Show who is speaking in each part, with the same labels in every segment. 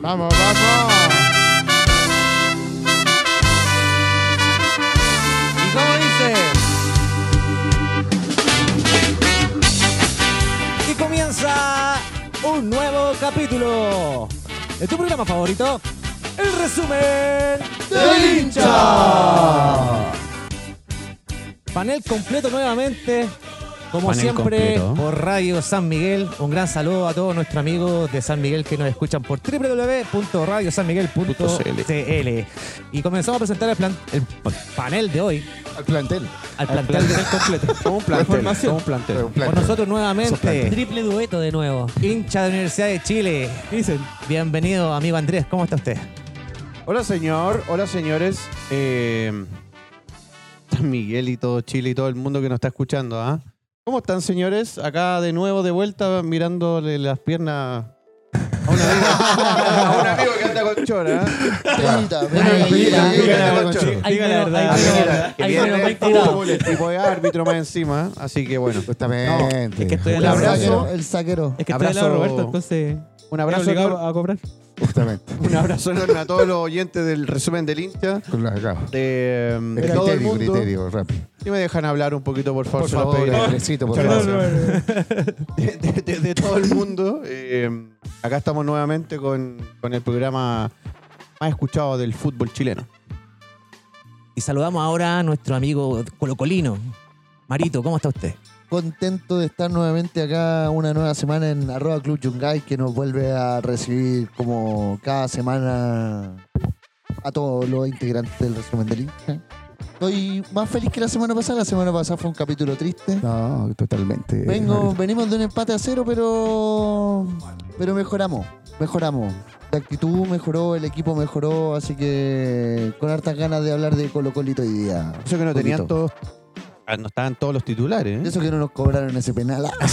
Speaker 1: Vamos, vamos.
Speaker 2: ¿Y cómo dice? Y comienza un nuevo capítulo de tu programa favorito, el resumen
Speaker 1: ¡Del hincha!
Speaker 2: Panel completo nuevamente, como
Speaker 3: Panel
Speaker 2: siempre,
Speaker 3: completo.
Speaker 2: por Radio San Miguel. Un gran saludo a todos nuestros amigos de San Miguel que nos escuchan por www.radiosanmiguel.cl. Y comenzamos a presentar el, plan- el pa- panel de hoy,
Speaker 1: Al plantel.
Speaker 2: al plantel de completo.
Speaker 1: Como un plantel.
Speaker 2: Formación.
Speaker 1: como un plantel. Como un
Speaker 2: Con
Speaker 1: plantel.
Speaker 2: nosotros nuevamente,
Speaker 4: Triple dueto de nuevo.
Speaker 2: hincha de la Universidad de Chile. Dicen. Bienvenido, amigo Andrés. ¿Cómo está usted?
Speaker 3: Hola señor, hola señores. Eh, San Miguel y todo Chile y todo el mundo que nos está escuchando, ¿ah? ¿Cómo están señores? Acá de nuevo de vuelta mirándole las piernas a un amigo, a un amigo que anda con chora. ¿ah?
Speaker 1: Treinta, treinta,
Speaker 4: Ay, mira,
Speaker 1: treinta,
Speaker 3: mira,
Speaker 1: treinta,
Speaker 3: Nacho.
Speaker 1: treinta.
Speaker 4: Ahí
Speaker 2: Diga la
Speaker 4: menos-
Speaker 2: verdad.
Speaker 4: ahí
Speaker 2: Ah,
Speaker 4: menos-
Speaker 3: mira, que
Speaker 4: ahí
Speaker 3: viene
Speaker 4: menos
Speaker 3: el
Speaker 4: 20 grados.
Speaker 3: fútbol, el tipo de árbitro más encima, ¿ah? así que bueno.
Speaker 1: Justamente.
Speaker 5: No, es que estoy
Speaker 1: El
Speaker 5: al lado
Speaker 3: del
Speaker 1: abrazo.
Speaker 3: saquero.
Speaker 1: El saquero.
Speaker 5: Es que estoy al lado de
Speaker 3: Abrazo-
Speaker 5: Roberto, entonces. estoy
Speaker 3: Un abrazo,
Speaker 5: obligado a cobrar.
Speaker 1: Justamente.
Speaker 3: un abrazo enorme a todos los oyentes del resumen del hincha.
Speaker 1: Con la acá.
Speaker 3: De, eh,
Speaker 1: El
Speaker 3: todo el
Speaker 1: criterio,
Speaker 3: mundo.
Speaker 1: criterio, rápido.
Speaker 3: Si me dejan hablar un poquito, por favor,
Speaker 1: Por
Speaker 3: se lo
Speaker 1: favor,
Speaker 3: pediré.
Speaker 1: Andresito, por
Speaker 3: Muchas
Speaker 1: favor.
Speaker 3: de, de- de- de todo el mundo. Eh, acá estamos nuevamente con, con el programa más escuchado del fútbol chileno.
Speaker 2: Y saludamos ahora a nuestro amigo Colocolino. Marito, ¿cómo está usted?
Speaker 6: contento de estar nuevamente acá una nueva semana en arroba club Yungay que nos vuelve a recibir como cada semana a todos los integrantes del resumen del Inca. Estoy más feliz que la semana pasada. La semana pasada fue un capítulo triste.
Speaker 1: No, totalmente.
Speaker 6: Vengo, venimos de un empate a cero, pero pero mejoramos, mejoramos. La actitud mejoró, el equipo mejoró, así que con hartas ganas de hablar de Colo Colito hoy día.
Speaker 3: Eso que no tenían
Speaker 6: Poquito.
Speaker 3: todos. ah, No estaban todos los titulares. ¿eh?
Speaker 6: Eso que no nos cobraron ese penal.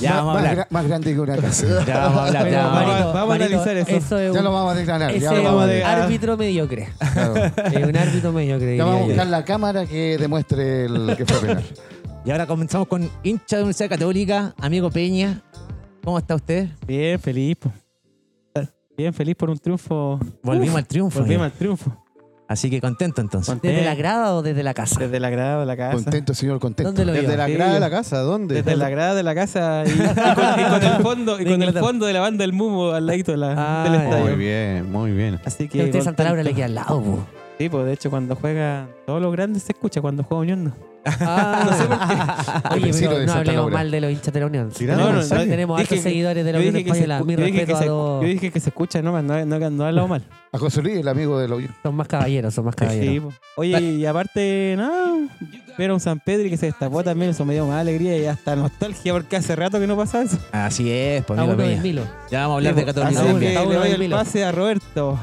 Speaker 2: Ya vamos a
Speaker 1: más,
Speaker 2: hablar.
Speaker 1: gra- más grande que una casa.
Speaker 2: Ya vamos a hablar. ya
Speaker 5: Pero,
Speaker 2: vamos a hablar.
Speaker 5: Marito, vamos a analizar eso.
Speaker 4: es
Speaker 1: ya lo
Speaker 4: un,
Speaker 1: vamos a declarar.
Speaker 4: ese
Speaker 1: Ya
Speaker 4: es
Speaker 1: lo
Speaker 4: un
Speaker 1: vamos a
Speaker 5: de-
Speaker 4: árbitro mediocre.
Speaker 1: declarar.
Speaker 4: Es un árbitro mediocre.
Speaker 1: Ya
Speaker 4: diría
Speaker 1: vamos a
Speaker 4: yo.
Speaker 1: buscar la cámara que demuestre el que fue penal.
Speaker 2: Y ahora comenzamos con hincha de Universidad Católica, amigo Peña. ¿Cómo está usted?
Speaker 5: Bien, feliz. po. Bien, feliz por un triunfo.
Speaker 2: Volvimos al triunfo.
Speaker 5: Volvimos al triunfo.
Speaker 2: Así que contento entonces.
Speaker 5: Contento.
Speaker 4: ¿Desde la grada o desde la casa?
Speaker 5: Desde la grada de la casa.
Speaker 1: Contento, señor, contento.
Speaker 4: ¿Dónde lo vio?
Speaker 3: Desde la
Speaker 5: Sí,
Speaker 3: grada de
Speaker 5: yo-
Speaker 3: la casa, ¿dónde?
Speaker 5: Desde la grada de la casa y, y con, y con el fondo y
Speaker 4: De
Speaker 5: con el
Speaker 4: Inglaterra.
Speaker 5: fondo de la banda del Mumo al ladito de la-
Speaker 2: Ah,
Speaker 5: del
Speaker 2: ya.
Speaker 5: estadio.
Speaker 3: Muy bien, muy bien.
Speaker 5: Así que
Speaker 4: Usted de Santa Laura
Speaker 5: contento.
Speaker 4: le queda al lado, po.
Speaker 5: Sí, pues de hecho cuando juega todos los grandes se escucha cuando juega Unión. no.
Speaker 2: Ah.
Speaker 4: Oye,
Speaker 1: Vecino
Speaker 4: pero
Speaker 1: de
Speaker 4: no
Speaker 1: Santa
Speaker 4: hablemos
Speaker 1: Laura.
Speaker 4: mal de los hinchas de la Unión.
Speaker 3: Tirando
Speaker 5: No, no,
Speaker 4: Tenemos-
Speaker 5: no,
Speaker 4: tenemos
Speaker 5: dije
Speaker 4: hartos
Speaker 5: que-
Speaker 4: seguidores de la
Speaker 5: Yo
Speaker 4: Unión
Speaker 5: dije, que se,
Speaker 4: Española.
Speaker 5: escu-
Speaker 4: Mi
Speaker 5: yo dije
Speaker 4: respeto
Speaker 5: que
Speaker 4: a
Speaker 5: se-
Speaker 4: todos.
Speaker 5: yo dije que se escucha nomás, no, no, no, no he hablado mal.
Speaker 1: A José Luis, el amigo de la Unión.
Speaker 4: Son más caballeros, son más
Speaker 5: Sí,
Speaker 4: caballeros.
Speaker 5: po. Oye, y aparte, no, ver a un San Pedri que se destapó también, eso me dio más alegría y hasta nostalgia porque hace rato que no pasa eso.
Speaker 2: Así es, pues
Speaker 4: A
Speaker 2: amigo
Speaker 4: uno de
Speaker 2: Peña.
Speaker 4: Milo.
Speaker 2: Ya vamos a hablar de Católica
Speaker 5: Así
Speaker 2: también.
Speaker 5: que
Speaker 4: Está
Speaker 5: le
Speaker 4: uno
Speaker 5: doy
Speaker 4: del
Speaker 5: el
Speaker 4: Milo.
Speaker 5: pase a Roberto.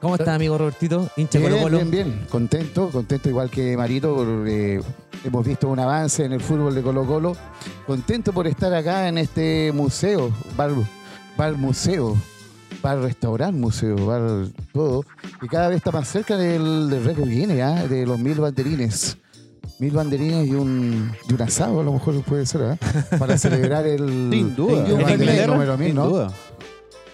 Speaker 2: ¿Cómo está, amigo Robertito? Hincha
Speaker 1: Bien,
Speaker 2: Colo Colo.
Speaker 1: bien, bien. Contento, contento igual que Marito. por, eh, hemos visto un avance en el fútbol de Colo Colo. Contento por estar acá en este museo, bar, bar museo, bar restaurante museo, bar todo, que cada vez está más cerca del, del récord Guinness, ¿ah? de los mil banderines. Mil banderines y un, y un asado, a lo mejor puede ser, ¿ah? para celebrar el,
Speaker 3: Sin duda.
Speaker 1: el
Speaker 3: ¿En
Speaker 1: banderín
Speaker 3: Inglaterra?
Speaker 1: número mil,
Speaker 3: Sin
Speaker 1: ¿no?
Speaker 3: duda.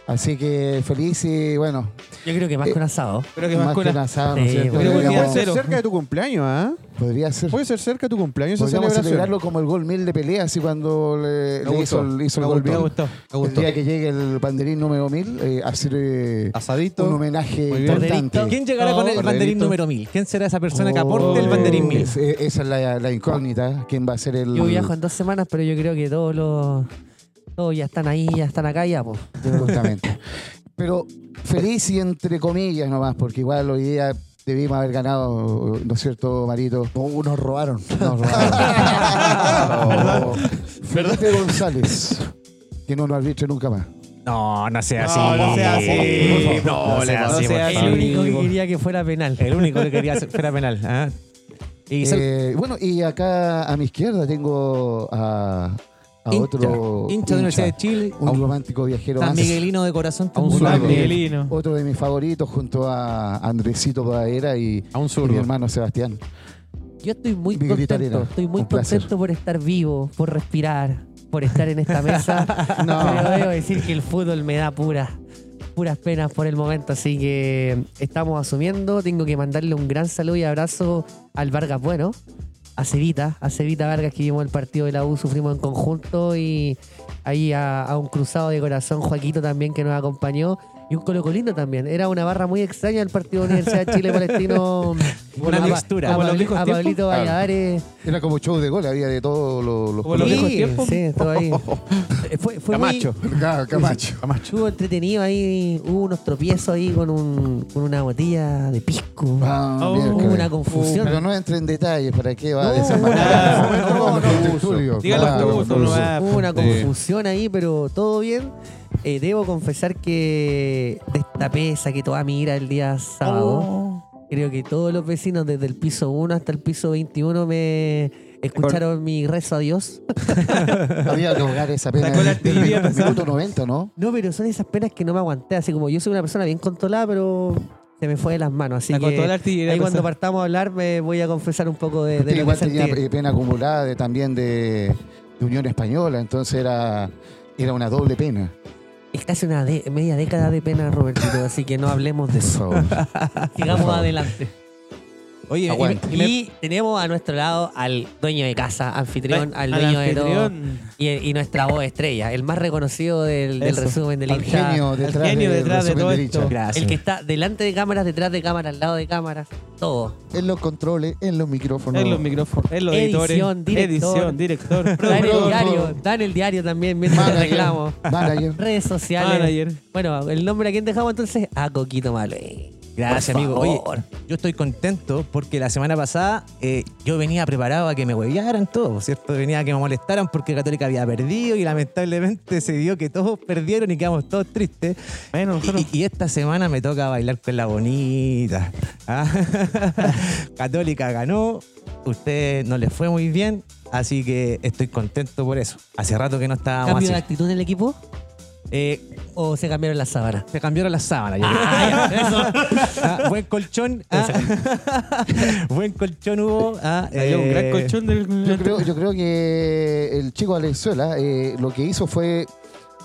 Speaker 1: Así que feliz y bueno,
Speaker 4: Yo creo que más que un asado.
Speaker 5: Creo que más
Speaker 1: más que
Speaker 5: con
Speaker 1: un
Speaker 5: la-
Speaker 1: asado, ¿no es
Speaker 4: Sí,
Speaker 1: cierto?
Speaker 5: bueno. Creo que
Speaker 1: Podríamos-
Speaker 3: Puede
Speaker 5: Podríamos-
Speaker 3: ser cerca de tu cumpleaños, ¿ah?
Speaker 1: podría ser
Speaker 3: Puede ser cerca de tu cumpleaños esa
Speaker 1: Podríamos
Speaker 3: celebración.
Speaker 1: celebrarlo como el gol mil de pelea, así cuando le, le
Speaker 3: Me gustó,
Speaker 1: hizo, el- hizo el
Speaker 3: me
Speaker 1: gol
Speaker 3: gustó,
Speaker 1: mil.
Speaker 3: me
Speaker 5: gustó,
Speaker 3: me
Speaker 1: El
Speaker 3: gustó.
Speaker 1: día que llegue el banderín número mil, eh, hacer eh,
Speaker 3: Asadito.
Speaker 1: un homenaje
Speaker 3: Muy bien.
Speaker 1: importante.
Speaker 2: ¿Quién llegará con el
Speaker 3: Corderito.
Speaker 2: banderín número 1000? ¿Quién será esa persona que aporte el
Speaker 1: Oh,
Speaker 2: banderín 1000?
Speaker 1: es- eh, esa es la, la incógnita. ¿Quién va a ser el.?
Speaker 4: Yo viajo en dos semanas, pero yo creo que todos los. Todos ya están ahí, ya están acá, ya, pues. po.
Speaker 1: Justamente. Pero feliz y entre comillas nomás, porque igual hoy día debimos haber ganado, ¿no es cierto, Marito?
Speaker 6: Oh, nos robaron.
Speaker 1: Nos robaron. Felipe González, que no nos arbitre nunca más.
Speaker 2: No, no sea así.
Speaker 5: No, no sea así.
Speaker 2: Eh, No, no sea
Speaker 5: No
Speaker 2: así. por
Speaker 5: sea
Speaker 2: favor.
Speaker 4: El único que
Speaker 5: po.
Speaker 4: quería que fuera penal.
Speaker 2: El único que quería hacer fuera penal. ¿ah? Y sal-
Speaker 1: Eh, bueno, y acá a mi izquierda tengo a, a
Speaker 2: hincha,
Speaker 1: otro
Speaker 2: hincha de la Universidad de Chile.
Speaker 1: un romántico viajero
Speaker 2: San
Speaker 1: más.
Speaker 2: Miguelino de corazón.
Speaker 3: un
Speaker 2: también.
Speaker 3: sueldo.
Speaker 5: San Miguelino.
Speaker 1: Otro de mis favoritos junto a Andresito Padera y,
Speaker 3: A un
Speaker 1: y mi
Speaker 3: zurdo.
Speaker 1: hermano Sebastián.
Speaker 4: Yo estoy muy
Speaker 1: Miguelito
Speaker 4: contento.
Speaker 1: Arena,
Speaker 4: Estoy muy
Speaker 1: un placer.
Speaker 4: contento por estar vivo, por respirar, por estar en esta mesa.
Speaker 1: No.
Speaker 4: Pero debo decir que el fútbol me da pura. puras penas por el momento, así que estamos asumiendo. Tengo que mandarle un gran saludo y abrazo al Vargas Bueno, a Cevita, a Cevita Vargas que vimos el partido de la U, sufrimos en conjunto y ahí a, a un cruzado de corazón, Joaquito también que nos acompañó. Y un colocolino también. Era una barra muy extraña el partido de Universidad Chile-Palestino.
Speaker 5: Una
Speaker 4: A Pa-
Speaker 5: mixtura.
Speaker 4: A,
Speaker 5: Como los
Speaker 4: Pabli-
Speaker 5: viejos
Speaker 4: a
Speaker 5: tiempos. Ah.
Speaker 4: Pablito Valladares.
Speaker 1: Era como show de gol, había de todos los, los
Speaker 5: Como los
Speaker 4: Sí,
Speaker 5: viejos tiempos.
Speaker 4: Sí, todo ahí. Eh, Fue, fue muy-
Speaker 3: Camacho.
Speaker 1: Ca- Camacho.
Speaker 4: Estuvo entretenido ahí, hubo unos tropiezos ahí con, un, con una botella de pisco.
Speaker 1: Ah,
Speaker 5: Oh,
Speaker 1: mira,
Speaker 4: hubo
Speaker 1: qué
Speaker 4: una
Speaker 1: bien.
Speaker 4: confusión.
Speaker 5: Uh,
Speaker 1: Pero no entre en detalles, ¿para qué va
Speaker 4: No,
Speaker 1: de esa
Speaker 4: no,
Speaker 1: manera?
Speaker 5: no, no,
Speaker 1: Con el estudio,
Speaker 5: Dígalo
Speaker 1: claro,
Speaker 5: tú,
Speaker 1: con
Speaker 5: tú no
Speaker 1: el-
Speaker 5: vas.
Speaker 4: Hubo una
Speaker 5: Sí.
Speaker 4: confusión ahí, pero todo bien. Eh, debo confesar que destapé, saqué toda mi ira el día sábado. Creo que todos los vecinos, desde el piso 1 hasta el piso 21, me escucharon mi rezo a Dios.
Speaker 1: Había que ahogar esa pena.
Speaker 5: Sacó
Speaker 1: en
Speaker 5: la
Speaker 1: el- en
Speaker 5: artillería
Speaker 1: el
Speaker 5: pesada.
Speaker 1: minuto 90, ¿no?
Speaker 4: No, pero son esas penas que no me aguanté. Así como yo soy una persona bien controlada, pero se me fue de las manos. Así
Speaker 5: Sacó
Speaker 4: que
Speaker 5: toda la artillería
Speaker 4: ahí cuando
Speaker 5: pesada.
Speaker 4: partamos a hablar me voy a confesar un poco de, de
Speaker 1: Usted
Speaker 4: lo que
Speaker 1: igual tenía
Speaker 4: sentí.
Speaker 1: eh, pena acumulada de- también de, de Unión Española, entonces era, era una doble pena.
Speaker 4: Es casi una de- media década de pena, Robertito, así que no hablemos de
Speaker 1: Por
Speaker 4: eso.
Speaker 1: favor.
Speaker 4: Sigamos
Speaker 1: favor.
Speaker 4: adelante.
Speaker 5: Oye, y-
Speaker 1: Aguante.
Speaker 5: y,
Speaker 4: Y, tenemos a nuestro lado al dueño de casa, anfitrión, al
Speaker 5: al
Speaker 4: dueño de todo.
Speaker 5: anfitrión,
Speaker 4: Y, y nuestra voz estrella, el más reconocido del, del
Speaker 5: Eso.
Speaker 4: resumen del
Speaker 1: Al
Speaker 4: hincha.
Speaker 1: genio detrás,
Speaker 5: genio
Speaker 1: del
Speaker 5: detrás de
Speaker 1: resumen
Speaker 5: todo
Speaker 1: del
Speaker 5: esto.
Speaker 1: hincha.
Speaker 4: El que está delante de cámaras, detrás de cámaras, al lado de cámaras, todo.
Speaker 6: En los controles, en los micrófonos.
Speaker 5: en los micrófonos, en los
Speaker 4: Edición,
Speaker 5: editores,
Speaker 4: director.
Speaker 5: edición, director,
Speaker 4: Dan el
Speaker 1: Productor.
Speaker 4: diario, dan el diario también, mientras te arreglamos.
Speaker 1: Manager.
Speaker 4: Redes sociales.
Speaker 5: manager.
Speaker 4: Bueno, el nombre a quién dejamos entonces, a Coquito Malo. eh.
Speaker 7: Gracias,
Speaker 4: Por
Speaker 7: amigo. Oye,
Speaker 4: favor.
Speaker 7: yo estoy contento porque la semana pasada eh, yo venía preparado a que me hueviaran todos, ¿cierto? Venía a que me molestaran porque Católica había perdido y lamentablemente se dio que todos perdieron y quedamos todos tristes.
Speaker 5: Bueno, nosotros
Speaker 7: Y, y esta semana me toca bailar con la bonita. ¿ah? Católica ganó, usted no le fue muy bien, así que estoy contento por eso. Hace rato que no estábamos
Speaker 4: ¿Cambio de
Speaker 7: así.
Speaker 4: actitud en el equipo
Speaker 7: Eh,
Speaker 4: o se cambiaron las sábanas?
Speaker 7: se cambiaron las sábanas. yo creo. Ah, buen colchón. ah. buen colchón hubo. ah,
Speaker 5: había un gran
Speaker 7: eh,
Speaker 5: colchón del
Speaker 1: Yo creo, yo creo que el chico Valenzuela eh, lo que hizo fue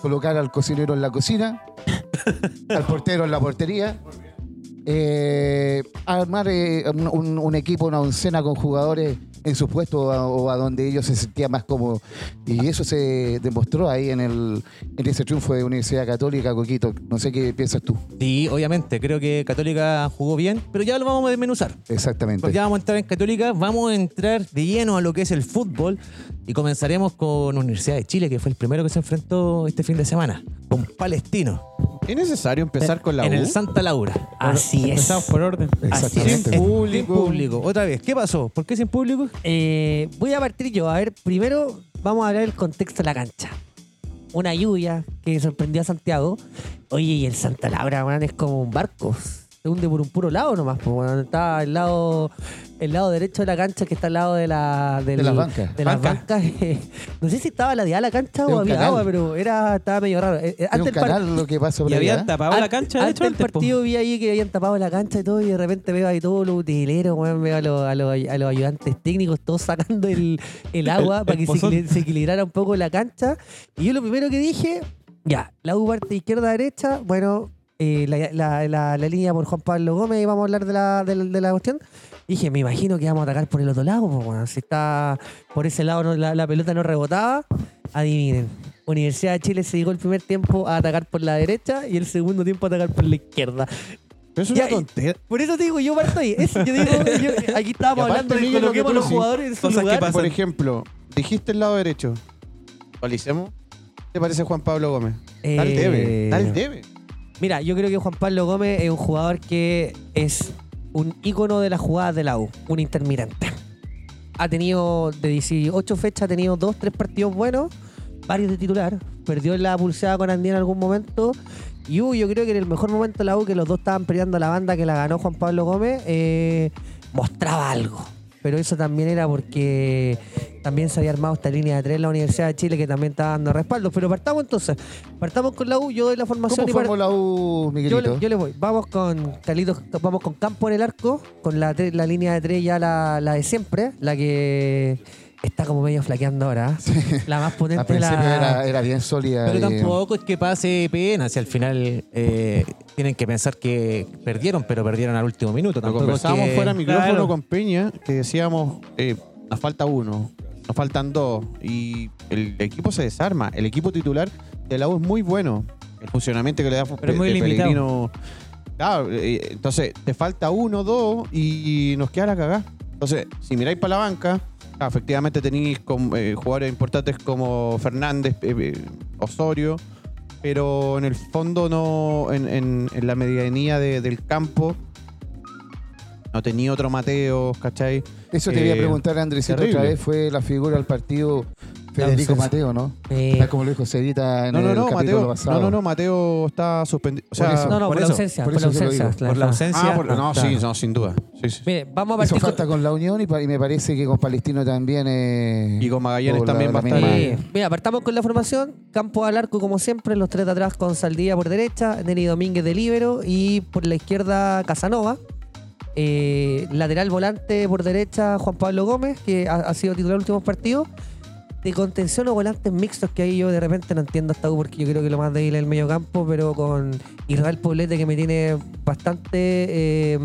Speaker 1: colocar al cocinero en la cocina, al portero en la portería, eh, armar eh, un, un- un equipo, una oncena con jugadores en su puesto a- o a donde ellos se sentían más cómodos. Y eso se demostró ahí en, el, en ese triunfo de Universidad Católica, Coquito. No sé qué piensas tú
Speaker 7: Sí, obviamente. Creo que Católica jugó bien, pero ya lo vamos a desmenuzar.
Speaker 1: exactamente.
Speaker 7: Porque ya vamos a entrar en Católica, vamos a entrar de lleno a lo que es el fútbol y comenzaremos con Universidad de Chile, que fue el primero que se enfrentó este fin de semana, con Palestino.
Speaker 3: ¿Es necesario empezar con la
Speaker 7: en
Speaker 3: U?
Speaker 7: el Santa Laura.
Speaker 4: Así es.
Speaker 5: Empezamos por orden.
Speaker 7: Sin
Speaker 1: Exactamente.
Speaker 7: público. público. Otra vez, ¿qué pasó? ¿Por qué sin público?
Speaker 4: Eh, voy a partir yo. A ver, primero vamos a hablar del contexto de la cancha. Una lluvia que sorprendió a Santiago. Oye, y el Santa Laura, weón, es como un barco. Se hunde por un puro lado nomás. Pues, weón. está el lado, el lado derecho de la cancha que está al lado de, la, del-
Speaker 1: De las bancas.
Speaker 4: de las
Speaker 7: Banca.
Speaker 4: bancas. no sé si estaba la de la cancha
Speaker 1: Era
Speaker 4: o
Speaker 1: un
Speaker 4: había
Speaker 1: canal.
Speaker 4: agua, pero era, estaba medio raro. Eh, eh,
Speaker 1: Era un
Speaker 4: antes del par-
Speaker 1: canal lo que pasa por
Speaker 5: Y
Speaker 1: allá.
Speaker 5: habían tapado la
Speaker 4: Ante-
Speaker 5: cancha, de hecho,
Speaker 4: antes del
Speaker 5: antes, po.
Speaker 4: partido vi ahí que habían tapado la cancha y todo, y de repente veo ahí todos los utileros, weón, veo a los, a los- a los ayudantes técnicos todos sacando el, el agua
Speaker 5: El-
Speaker 4: para
Speaker 5: el
Speaker 4: que se,
Speaker 5: pozón.
Speaker 4: equil- se equilibrara un poco la cancha. Y yo lo primero que dije, ya, la U parte izquierda-derecha, bueno, eh, la, la- la- la línea por Juan Pablo Gómez, y vamos a hablar de la, de la- de la cuestión. Dije, me imagino que vamos a atacar por el otro lado, pues, weón, si está por ese lado no- la, la pelota no rebotaba. Adivinen. Universidad de Chile se llegó el primer tiempo a atacar por la derecha y el segundo tiempo a atacar por la izquierda.
Speaker 3: Es
Speaker 4: Ya,
Speaker 3: una
Speaker 4: y-
Speaker 3: tontería.
Speaker 4: Por eso te digo, yo parto ahí. Eso, yo digo, yo- aquí
Speaker 1: Y
Speaker 4: estábamos
Speaker 1: aparte,
Speaker 4: hablando de
Speaker 1: Miguel, lo que
Speaker 4: coloquemos a
Speaker 1: tú
Speaker 4: los
Speaker 1: decís,
Speaker 4: jugadores en su
Speaker 5: cosas que
Speaker 4: lugar.
Speaker 5: pasan.
Speaker 3: Por ejemplo, dijiste el lado derecho. Actualicemos. ¿Qué te parece Juan Pablo Gómez? Tal
Speaker 4: Eh,
Speaker 3: debe, tal debe.
Speaker 4: Mira, yo creo que Juan Pablo Gómez es un jugador que es un ícono de las jugadas de la U, un intermitente. Ha tenido, de 18 fechas, ha tenido dos, tres partidos buenos, varios de titular. Perdió la pulseada con Andía en algún momento. Y U, yo creo que en el mejor momento de la U, que los dos estaban peleando la banda que la ganó Juan Pablo Gómez, eh, mostraba algo. Pero eso también era porque también se había armado esta línea de tres en la Universidad de Chile que también estaba dando respaldo. Pero partamos entonces. Partamos con la U, yo doy la formación
Speaker 1: ¿Cómo
Speaker 4: y par-
Speaker 1: formó la U,
Speaker 4: yo
Speaker 1: Miguelito?
Speaker 4: le, yo le voy. Vamos con Carlitos, vamos con Campo en el arco, con la, tre- la línea de tres ya la, la de siempre, la que está como medio flaqueando ahora. ¿ah? La más
Speaker 1: Al
Speaker 4: potente
Speaker 1: principio
Speaker 4: la...
Speaker 1: era, era bien sólida.
Speaker 7: Pero
Speaker 1: eh,
Speaker 7: tampoco es que pase pena, si al final eh, tienen que pensar que perdieron, pero perdieron al último minuto.
Speaker 3: Lo
Speaker 7: Tampoco
Speaker 3: conversábamos
Speaker 7: que-
Speaker 3: fuera de micrófono
Speaker 5: Claro.
Speaker 3: con Peña, que decíamos, eh, nos falta uno, nos faltan dos, y el equipo se desarma. El equipo titular de la U es muy bueno. El funcionamiento que le da
Speaker 5: Pero es muy limitado.
Speaker 3: Pellegrino- Claro, eh, entonces te falta uno, dos, y nos queda la cagá. Entonces, si miráis para la banca, ah, efectivamente tenéis com- eh, jugadores importantes como Fernández, eh, eh, Osorio, pero en el fondo no, en, en- en la medianía de- del campo, no tenía otro Mateo, ¿cachai?
Speaker 1: Eso te voy a
Speaker 3: eh,
Speaker 1: preguntar, Andresito, otra
Speaker 3: terrible.
Speaker 1: vez fue la figura del partido Federico
Speaker 4: ausencia.
Speaker 1: Mateo, ¿no?
Speaker 4: Eh,
Speaker 1: Tal como lo dijo Cedita en
Speaker 3: No, no,
Speaker 1: el
Speaker 3: no,
Speaker 1: capítulo
Speaker 3: Mateo,
Speaker 1: pasado.
Speaker 3: no, no, no, Mateo está suspendido. O sea,
Speaker 1: eso,
Speaker 4: no, no,
Speaker 7: por
Speaker 4: por, la
Speaker 7: eso,
Speaker 4: ausencia.
Speaker 1: por
Speaker 4: Por, la
Speaker 1: eso se lo
Speaker 4: ausencia.
Speaker 1: digo.
Speaker 4: claro.
Speaker 7: Por la ausencia.
Speaker 3: Ah, por- no,
Speaker 7: está.
Speaker 3: sí, no, sin duda. Sí, sí.
Speaker 4: Mire, vamos a
Speaker 1: Hizo
Speaker 4: partir con-
Speaker 1: falta con la Unión y, pa- y me parece que con Palestino también. eh,
Speaker 3: Y con Magallanes
Speaker 1: Por la-
Speaker 3: también va a
Speaker 1: la
Speaker 3: estar.
Speaker 1: misma-
Speaker 4: Eh, mira, partamos con la formación. Campo al arco, como siempre, los tres de atrás con Saldía por derecha, Nelly Domínguez de líbero y por la izquierda Casanova. Eh, lateral volante por derecha Juan Pablo Gómez, que ha, ha sido titular en los últimos partidos. De contención o volantes mixtos, que ahí yo de repente no entiendo hasta U, porque yo creo que lo más débil es el medio campo, pero con Israel Poblete, que me tiene bastante eh,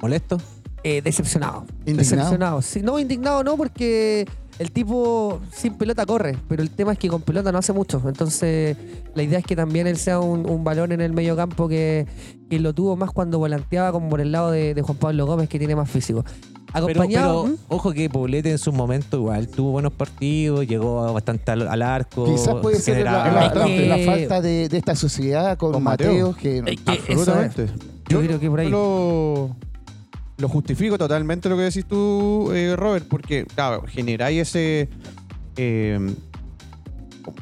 Speaker 7: molesto.
Speaker 4: eh, decepcionado.
Speaker 1: Indignado.
Speaker 4: Decepcionado. Sí, no, indignado no, porque el tipo sin pelota corre, pero el tema es que con pelota no hace mucho. Entonces, la idea es que también él sea un, un valor en el medio campo que, que lo tuvo más cuando volanteaba, como por el lado de, de Juan Pablo Gómez, que tiene más físico.
Speaker 7: Pero,
Speaker 4: Acompañado. ¿Mm?
Speaker 7: pero, ojo que Poblete en su momento igual tuvo buenos partidos, llegó bastante al, al arco.
Speaker 1: Quizás puede ser la,
Speaker 7: generaba-
Speaker 1: la- la-
Speaker 4: Es que-
Speaker 1: la falta de, de esta sociedad con,
Speaker 3: Con
Speaker 1: Mateo,
Speaker 3: Mateo.
Speaker 1: que
Speaker 4: Es que eso
Speaker 3: Absolutamente.
Speaker 4: Yo creo que por ahí.
Speaker 3: Lo, lo justifico totalmente lo que decís tú, eh, Robert, porque, claro, generáis ese. eh,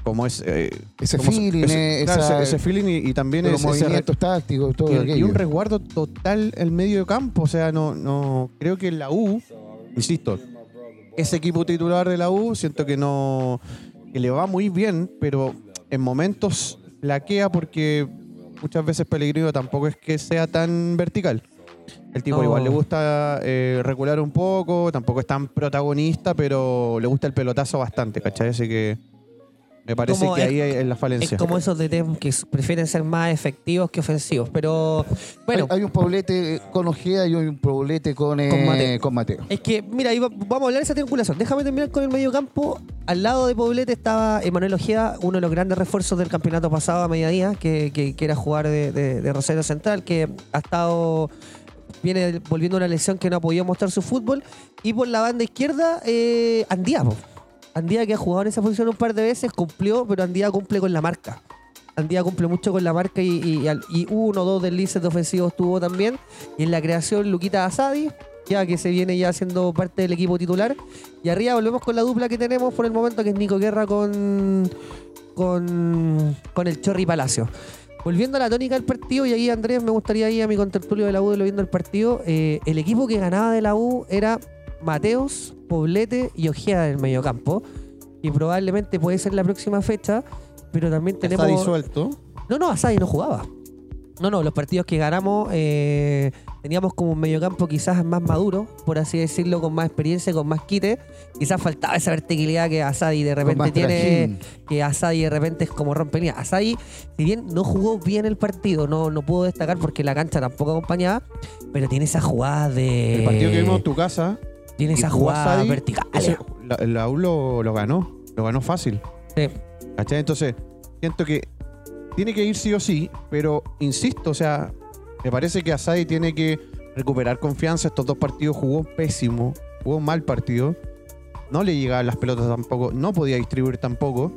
Speaker 3: como es. eh,
Speaker 1: ese
Speaker 3: como-
Speaker 1: feeling, eh,
Speaker 3: ese, claro,
Speaker 1: esa-
Speaker 3: ese- ese feeling y, y también
Speaker 1: los
Speaker 3: ese, ese re-
Speaker 1: movimientos tácticos, todo
Speaker 3: y, y
Speaker 1: aquello.
Speaker 3: un resguardo total el medio de campo. O sea, no, no creo que la U, insisto, ese equipo titular de la U, siento que no que le va muy bien, pero en momentos laquea porque muchas veces Pellegrino tampoco es que sea tan vertical. El tipo
Speaker 4: No.
Speaker 3: igual le gusta eh, regular un poco, tampoco es tan protagonista, pero le gusta el pelotazo bastante, ¿cachai? Así que me parece
Speaker 4: Como
Speaker 3: que
Speaker 4: es-
Speaker 3: ahí es la falencia.
Speaker 4: Es como esos de tem que prefieren ser más efectivos que ofensivos. Pero bueno,
Speaker 1: hay, hay un poblete eh, con Ojeda y hay un poblete con, eh,
Speaker 4: Con Mateo.
Speaker 1: con Mateo.
Speaker 4: Es que, mira, ahí va- vamos a hablar de esa triangulación. Déjame terminar con el mediocampo. Al lado de Poblete estaba Emanuel Ojeda, uno de los grandes refuerzos del campeonato pasado a mediodía, que, que, que era jugar de, de- de Rosario Central, que ha estado. viene volviendo a una lesión que no ha podido mostrar su fútbol. Y por la banda izquierda, eh, Andía. po. Andía, que ha jugado en esa posición un par de veces, cumplió, pero Andía cumple con la marca. Andía cumple mucho con la marca y, y, al- y uno o dos deslices de ofensivos tuvo también. Y en la creación, Luquita Asadi, ya que se viene ya siendo parte del equipo titular. Y arriba volvemos con la dupla que tenemos por el momento, que es Nico Guerra con, con, con el Chorri Palacio. Volviendo a la tónica del partido, y ahí Andrés, me gustaría ir a mi contertulio de la U de lo viendo el partido. eh, el equipo que ganaba de la U era Mateos, Poblete y Ojeda del mediocampo. Y probablemente puede ser la próxima fecha, pero también
Speaker 3: Ya
Speaker 4: tenemos.
Speaker 3: Está disuelto.
Speaker 4: No, no, Asadi no jugaba. No, no, los partidos que ganamos eh, teníamos como un mediocampo quizás más maduro, por así decirlo, con más experiencia, con más quite. Quizás faltaba esa verticalidad que Asadi de
Speaker 1: Con
Speaker 4: repente
Speaker 1: más
Speaker 4: tiene,
Speaker 1: trajín.
Speaker 4: que Asadi de repente es como rompenía. Asadi, si bien no jugó bien el partido, no, no pudo destacar porque la cancha tampoco acompañaba, pero tiene esas jugadas de...
Speaker 3: El partido
Speaker 4: Eh,
Speaker 3: que vimos en tu casa,
Speaker 4: Tiene
Speaker 3: y
Speaker 4: esas
Speaker 3: jugó
Speaker 4: jugadas
Speaker 3: Asadi,
Speaker 4: verticales.
Speaker 3: Ese- la, la U lo, lo ganó, lo ganó fácil.
Speaker 4: Sí.
Speaker 3: ¿Cachai? Entonces, siento que tiene que ir sí o sí, pero insisto, o sea, me parece que Asadi tiene que recuperar confianza. Estos dos partidos jugó pésimo, jugó mal partido. No le llegaban las pelotas tampoco, no podía distribuir tampoco.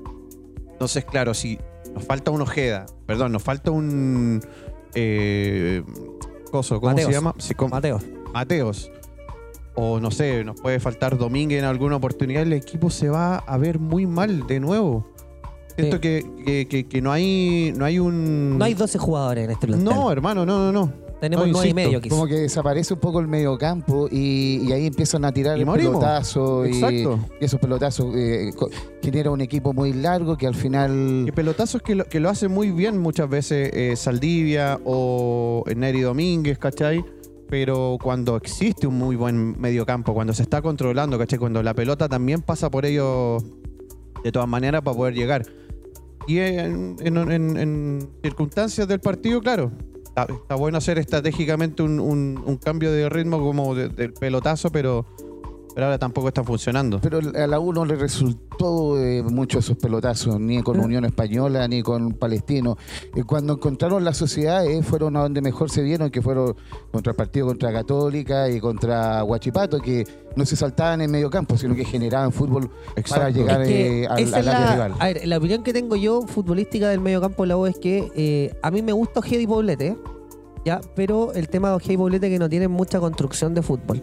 Speaker 3: Entonces, claro, si nos falta un Ojeda, perdón, nos falta un. Eh, coso, ¿Cómo
Speaker 4: Mateos.
Speaker 3: se llama? Sí, com-
Speaker 4: Mateo.
Speaker 3: Mateos. O no sé, nos puede faltar Domínguez en alguna oportunidad. El equipo se va a ver muy mal de nuevo. Siento
Speaker 4: Sí.
Speaker 3: que, que- que- que no hay no hay un.
Speaker 4: No hay 12 jugadores en este plantel.
Speaker 3: No, hermano, no, no, no.
Speaker 4: Tenemos
Speaker 3: no,
Speaker 4: 9 y
Speaker 3: insisto,
Speaker 4: medio quizás.
Speaker 1: Como que desaparece un poco el mediocampo y, y ahí empiezan a tirar
Speaker 3: Y
Speaker 1: el
Speaker 3: morimos.
Speaker 1: pelotazo y,
Speaker 3: Exacto.
Speaker 1: y esos pelotazos eh, co- genera un equipo muy largo que al
Speaker 3: Que
Speaker 1: final
Speaker 3: pelotazos que lo, que lo hace muy bien muchas veces eh, Saldivia o Neri eh, Domínguez, ¿cachai? Pero cuando existe un muy buen mediocampo, cuando se está controlando, ¿cachai? Cuando la pelota también pasa por ellos de todas maneras para poder llegar. Y en, en- en- en circunstancias del partido, claro, está, está bueno hacer estratégicamente un, un- un cambio de ritmo como de- del pelotazo, pero, pero ahora tampoco está funcionando.
Speaker 1: Pero a la U no le resultó eh, mucho esos pelotazos, ni
Speaker 3: Eh.
Speaker 1: con Unión Española, ni con Palestino. Eh, cuando encontraron las sociedades, fueron a donde mejor se vieron, que fueron contra el partido contra Católica y contra Huachipato, que no se saltaban en medio campo, sino que generaban fútbol para
Speaker 3: Exacto.
Speaker 1: llegar
Speaker 4: Es que
Speaker 1: eh, al,
Speaker 4: esa
Speaker 1: al
Speaker 4: es
Speaker 1: área
Speaker 4: la,
Speaker 1: rival.
Speaker 4: a ver, la opinión que tengo yo futbolística del mediocampo de la U es que eh, a mí me gusta Ojeda y Poblete, ¿ya? pero el tema de Ojeda y Poblete es que no tienen mucha construcción de fútbol.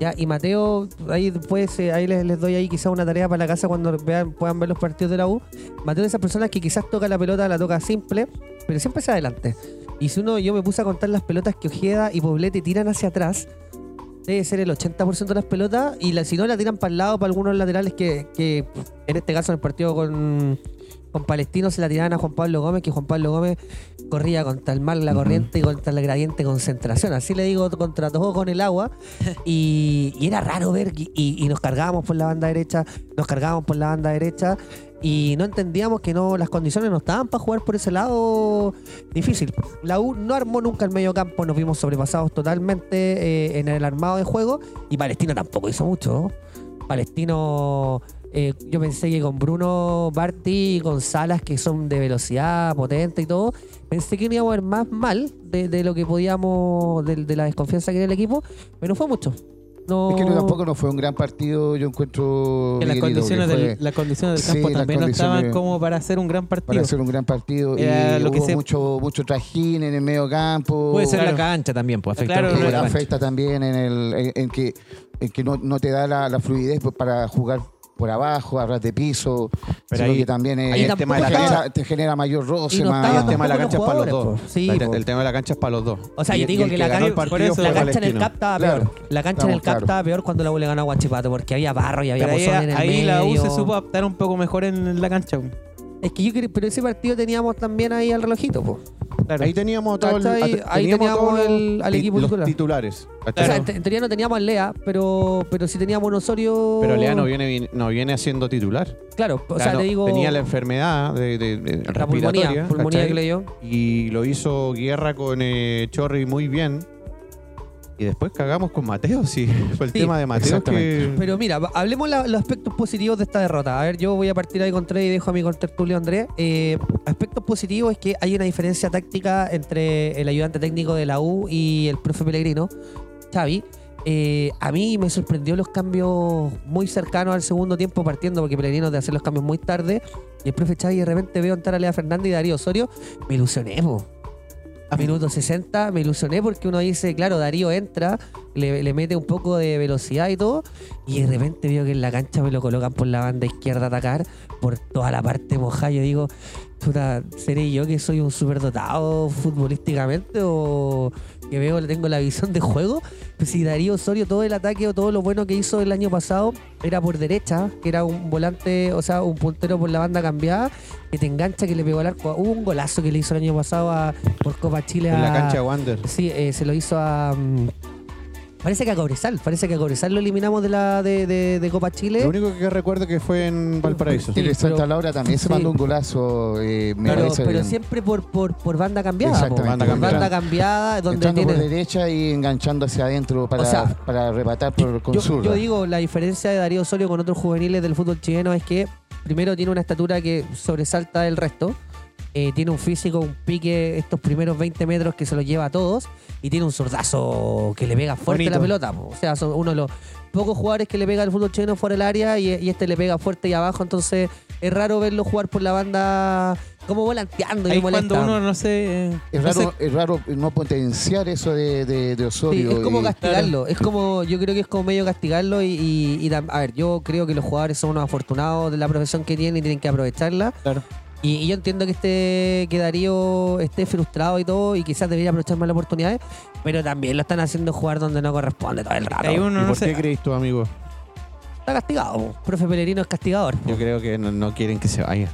Speaker 4: ¿ya? Y Mateo, ahí después, eh, ahí les, les doy ahí quizás una tarea para la casa cuando vean, puedan ver los partidos de la U. Mateo es esas personas que quizás toca la pelota, la toca simple, pero siempre hacia adelante. Y si uno, yo me puse a contar las pelotas que Ojeda y Poblete tiran hacia atrás, debe ser el 80% de las pelotas, y la, si no la tiran para el lado, para algunos laterales que, que en este caso en el partido con, con Palestino se la tiraban a Juan Pablo Gómez, que Juan Pablo Gómez corría contra el mar, la corriente y contra el gradiente de concentración. Así le digo, contra todo con el agua. Y, y era raro ver, y, y- y nos cargábamos por la banda derecha, nos cargábamos por la banda derecha. Y no entendíamos que no las condiciones no estaban para jugar por ese lado difícil. La U no armó nunca el medio campo, nos vimos sobrepasados totalmente eh, en el armado de juego y Palestino tampoco hizo mucho. Palestino, eh, yo pensé que con Bruno Barti y con Salas, que son de velocidad potente y todo, pensé que no íbamos a ver más mal de, de lo que podíamos, de, de la desconfianza que tiene el equipo, pero no fue mucho. No,
Speaker 1: Es que no,
Speaker 3: Oh.
Speaker 1: tampoco no fue un gran partido, yo encuentro.
Speaker 5: Que las
Speaker 1: Miguelito, que
Speaker 5: condiciones,
Speaker 1: fue
Speaker 5: del, las condiciones del
Speaker 1: Sí,
Speaker 5: campo
Speaker 1: las
Speaker 5: también no
Speaker 1: condiciones-
Speaker 5: estaban como para hacer un gran
Speaker 1: Para
Speaker 5: partido.
Speaker 1: hacer un gran partido.
Speaker 5: Era
Speaker 1: y
Speaker 5: lo que
Speaker 1: hubo
Speaker 5: se-
Speaker 1: mucho, mucho trajín en el medio campo.
Speaker 7: Puede ser
Speaker 5: Claro.
Speaker 7: la cancha también, pues afecta
Speaker 5: Claro,
Speaker 7: un poco
Speaker 1: Eh,
Speaker 7: la cancha.
Speaker 1: afecta también en, el, en, en que, en que no, no te da la, la fluidez pues, para jugar por abajo, a ras de piso.
Speaker 3: Pero
Speaker 1: sino
Speaker 3: ahí-
Speaker 1: que también eh,
Speaker 4: ahí
Speaker 1: el tema de la
Speaker 4: tampoco estaba-
Speaker 1: cancha te genera mayor roce.
Speaker 4: Ah, Y no
Speaker 1: más-
Speaker 4: estaba
Speaker 3: el tema de la
Speaker 4: tampoco
Speaker 3: cancha es para los
Speaker 4: los
Speaker 3: dos.
Speaker 4: jugadores, po. Sí,
Speaker 3: La-
Speaker 4: po.
Speaker 3: el tema de la cancha es para los dos.
Speaker 4: O sea,
Speaker 3: Y-
Speaker 4: yo te digo
Speaker 3: y el
Speaker 4: que la
Speaker 3: ganó el
Speaker 4: cancha-
Speaker 3: partido
Speaker 5: por eso-
Speaker 3: fue
Speaker 4: la cancha en el
Speaker 3: Palestino.
Speaker 4: CAP estaba peor.
Speaker 1: Claro,
Speaker 4: la cancha en
Speaker 1: estamos,
Speaker 4: el CAP
Speaker 1: claro.
Speaker 4: estaba peor cuando la U le ganó a Guachipato, porque había barro y había
Speaker 5: Pero ahí,
Speaker 4: pozón en el
Speaker 5: ahí la U se
Speaker 4: medio.
Speaker 5: supo adaptar un poco mejor en la cancha.
Speaker 4: Es que yo creo, pero ese partido teníamos también ahí al relojito, po.
Speaker 5: Claro.
Speaker 3: Ahí teníamos todo el-
Speaker 4: ¿Cachai?
Speaker 3: at-
Speaker 4: Ahí teníamos
Speaker 3: todos los
Speaker 4: el- al
Speaker 3: ti-
Speaker 4: equipo
Speaker 3: los
Speaker 4: titular.
Speaker 3: titulares.
Speaker 4: O
Speaker 3: ¿cachai?
Speaker 4: sea, en, te- en teoría no teníamos a Lea, pero, pero sí teníamos un Osorio.
Speaker 3: Pero Lea no viene, no viene siendo titular.
Speaker 4: Claro, o
Speaker 3: O
Speaker 4: sea,
Speaker 3: sea, no,
Speaker 4: te digo.
Speaker 3: tenía la enfermedad de, de- de
Speaker 4: la pulmonía,
Speaker 3: respiratoria,
Speaker 4: pulmonía
Speaker 3: ¿cachai?
Speaker 4: que le dio.
Speaker 3: y lo hizo Guerra con eh, Chorri muy bien. Y después cagamos con Mateo, sí. Fue el
Speaker 4: Sí,
Speaker 3: tema de Mateo que...
Speaker 4: Pero mira, va- hablemos la- los aspectos positivos de esta derrota. A ver, yo voy a partir ahí con tres y dejo a mi contertulio Andrés. Eh, aspectos positivos es que hay una diferencia táctica entre el ayudante técnico de la U y el profe Pellegrino, Xavi. Eh, a mí me sorprendió los cambios muy cercanos al segundo tiempo partiendo porque Pellegrino de hacer los cambios muy tarde y el profe Xavi de repente veo entrar a Lea Fernández y Darío Osorio, me ilusioné, po. A minuto 60 me ilusioné porque uno dice, claro, Darío entra, le, le mete un poco de velocidad y todo, y de repente veo que en la cancha me lo colocan por la banda izquierda a atacar, por toda la parte mojada. Yo digo, puta, ¿seré yo que soy un superdotado futbolísticamente o que veo, tengo la visión de juego? Pues si Darío Osorio, todo el ataque o todo lo bueno que hizo el año pasado era por derecha, que era un volante, o sea, un puntero por la banda cambiada, que te engancha, que le pegó al arco. Hubo un golazo que le hizo el año pasado a- por Copa Chile
Speaker 3: En la
Speaker 4: a-
Speaker 3: cancha de Wander.
Speaker 4: Sí, eh, se lo hizo a. mm, parece que a Cobresal. Parece que a Cobresal lo eliminamos de la de, de- de Copa
Speaker 3: Lo
Speaker 4: Chile.
Speaker 3: único que recuerdo que fue en Valparaíso.
Speaker 1: Y de Santa
Speaker 4: pero-
Speaker 1: Laura también se
Speaker 4: sí.
Speaker 1: mandó un golazo, eh, me
Speaker 4: Pero,
Speaker 1: parece.
Speaker 4: pero
Speaker 1: bien.
Speaker 4: siempre por, por, por banda cambiada. po.
Speaker 1: Exactamente.
Speaker 3: Banda
Speaker 4: Por
Speaker 3: cambiada.
Speaker 4: banda cambiada, donde
Speaker 1: Entrando por
Speaker 4: tiene.
Speaker 1: derecha y enganchando hacia adentro para,
Speaker 4: O sea,
Speaker 1: para arrebatar por con
Speaker 4: Yo,
Speaker 1: zurda.
Speaker 4: yo digo, la diferencia de Darío Osorio con otros juveniles del fútbol chileno es que primero tiene una estatura que sobresalta del resto. eh, tiene un físico, un pique, estos primeros 20 metros que se los lleva a todos. Y tiene un zurdazo que le pega fuerte
Speaker 5: Bonito.
Speaker 4: la pelota. po. O sea, son uno de los pocos jugadores que le pega al fútbol chileno fuera del área y, y este le pega fuerte y abajo. Entonces es raro verlo jugar por la banda como volanteando y
Speaker 5: Ahí
Speaker 4: me molesta.
Speaker 5: cuando uno no sé... eh,
Speaker 1: es,
Speaker 5: no
Speaker 1: raro,
Speaker 5: sé-
Speaker 1: es raro no potenciar eso de, de- de
Speaker 4: Sí,
Speaker 1: Osorio.
Speaker 4: es como
Speaker 1: y-
Speaker 4: castigarlo, es como, yo creo que es como medio castigarlo y, y- y tam- a ver, yo creo que los jugadores son unos afortunados de la profesión que tienen y tienen que aprovecharla.
Speaker 5: Claro.
Speaker 4: Y, y yo entiendo que este que Darío esté frustrado y todo y quizás debería aprovechar más las oportunidades, pero también lo están haciendo jugar donde no corresponde todo el rato.
Speaker 5: ahí
Speaker 3: ¿Y
Speaker 5: uno no
Speaker 3: por qué
Speaker 5: sé...
Speaker 3: crees tú, amigo?
Speaker 4: Está castigado, po. profe Pelerino es castigador. po.
Speaker 3: Yo creo que no, no quieren que se vaya.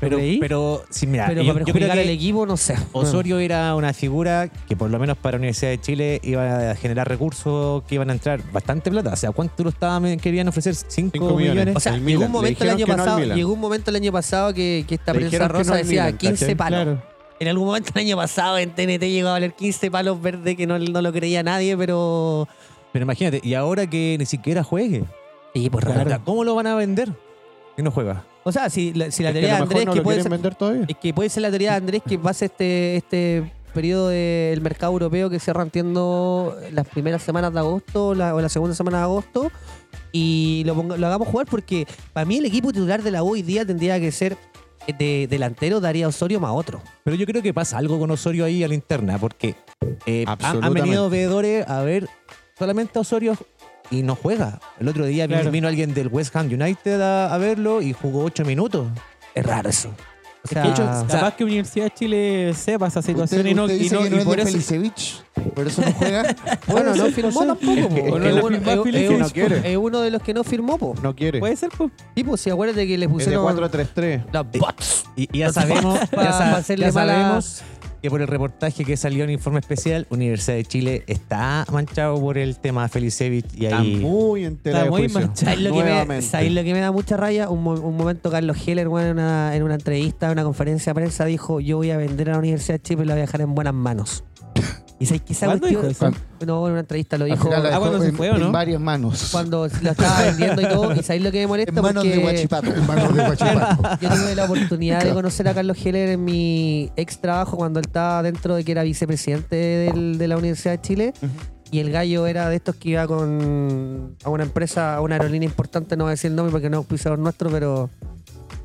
Speaker 7: Pero,
Speaker 4: creí?
Speaker 7: pero sí, mira,
Speaker 4: Pero
Speaker 7: yo,
Speaker 4: para
Speaker 7: yo creo
Speaker 4: perjudicar al
Speaker 7: que
Speaker 4: equipo, Ah. no sé.
Speaker 7: Osorio era una figura que por lo menos para la Universidad de Chile iba a generar recursos que iban a entrar bastante plata. O sea, ¿cuánto lo estaban, eh, querían ofrecer? ¿Cinco,
Speaker 3: Cinco millones.
Speaker 7: millones?
Speaker 4: O sea,
Speaker 3: El
Speaker 4: llegó
Speaker 3: Milan,
Speaker 4: un
Speaker 3: le
Speaker 4: momento el
Speaker 3: dijeron
Speaker 4: año
Speaker 3: que no al
Speaker 4: pasado,
Speaker 3: Milan.
Speaker 4: llegó un momento el año pasado que, que esta
Speaker 3: Le
Speaker 4: prensa
Speaker 3: dijeron que no
Speaker 4: rosa
Speaker 3: al
Speaker 4: decía
Speaker 3: Milan,
Speaker 4: 15
Speaker 3: ¿cachai?
Speaker 4: palos.
Speaker 5: Claro.
Speaker 4: En algún momento el año pasado en TNT llegó a valer 15 palos verdes que no, no lo creía nadie, pero.
Speaker 7: Pero imagínate, y ahora que ni siquiera juegue,
Speaker 4: Sí, pues
Speaker 7: Puta,
Speaker 4: raro.
Speaker 7: ¿cómo lo van a vender? Si no juega.
Speaker 4: O sea, si la, si la
Speaker 3: Es que
Speaker 4: teoría
Speaker 3: a
Speaker 4: de
Speaker 3: lo
Speaker 4: Andrés
Speaker 3: mejor no
Speaker 4: que
Speaker 3: lo
Speaker 4: puede
Speaker 3: quieren
Speaker 4: ser.
Speaker 3: vender todavía.
Speaker 4: Es que puede ser la teoría de Andrés que pase este, este periodo del mercado europeo que cierra, entiendo, las primeras semanas de agosto la- o la segunda semana de agosto y lo, ponga- lo hagamos jugar porque para mí el equipo titular de la U hoy día tendría que ser de delantero Daría Osorio más otro.
Speaker 7: Pero yo creo que pasa algo con Osorio ahí a la interna, porque eh, han- han,
Speaker 3: Absolutamente.
Speaker 7: venido veedores a ver solamente a Osorio y no juega. El otro día vino-
Speaker 5: Claro.
Speaker 7: vino alguien del West Ham United a, a verlo y jugó ocho minutos.
Speaker 4: Es raro eso. Ah. O sea,
Speaker 5: De hecho,
Speaker 7: o sea-
Speaker 5: capaz que Universidad de Chile sepa esa situación
Speaker 6: Usted,
Speaker 5: y no,
Speaker 6: usted
Speaker 5: y
Speaker 6: dice
Speaker 5: no-
Speaker 6: que no
Speaker 5: y
Speaker 6: es
Speaker 5: por
Speaker 6: de
Speaker 5: eso.
Speaker 6: Felicevich, por eso no juega.
Speaker 4: bueno, no firmó tampoco. po.
Speaker 3: que-
Speaker 5: o no
Speaker 4: Es
Speaker 5: le
Speaker 4: uno-
Speaker 5: firmó a
Speaker 4: es-
Speaker 5: Filipe.
Speaker 4: es-
Speaker 3: No quiere.
Speaker 4: Es uno de los que no firmó, po.
Speaker 3: No quiere.
Speaker 5: Puede ser, pues.
Speaker 4: Tipo, si acuérdate que le
Speaker 3: Es de
Speaker 4: pusieron
Speaker 3: 4-3-3.
Speaker 4: las bots.
Speaker 7: Y, y ya sabemos,
Speaker 4: Pa-
Speaker 7: ya, sa-
Speaker 4: pa hacerle
Speaker 7: ya
Speaker 4: mala-
Speaker 7: sabemos que por el reportaje que salió en informe especial, Universidad de Chile está manchado por el tema Felicevich y
Speaker 3: Está
Speaker 7: ahí.
Speaker 3: muy entera
Speaker 5: Está
Speaker 3: de
Speaker 5: muy
Speaker 3: juicio.
Speaker 5: manchado.
Speaker 4: ¿Sabes lo, que me,
Speaker 3: Nuevamente.
Speaker 4: ¿Sabes lo que me da mucha raya? Un, mo- un momento Carlos Heller weón, en, una, en una entrevista, en una conferencia de prensa, dijo yo voy a vender a la Universidad de Chile y la voy a dejar en buenas manos. ¿Y sabes qué esa
Speaker 5: ¿Cuándo
Speaker 4: cuestión-
Speaker 5: dijo eso?
Speaker 4: No, en una entrevista lo
Speaker 1: Al
Speaker 4: dijo
Speaker 1: final la
Speaker 5: Ah,
Speaker 1: dejó
Speaker 5: cuando se
Speaker 1: en-
Speaker 5: fue, ¿o no?
Speaker 1: En varias manos.
Speaker 4: cuando la estaba vendiendo y todo. ¿Y sabéis lo que me molesta?
Speaker 6: En manos de
Speaker 4: Porque
Speaker 6: Guachipato.
Speaker 1: En manos de Guachipato.
Speaker 4: Yo tuve la oportunidad de conocer a Carlos Heller en mi ex trabajo cuando él estaba dentro de que era vicepresidente del- de la Universidad de Chile. Y el gallo era de estos que iba con a una empresa, a una aerolínea importante, no voy a decir el nombre porque no es auspiciador nuestro, pero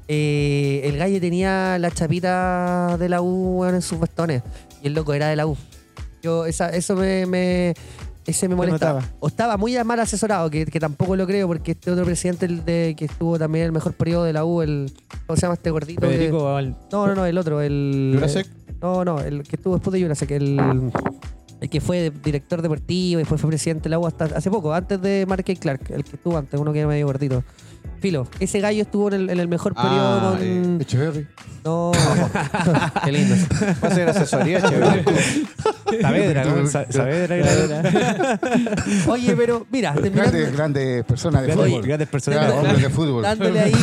Speaker 4: eh, el gallo tenía la chapita de la U weón, en sus bastones. Y el loco era de la U. Yo, esa, eso me, me- ese me molestaba.
Speaker 5: notaba.
Speaker 4: O estaba muy mal asesorado, que, que tampoco lo creo, porque este otro presidente el de, que estuvo también el mejor periodo de la U, el, ¿cómo se llama este gordito? que-
Speaker 7: Federico Val-
Speaker 4: no, no, no, el otro, el.
Speaker 3: Jurasek.
Speaker 4: No, no, el que estuvo después de Jurasek, el, el que fue director deportivo y después fue presidente de la U hasta hace poco, antes de Mark Clark, el que estuvo antes, uno que era medio gordito. Filo, ese gallo estuvo en el, en el mejor periodo
Speaker 3: Ah,
Speaker 4: con.
Speaker 1: Echeverry.
Speaker 4: No, qué lindo.
Speaker 3: Va a ser asesoría, chévere.
Speaker 7: Saavedra, ¿no? Sa- Saavedra era-
Speaker 4: Oye, pero mira, terminando,
Speaker 1: Grandes, grandes personas de
Speaker 7: Grandes-
Speaker 1: fútbol.
Speaker 7: grandes personajes.
Speaker 1: Grandes hombres de fútbol.
Speaker 4: dándole ahí,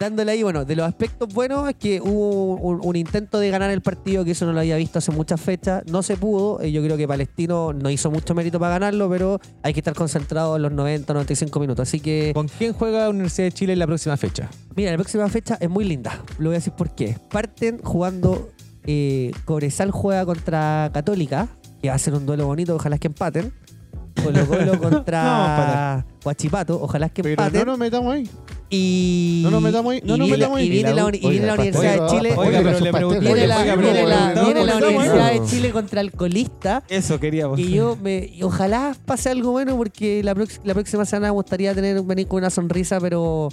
Speaker 4: dándole ahí, bueno, de los aspectos buenos es que hubo un, un intento de ganar el partido, que eso no lo había visto hace muchas fechas, no se pudo, Eh, yo creo que Palestino no hizo mucho mérito para ganarlo, pero hay que estar concentrado en los 90, 95 minutos, así que
Speaker 7: ¿Con quién juega Universidad de Chile en la próxima fecha?
Speaker 4: mira, la próxima fecha es muy linda, lo voy a decir por qué. Parten jugando, eh, Cobresal juega contra Católica, que va a ser un duelo bonito, ojalá que empaten. Colo Colo
Speaker 5: No, vamos a
Speaker 4: contra
Speaker 5: empatar.
Speaker 4: Huachipato, ojalá que
Speaker 3: Pero no
Speaker 4: empaten.
Speaker 3: nos metamos ahí.
Speaker 4: Y.
Speaker 3: No nos metamos ahí, no
Speaker 4: y
Speaker 3: nos
Speaker 4: viene-
Speaker 3: metamos ahí.
Speaker 4: Y viene la, uni- y viene la Universidad de Chile.
Speaker 5: oiga, pero
Speaker 1: sus pasteles.
Speaker 5: le pregunté-
Speaker 4: Viene la,
Speaker 5: oiga,
Speaker 4: viene
Speaker 5: pero-
Speaker 4: la-
Speaker 5: estamos
Speaker 4: viene la
Speaker 5: pensando,
Speaker 4: Universidad
Speaker 1: ¿eh?
Speaker 4: de Chile contra Alcoholista.
Speaker 5: Eso queríamos.
Speaker 4: Y yo me. y ojalá pase algo bueno porque la, prox- la próxima semana me gustaría tener venir con una sonrisa, pero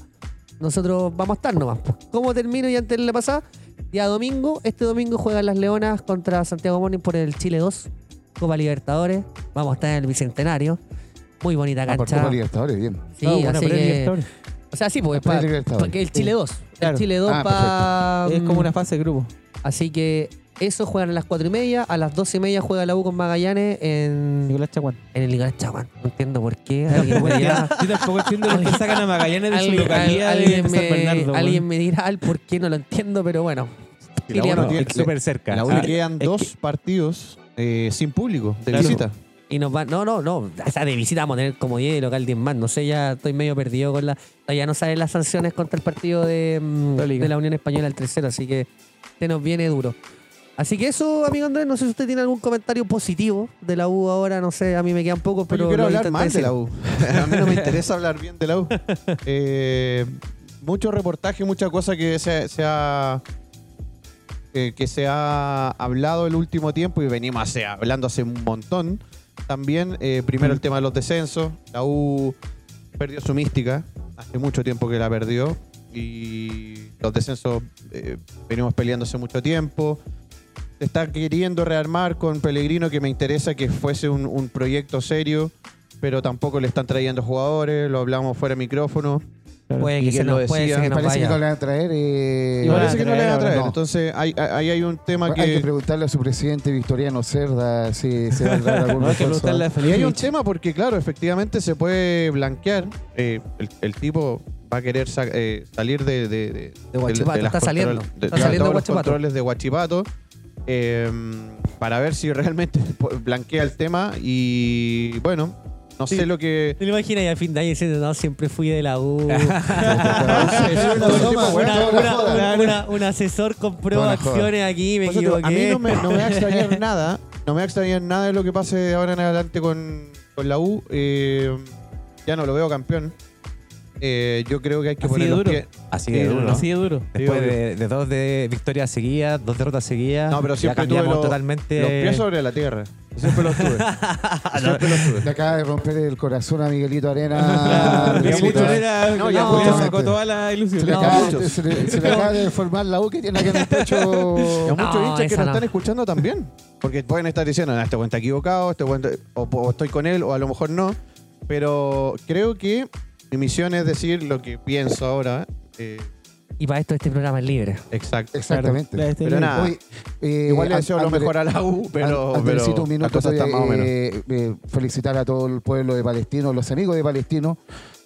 Speaker 4: nosotros vamos a estar nomás. po. ¿Cómo termino y antes de la pasada? Día domingo, este domingo juegan las Leonas contra Santiago Morning por el Chile 2, Copa Libertadores. Vamos a estar en el Bicentenario. Muy bonita
Speaker 1: Ah, por
Speaker 4: cancha.
Speaker 1: Copa Libertadores, bien.
Speaker 4: Sí,
Speaker 5: Ah, bueno,
Speaker 4: así
Speaker 5: pero es
Speaker 4: que-
Speaker 5: director.
Speaker 4: o sea, sí, pues
Speaker 1: Para
Speaker 4: para,
Speaker 1: el Libertadores.
Speaker 4: que el Chile 2. El
Speaker 5: Claro.
Speaker 4: Chile 2
Speaker 1: Ah,
Speaker 4: pa-
Speaker 5: Es como una
Speaker 4: mm,
Speaker 5: fase de grupo.
Speaker 4: Así que eso juegan a las 4 y media. A las 12 y media juega la U con Magallanes en,
Speaker 5: Nicolás Chaguán.
Speaker 4: en el Liga Chaguán. No entiendo por qué. Alguien me dirá.
Speaker 5: Yo tampoco entiendo por qué sacan a Magallanes de su
Speaker 4: alguien-
Speaker 5: localidad
Speaker 4: alguien
Speaker 5: de San Bernardo.
Speaker 4: me,
Speaker 5: weón.
Speaker 4: alguien me dirá el por qué no lo entiendo, pero bueno.
Speaker 3: Y la U no
Speaker 4: Iríamos-
Speaker 7: No,
Speaker 3: tiene-
Speaker 7: es súper cerca.
Speaker 3: La U le
Speaker 7: Ah,
Speaker 3: quedan
Speaker 7: es
Speaker 3: dos partidos eh, sin público de
Speaker 5: Claro.
Speaker 3: visita.
Speaker 4: Y nos van. No, no, no. O sea, de visita vamos a tener como 10 de local 10 más. No sé, ya estoy medio perdido con la. Ya no saben las sanciones contra el partido de, mm,
Speaker 5: La Liga.
Speaker 4: de la Unión Española al tercero, así que se nos viene duro. Así que eso, amigo Andrés, no sé si usted tiene algún comentario positivo de la U ahora, no sé, a mí me este quedan pocos,
Speaker 3: Pero
Speaker 4: pero.
Speaker 3: yo quiero
Speaker 4: lo
Speaker 3: hablar
Speaker 4: intenté
Speaker 3: mal de
Speaker 4: decir.
Speaker 3: la U. A mí no me interesa hablar bien de la U. Eh, mucho reportaje, mucha cosa que se, se ha eh, que se ha hablado el último tiempo y venimos hace- hablando hace un montón. También, eh, primero
Speaker 4: Mm.
Speaker 3: el tema de los descensos. La U perdió su mística. Hace mucho tiempo que la perdió. Y los descensos eh, venimos peleando hace mucho tiempo. Se está queriendo rearmar con Pellegrino, que me interesa que fuese un, un proyecto serio, pero tampoco le están trayendo jugadores. Lo hablamos fuera de micrófono.
Speaker 4: Puede que
Speaker 3: Y
Speaker 4: se
Speaker 3: que lo
Speaker 4: nos, puede
Speaker 3: decía,
Speaker 4: ser que
Speaker 3: me
Speaker 4: nos
Speaker 1: parece que no
Speaker 4: vaya.
Speaker 1: le van a traer. eh,
Speaker 3: Y parece que no le van a traer.
Speaker 1: No.
Speaker 3: Entonces, ahí hay, hay, un tema
Speaker 1: Hay que
Speaker 3: que.
Speaker 1: preguntarle a su presidente Victoriano Cerda si se va a traer algún
Speaker 5: No hay que
Speaker 1: refuerzo,
Speaker 5: preguntarle a
Speaker 3: Y hay un
Speaker 5: Felipe.
Speaker 3: tema porque, claro, efectivamente se puede blanquear. Eh, el, el tipo va a querer sa- eh, salir de, de, de-
Speaker 4: De Huachipato,
Speaker 3: las
Speaker 4: está
Speaker 3: control-
Speaker 4: saliendo.
Speaker 3: de-
Speaker 4: Está
Speaker 3: de
Speaker 4: saliendo
Speaker 3: todos
Speaker 4: de
Speaker 3: los
Speaker 4: Huachipato.
Speaker 3: controles de Huachipato. eh, para ver si realmente blanquea el tema. Y bueno, no sé lo que.
Speaker 4: ¿Te lo imaginas? Y al fin de año diciendo, no, siempre fui de la U.
Speaker 7: ¿eh?
Speaker 3: Tipo, bueno,
Speaker 4: Una-
Speaker 1: no, no,
Speaker 4: una- un-
Speaker 5: claro.
Speaker 4: una- un asesor compró
Speaker 1: No, no
Speaker 4: acciones aquí, me
Speaker 3: Por eso te digo,
Speaker 4: equivoqué.
Speaker 3: a mí no me, no me va a extrañar nada. No me va a extrañar nada de lo que pase de ahora en adelante con, con la U. Eh, ya no lo veo campeón. Eh, yo creo que hay que
Speaker 5: Así
Speaker 3: poner
Speaker 5: de
Speaker 3: los
Speaker 5: duro.
Speaker 3: pies-
Speaker 7: Así de duro.
Speaker 5: eh, Así de duro.
Speaker 7: Después
Speaker 3: Sí, obvio.
Speaker 7: de, de dos de victorias seguidas, dos derrotas seguidas,
Speaker 3: No, pero
Speaker 7: ya
Speaker 3: siempre tuve
Speaker 7: cambiamos
Speaker 3: los-
Speaker 7: totalmente.
Speaker 3: los pies sobre la tierra. Siempre los tuve. Siempre los tuve.
Speaker 1: Le acaba de romper el corazón a Miguelito
Speaker 5: Ah,
Speaker 1: Arena.
Speaker 5: Miguelito
Speaker 1: Miguelito
Speaker 5: Arena,
Speaker 3: No, ya
Speaker 5: no,
Speaker 1: mucho.
Speaker 5: sacó toda la
Speaker 1: Se
Speaker 5: ilusión.
Speaker 1: le,
Speaker 4: No,
Speaker 1: acaba,
Speaker 3: muchos.
Speaker 1: se le- se le acaba de formar la U que tiene aquí en el pecho.
Speaker 3: Y a muchos
Speaker 4: No,
Speaker 3: hinchas que
Speaker 4: esa
Speaker 3: nos
Speaker 4: no.
Speaker 3: están escuchando también. Porque pueden estar diciendo, "Ah, este buen está equivocado, este buen está- o, o estoy con él, o a lo mejor no. Pero creo que mi misión es decir lo que pienso ahora. eh,
Speaker 4: Y para esto este programa es libre.
Speaker 3: exacto.
Speaker 1: Exactamente.
Speaker 5: Claro, este
Speaker 3: Pero
Speaker 5: libro.
Speaker 3: nada,
Speaker 1: Oye, eh,
Speaker 3: Igual le deseo lo
Speaker 1: André-
Speaker 3: mejor a la U, pero,
Speaker 1: An-
Speaker 3: pero
Speaker 1: Andresito, un
Speaker 3: la
Speaker 1: minuto
Speaker 3: cosa está
Speaker 1: de,
Speaker 3: más o menos.
Speaker 1: eh, eh, felicitar a todo el pueblo de Palestino, los amigos de Palestino,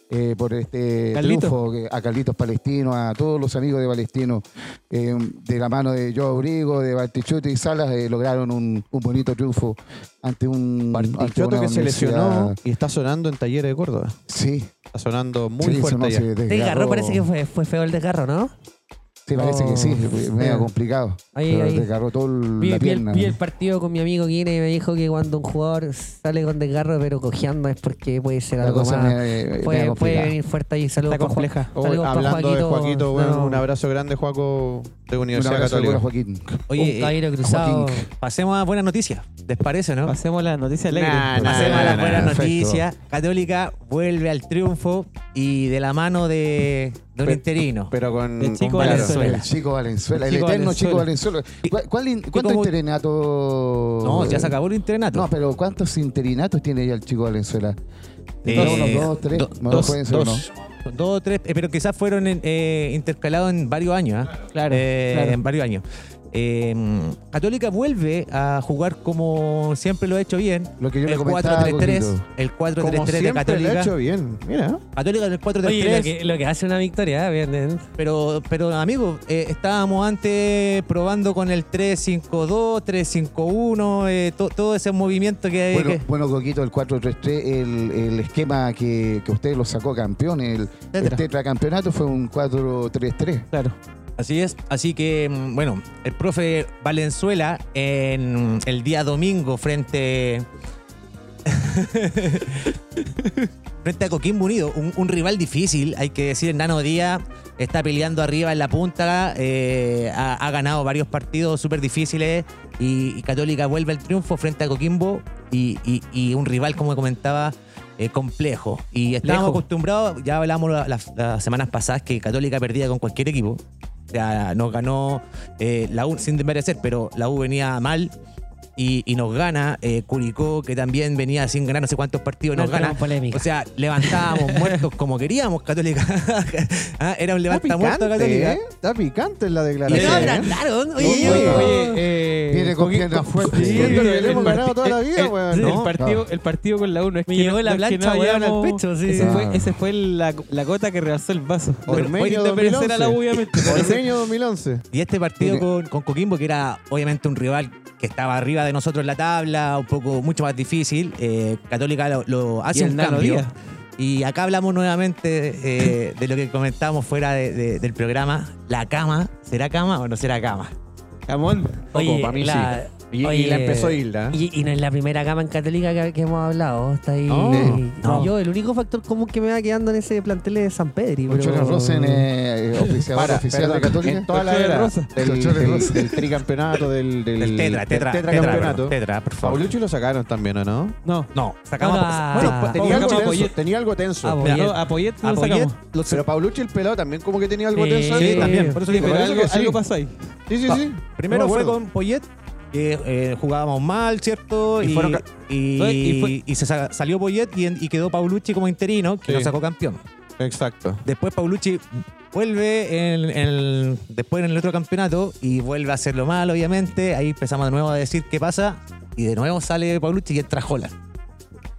Speaker 1: eh, por este
Speaker 5: Carlito.
Speaker 1: triunfo, que- a Carlitos Palestino, a todos los amigos de Palestino, eh, de la mano de Joe Abrigo, de Bartichotto y Salas, eh, lograron un, un bonito triunfo ante un ante
Speaker 3: Bartichotto
Speaker 1: una
Speaker 3: que se
Speaker 1: universidad-
Speaker 3: lesionó y está sonando en Talleres de Córdoba.
Speaker 1: Sí,
Speaker 3: Está sonando muy
Speaker 1: sí, se-
Speaker 3: fuerte
Speaker 1: no,
Speaker 3: ya.
Speaker 1: se
Speaker 4: Desgarró, parece que fue, fue feo el desgarro, ¿no?
Speaker 1: Sí, parece que sí, fue medio
Speaker 4: feo.
Speaker 1: complicado.
Speaker 4: Ahí,
Speaker 1: pero
Speaker 4: ahí.
Speaker 1: desgarró todo el-
Speaker 4: Vi,
Speaker 1: la
Speaker 4: vi el,
Speaker 1: pierna.
Speaker 4: vi el partido con mi amigo Guine y me dijo que cuando un jugador sale con desgarro pero cojeando es porque puede ser
Speaker 1: la
Speaker 4: algo
Speaker 1: cosa eh,
Speaker 4: más.
Speaker 1: me,
Speaker 4: Puede, puede venir fuerte ahí. Saludos
Speaker 5: Está
Speaker 4: pa' Juan-
Speaker 5: compleja.
Speaker 3: Oh,
Speaker 4: saludos pa'
Speaker 3: hablando de Joaquito, bueno,
Speaker 4: no,
Speaker 3: un abrazo grande, Joaco, de
Speaker 1: Un
Speaker 3: Universidad
Speaker 1: abrazo,
Speaker 3: Católica.
Speaker 1: Joaquín.
Speaker 4: un
Speaker 7: Oye, eh,
Speaker 4: caballero cruzado.
Speaker 1: Joaquín.
Speaker 7: pasemos a buenas noticias. ¿Les parece, no?
Speaker 5: Pasemos la noticia alegre.
Speaker 3: Nah, nah,
Speaker 7: Pasemos a
Speaker 3: nah,
Speaker 7: las
Speaker 3: nah,
Speaker 7: buenas
Speaker 1: perfecto.
Speaker 7: noticias. Católica vuelve al triunfo y de la mano de, de un
Speaker 3: Pe-
Speaker 7: interino.
Speaker 3: Pero con,
Speaker 5: El chico
Speaker 3: con
Speaker 5: Valenzuela.
Speaker 3: Valenzuela.
Speaker 1: El chico Valenzuela, el,
Speaker 5: El chico
Speaker 1: eterno chico
Speaker 5: Valenzuela.
Speaker 1: Valenzuela. ¿Cuál, cuál in- ¿Cuánto
Speaker 7: Mu-
Speaker 1: interinato?
Speaker 7: no, ya se acabó el internato.
Speaker 1: No, pero ¿cuántos interinatos tiene ya el chico Valenzuela?
Speaker 7: Eh,
Speaker 1: Dos, unos dos, tres.
Speaker 7: do-
Speaker 1: no,
Speaker 7: dos,
Speaker 1: pueden ser,
Speaker 7: dos. Dos o tres, eh, pero quizás fueron en- eh, intercalados en varios años. ¿ah?
Speaker 5: Claro,
Speaker 7: Eh,
Speaker 5: claro.
Speaker 7: En varios años. Eh, Católica vuelve a jugar como siempre lo ha hecho bien.
Speaker 1: ¿no? Lo que yo le
Speaker 7: El
Speaker 1: comentaba.
Speaker 7: 4-3-3,
Speaker 1: Coquito.
Speaker 7: el
Speaker 3: Como
Speaker 7: 4-3-3 de
Speaker 3: siempre lo ha
Speaker 7: Católica.
Speaker 3: hecho bien. Mira,
Speaker 7: Católica en el 4-3-3.
Speaker 4: Oye, lo que, lo que hace una victoria, ¿eh? bien, bien.
Speaker 7: Pero, pero amigo, eh, estábamos antes probando con el 3-5-2, 3-5-1, eh, to- todo ese movimiento que,
Speaker 1: Bueno,
Speaker 7: que-
Speaker 1: bueno, Coquito, el 4-3-3, el, el esquema que, que usted lo sacó campeón, el, el
Speaker 7: Tetra.
Speaker 1: tetracampeonato fue un 4-3-3.
Speaker 5: claro.
Speaker 7: Así es. Así que, mm, bueno, el profe Valenzuela en el día domingo frente. frente a Coquimbo Unido, un, un rival difícil, hay que decir, Nano Díaz está peleando arriba en la punta, eh, ha, ha ganado varios partidos súper difíciles y, y Católica vuelve al triunfo frente a Coquimbo y, y- y un rival, como comentaba, eh, complejo. Y estábamos
Speaker 5: Lejos.
Speaker 7: acostumbrados, ya hablamos la- las, las semanas pasadas que Católica perdía con cualquier equipo, o sea, nos ganó eh, la U sin desmerecer, pero la U venía mal. Y, y nos gana eh, Curicó, que también venía sin ganar no sé cuántos partidos, nos
Speaker 4: No
Speaker 7: gana.
Speaker 4: tenemos polémica.
Speaker 7: O sea, levantábamos muertos como queríamos, Católica. Ah, Era un
Speaker 3: Está
Speaker 7: levantamuertos
Speaker 3: picante,
Speaker 7: Católica.
Speaker 3: ¿eh? Está picante en la
Speaker 4: Y no
Speaker 3: declaración. ¿eh?
Speaker 4: adelantaron. Oye,
Speaker 1: Oye,
Speaker 4: oye,
Speaker 1: oye,
Speaker 5: eh,
Speaker 1: Viene con
Speaker 5: Joaquín-
Speaker 1: piernas fuertes.
Speaker 5: Sí,
Speaker 3: Viendo lo que le hemos
Speaker 5: el
Speaker 3: ganado
Speaker 5: parti-
Speaker 3: toda la
Speaker 5: el-
Speaker 3: vida,
Speaker 5: el-
Speaker 3: weón,
Speaker 5: El
Speaker 3: ¿no?
Speaker 5: partido, el partido con la 1 es
Speaker 4: Me
Speaker 5: que
Speaker 4: llegó
Speaker 5: no-
Speaker 4: la
Speaker 5: no es que
Speaker 4: plancha,
Speaker 5: no
Speaker 4: weón, al
Speaker 5: hayamos-
Speaker 4: pecho, sí.
Speaker 5: Ese
Speaker 1: Ah.
Speaker 5: fue, ese fue la, la gota que rebasó el vazo.
Speaker 3: Ormeño
Speaker 5: Pero- oye, no pensar a la
Speaker 3: 2011.
Speaker 5: U, obviamente.
Speaker 3: Ormeño 2011.
Speaker 7: Y este partido
Speaker 1: Mire.
Speaker 7: con, con Coquimbo, que era obviamente un rival que estaba arriba de nosotros en la tabla, un poco mucho más difícil, eh, Católica lo, lo hace
Speaker 5: Y el
Speaker 7: un
Speaker 5: Nano
Speaker 7: cambio.
Speaker 5: Díaz.
Speaker 7: Y acá hablamos nuevamente eh, de lo que comentábamos fuera de- de- del programa. La cama, ¿será cama o no será cama?
Speaker 5: Camón.
Speaker 4: Oye,
Speaker 3: pa' mí
Speaker 4: la-
Speaker 3: Y, y
Speaker 4: oye,
Speaker 3: la empezó Hilda. ¿eh?
Speaker 4: Y, y no es la primera gama en Católica que, que hemos hablado. Está ahí.
Speaker 3: No,
Speaker 4: y-
Speaker 7: no.
Speaker 4: Yo, el único factor común que me va quedando en ese plantel es San Pedri. pero-
Speaker 1: Luchones Rosen, eh, oficiador
Speaker 3: Para,
Speaker 1: oficial
Speaker 3: perdón,
Speaker 1: de Católica.
Speaker 3: En toda la
Speaker 5: Chochores
Speaker 3: era
Speaker 5: Rosa.
Speaker 3: del,
Speaker 1: Chochores
Speaker 3: del-
Speaker 1: Rosa.
Speaker 3: del tricampeonato, del, del,
Speaker 7: El tetra,
Speaker 3: del
Speaker 7: tetra, tetra,
Speaker 3: tetracampeonato.
Speaker 7: perdón, tetra, por favor.
Speaker 3: Paulucci lo sacaron también, ¿o no?
Speaker 5: No.
Speaker 7: No, sacamos
Speaker 4: Ahora-
Speaker 7: bueno,
Speaker 4: Ah,
Speaker 3: tenía, algo
Speaker 5: sacamos a
Speaker 3: tenso,
Speaker 5: Poyet.
Speaker 3: tenía algo tenso.
Speaker 4: Ah, bueno.
Speaker 5: Mira,
Speaker 4: Poyet.
Speaker 5: no, a Poyet
Speaker 4: A
Speaker 5: lo
Speaker 4: Poyet.
Speaker 5: sacamos.
Speaker 3: Pero Paulucci el pelado también como que tenía algo
Speaker 4: Sí,
Speaker 3: tenso.
Speaker 4: sí,
Speaker 3: ahí.
Speaker 4: también.
Speaker 7: por eso
Speaker 5: Sí,
Speaker 7: digo,
Speaker 5: pero
Speaker 3: parece
Speaker 5: algo,
Speaker 3: que sí.
Speaker 5: algo pasó ahí.
Speaker 3: Sí, sí,
Speaker 7: Pa-
Speaker 3: sí.
Speaker 7: Primero
Speaker 3: Me
Speaker 7: fue
Speaker 3: acuerdo.
Speaker 7: con Poyet, que eh, jugábamos mal, ¿cierto?
Speaker 3: Y
Speaker 7: Y,
Speaker 3: fueron ca-
Speaker 7: y-
Speaker 5: Fue- y fue-
Speaker 7: y se sa- salió Poyet y, en- y quedó Paulucci como interino, que
Speaker 3: Sí.
Speaker 7: lo sacó campeón.
Speaker 3: Exacto.
Speaker 7: Después Paulucci vuelve en, en el, después en el otro campeonato y vuelve a hacerlo mal, obviamente. Ahí empezamos de nuevo a decir qué pasa. Y de nuevo sale Paulucci y entra Holland.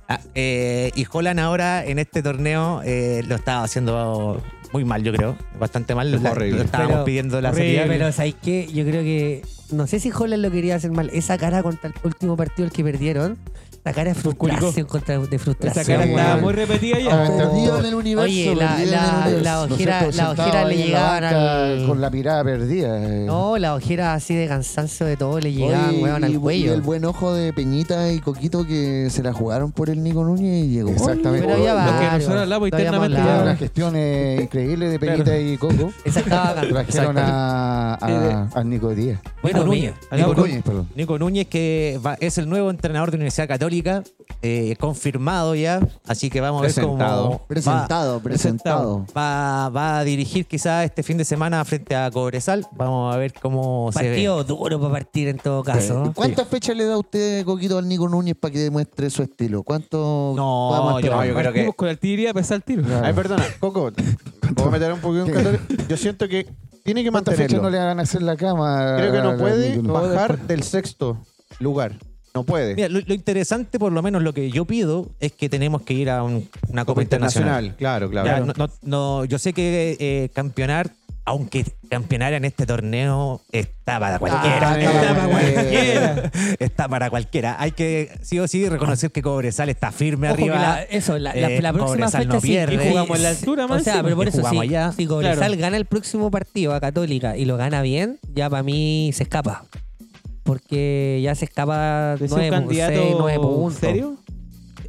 Speaker 7: Ah, eh, y Holland ahora en este torneo eh, lo estaba haciendo muy mal, yo creo. Bastante mal. La-
Speaker 3: Horrible.
Speaker 7: lo estábamos
Speaker 4: Pero-
Speaker 7: pidiendo la
Speaker 4: Horrible,
Speaker 7: salida.
Speaker 4: pero ¿sabes qué? Yo creo que. No sé si Holland lo quería hacer mal. Esa cara contra el último partido el que perdieron. La cara de frustración contra, de
Speaker 5: Esa
Speaker 4: frustración.
Speaker 5: cara
Speaker 1: Sí,
Speaker 5: estaba
Speaker 1: bueno.
Speaker 5: muy repetida ya.
Speaker 1: Ah, está-
Speaker 6: Perdido en el universo.
Speaker 4: Oye, la-
Speaker 6: perdido en
Speaker 4: la-
Speaker 6: el universo.
Speaker 4: la ojera-
Speaker 6: Nosotros
Speaker 4: la
Speaker 6: sentados
Speaker 4: ojera le
Speaker 6: ahí en la
Speaker 4: llegaban
Speaker 6: banca
Speaker 4: al-
Speaker 1: Con la mirada perdida. eh.
Speaker 4: No, la ojera así de cansancio de todo le llegaban,
Speaker 6: Oye,
Speaker 4: weón,
Speaker 6: y-
Speaker 4: al
Speaker 6: Y
Speaker 4: cuello.
Speaker 6: el buen ojo de Peñita y Coquito que se la jugaron por el Nico Núñez y llegó.
Speaker 1: Exactamente.
Speaker 4: Pero había
Speaker 1: Lo que
Speaker 4: varios,
Speaker 5: nosotros hablamos
Speaker 4: había más
Speaker 5: internamente,
Speaker 1: Una
Speaker 4: lados.
Speaker 1: gestión eh, increíble de Peñita y Coco.
Speaker 4: Esa estaba
Speaker 1: Trajeron a, a, a Nico Díaz.
Speaker 7: Nico
Speaker 4: Bueno,
Speaker 7: Núñez.
Speaker 1: Nico
Speaker 7: Nico Núñez.
Speaker 1: Núñez, perdón.
Speaker 7: Nico Núñez, que va- es el nuevo entrenador de Universidad Católica, eh, confirmado ya, así que vamos a ver
Speaker 3: Presentado.
Speaker 7: cómo va,
Speaker 6: Presentado, presentado.
Speaker 7: va- va a dirigir quizás este fin de semana frente a Cobresal. Vamos a ver cómo se ve.
Speaker 4: Partido duro para partir en todo caso.
Speaker 6: ¿Cuántas fechas le da usted, Coquito, al Nico Núñez para que demuestre su estilo? ¿Cuánto
Speaker 7: No,
Speaker 6: podemos esperar?
Speaker 7: yo creo que
Speaker 5: Partimos con la artillería a pesar el tiro.
Speaker 1: Claro.
Speaker 3: Ay, perdona, Coco, ¿puedo meter un poquito en calor? Yo siento que tiene que
Speaker 1: ¿Cuántas fechas no
Speaker 3: mantenerlo.
Speaker 1: le van a hacer la cama?
Speaker 3: Creo que
Speaker 1: a-
Speaker 3: no
Speaker 1: a
Speaker 3: puede
Speaker 1: Nico Núñez?
Speaker 3: bajar del sexto lugar. No puede.
Speaker 7: Mira, lo, lo interesante, por lo menos lo que yo pido, es que tenemos que ir a un- una Copa Internacional.
Speaker 3: Claro, claro.
Speaker 7: Ya, no- no- no, yo sé que eh, campeonar, aunque campeonar en este torneo está para cualquiera.
Speaker 1: Ah,
Speaker 7: está, para
Speaker 1: eh.
Speaker 7: cualquiera. está para cualquiera. Hay que sí o sí reconocer que Cobresal está firme
Speaker 4: Ojo que
Speaker 7: arriba.
Speaker 4: la- eso, la, la-
Speaker 7: eh,
Speaker 4: la próxima
Speaker 7: Cobresal
Speaker 4: fecha
Speaker 7: no
Speaker 4: sí,
Speaker 7: pierde.
Speaker 4: sí,
Speaker 7: Y jugamos
Speaker 5: en la altura,
Speaker 4: O
Speaker 5: más
Speaker 4: sea, pero
Speaker 5: encima.
Speaker 4: por
Speaker 7: Y
Speaker 4: eso sí,
Speaker 7: jugamos allá.
Speaker 4: si Cobresal
Speaker 5: Claro.
Speaker 4: gana el próximo partido a Católica y lo gana bien, ya para mí se escapa. Porque ya se escapa
Speaker 5: ¿Es un
Speaker 4: 9,
Speaker 5: candidato
Speaker 4: puntos.
Speaker 5: serio?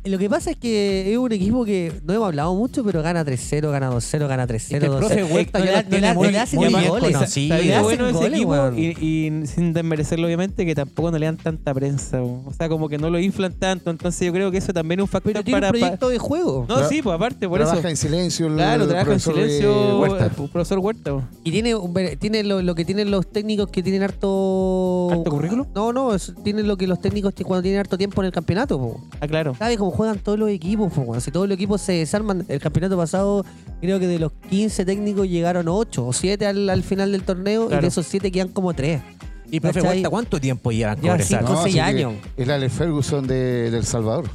Speaker 4: Lo que pasa es que es un equipo que no hemos hablado mucho, pero gana 3-0, gana 2-0, gana 3-0, 2-0.
Speaker 7: profe Huerta
Speaker 4: no
Speaker 7: ya
Speaker 4: le-
Speaker 7: lo
Speaker 4: no
Speaker 7: tiene
Speaker 4: le- no
Speaker 7: muy-
Speaker 4: le hacen
Speaker 7: muy
Speaker 4: ni
Speaker 7: bien
Speaker 4: goles.
Speaker 7: conocido.
Speaker 4: No le
Speaker 5: Está
Speaker 4: hacen
Speaker 5: bueno ese
Speaker 4: goles,
Speaker 5: equipo
Speaker 4: weón.
Speaker 5: y, y sin desmerecerlo obviamente que tampoco no le dan tanta prensa. weón. O sea, como que no lo inflan tanto. Entonces yo creo que eso también es un factor
Speaker 4: Pero tiene
Speaker 5: para...
Speaker 4: un
Speaker 5: para-
Speaker 4: proyecto de juego.
Speaker 5: No, sí, pues aparte, por
Speaker 1: trabaja
Speaker 5: eso.
Speaker 1: en silencio el
Speaker 5: Claro, trabaja en
Speaker 1: profesor de
Speaker 5: silencio
Speaker 1: Huerta.
Speaker 5: el profesor Huerta. weón.
Speaker 4: Y tiene, un ver- tiene lo, lo que tienen los técnicos que tienen harto.
Speaker 5: ¿Harto currículum?
Speaker 4: No, no, es- tienen lo que los técnicos que cuando tienen harto tiempo en el campeonato. po.
Speaker 5: Ah, claro.
Speaker 4: ¿Sabes cómo juegan todos los equipos? po, weón? Si todos los equipos se desarman, el campeonato pasado, creo que de los 15 técnicos llegaron 8 o 7 al, al final del torneo y
Speaker 5: Claro.
Speaker 4: de esos 7 quedan como 3.
Speaker 7: Y profe
Speaker 4: ¿Cachai?
Speaker 7: Huerta, ¿cuánto tiempo llevan
Speaker 4: Lleva
Speaker 7: Cobresal?
Speaker 4: cinco. 16
Speaker 1: sí,
Speaker 4: años.
Speaker 1: El Alex Ferguson de, del Salvador.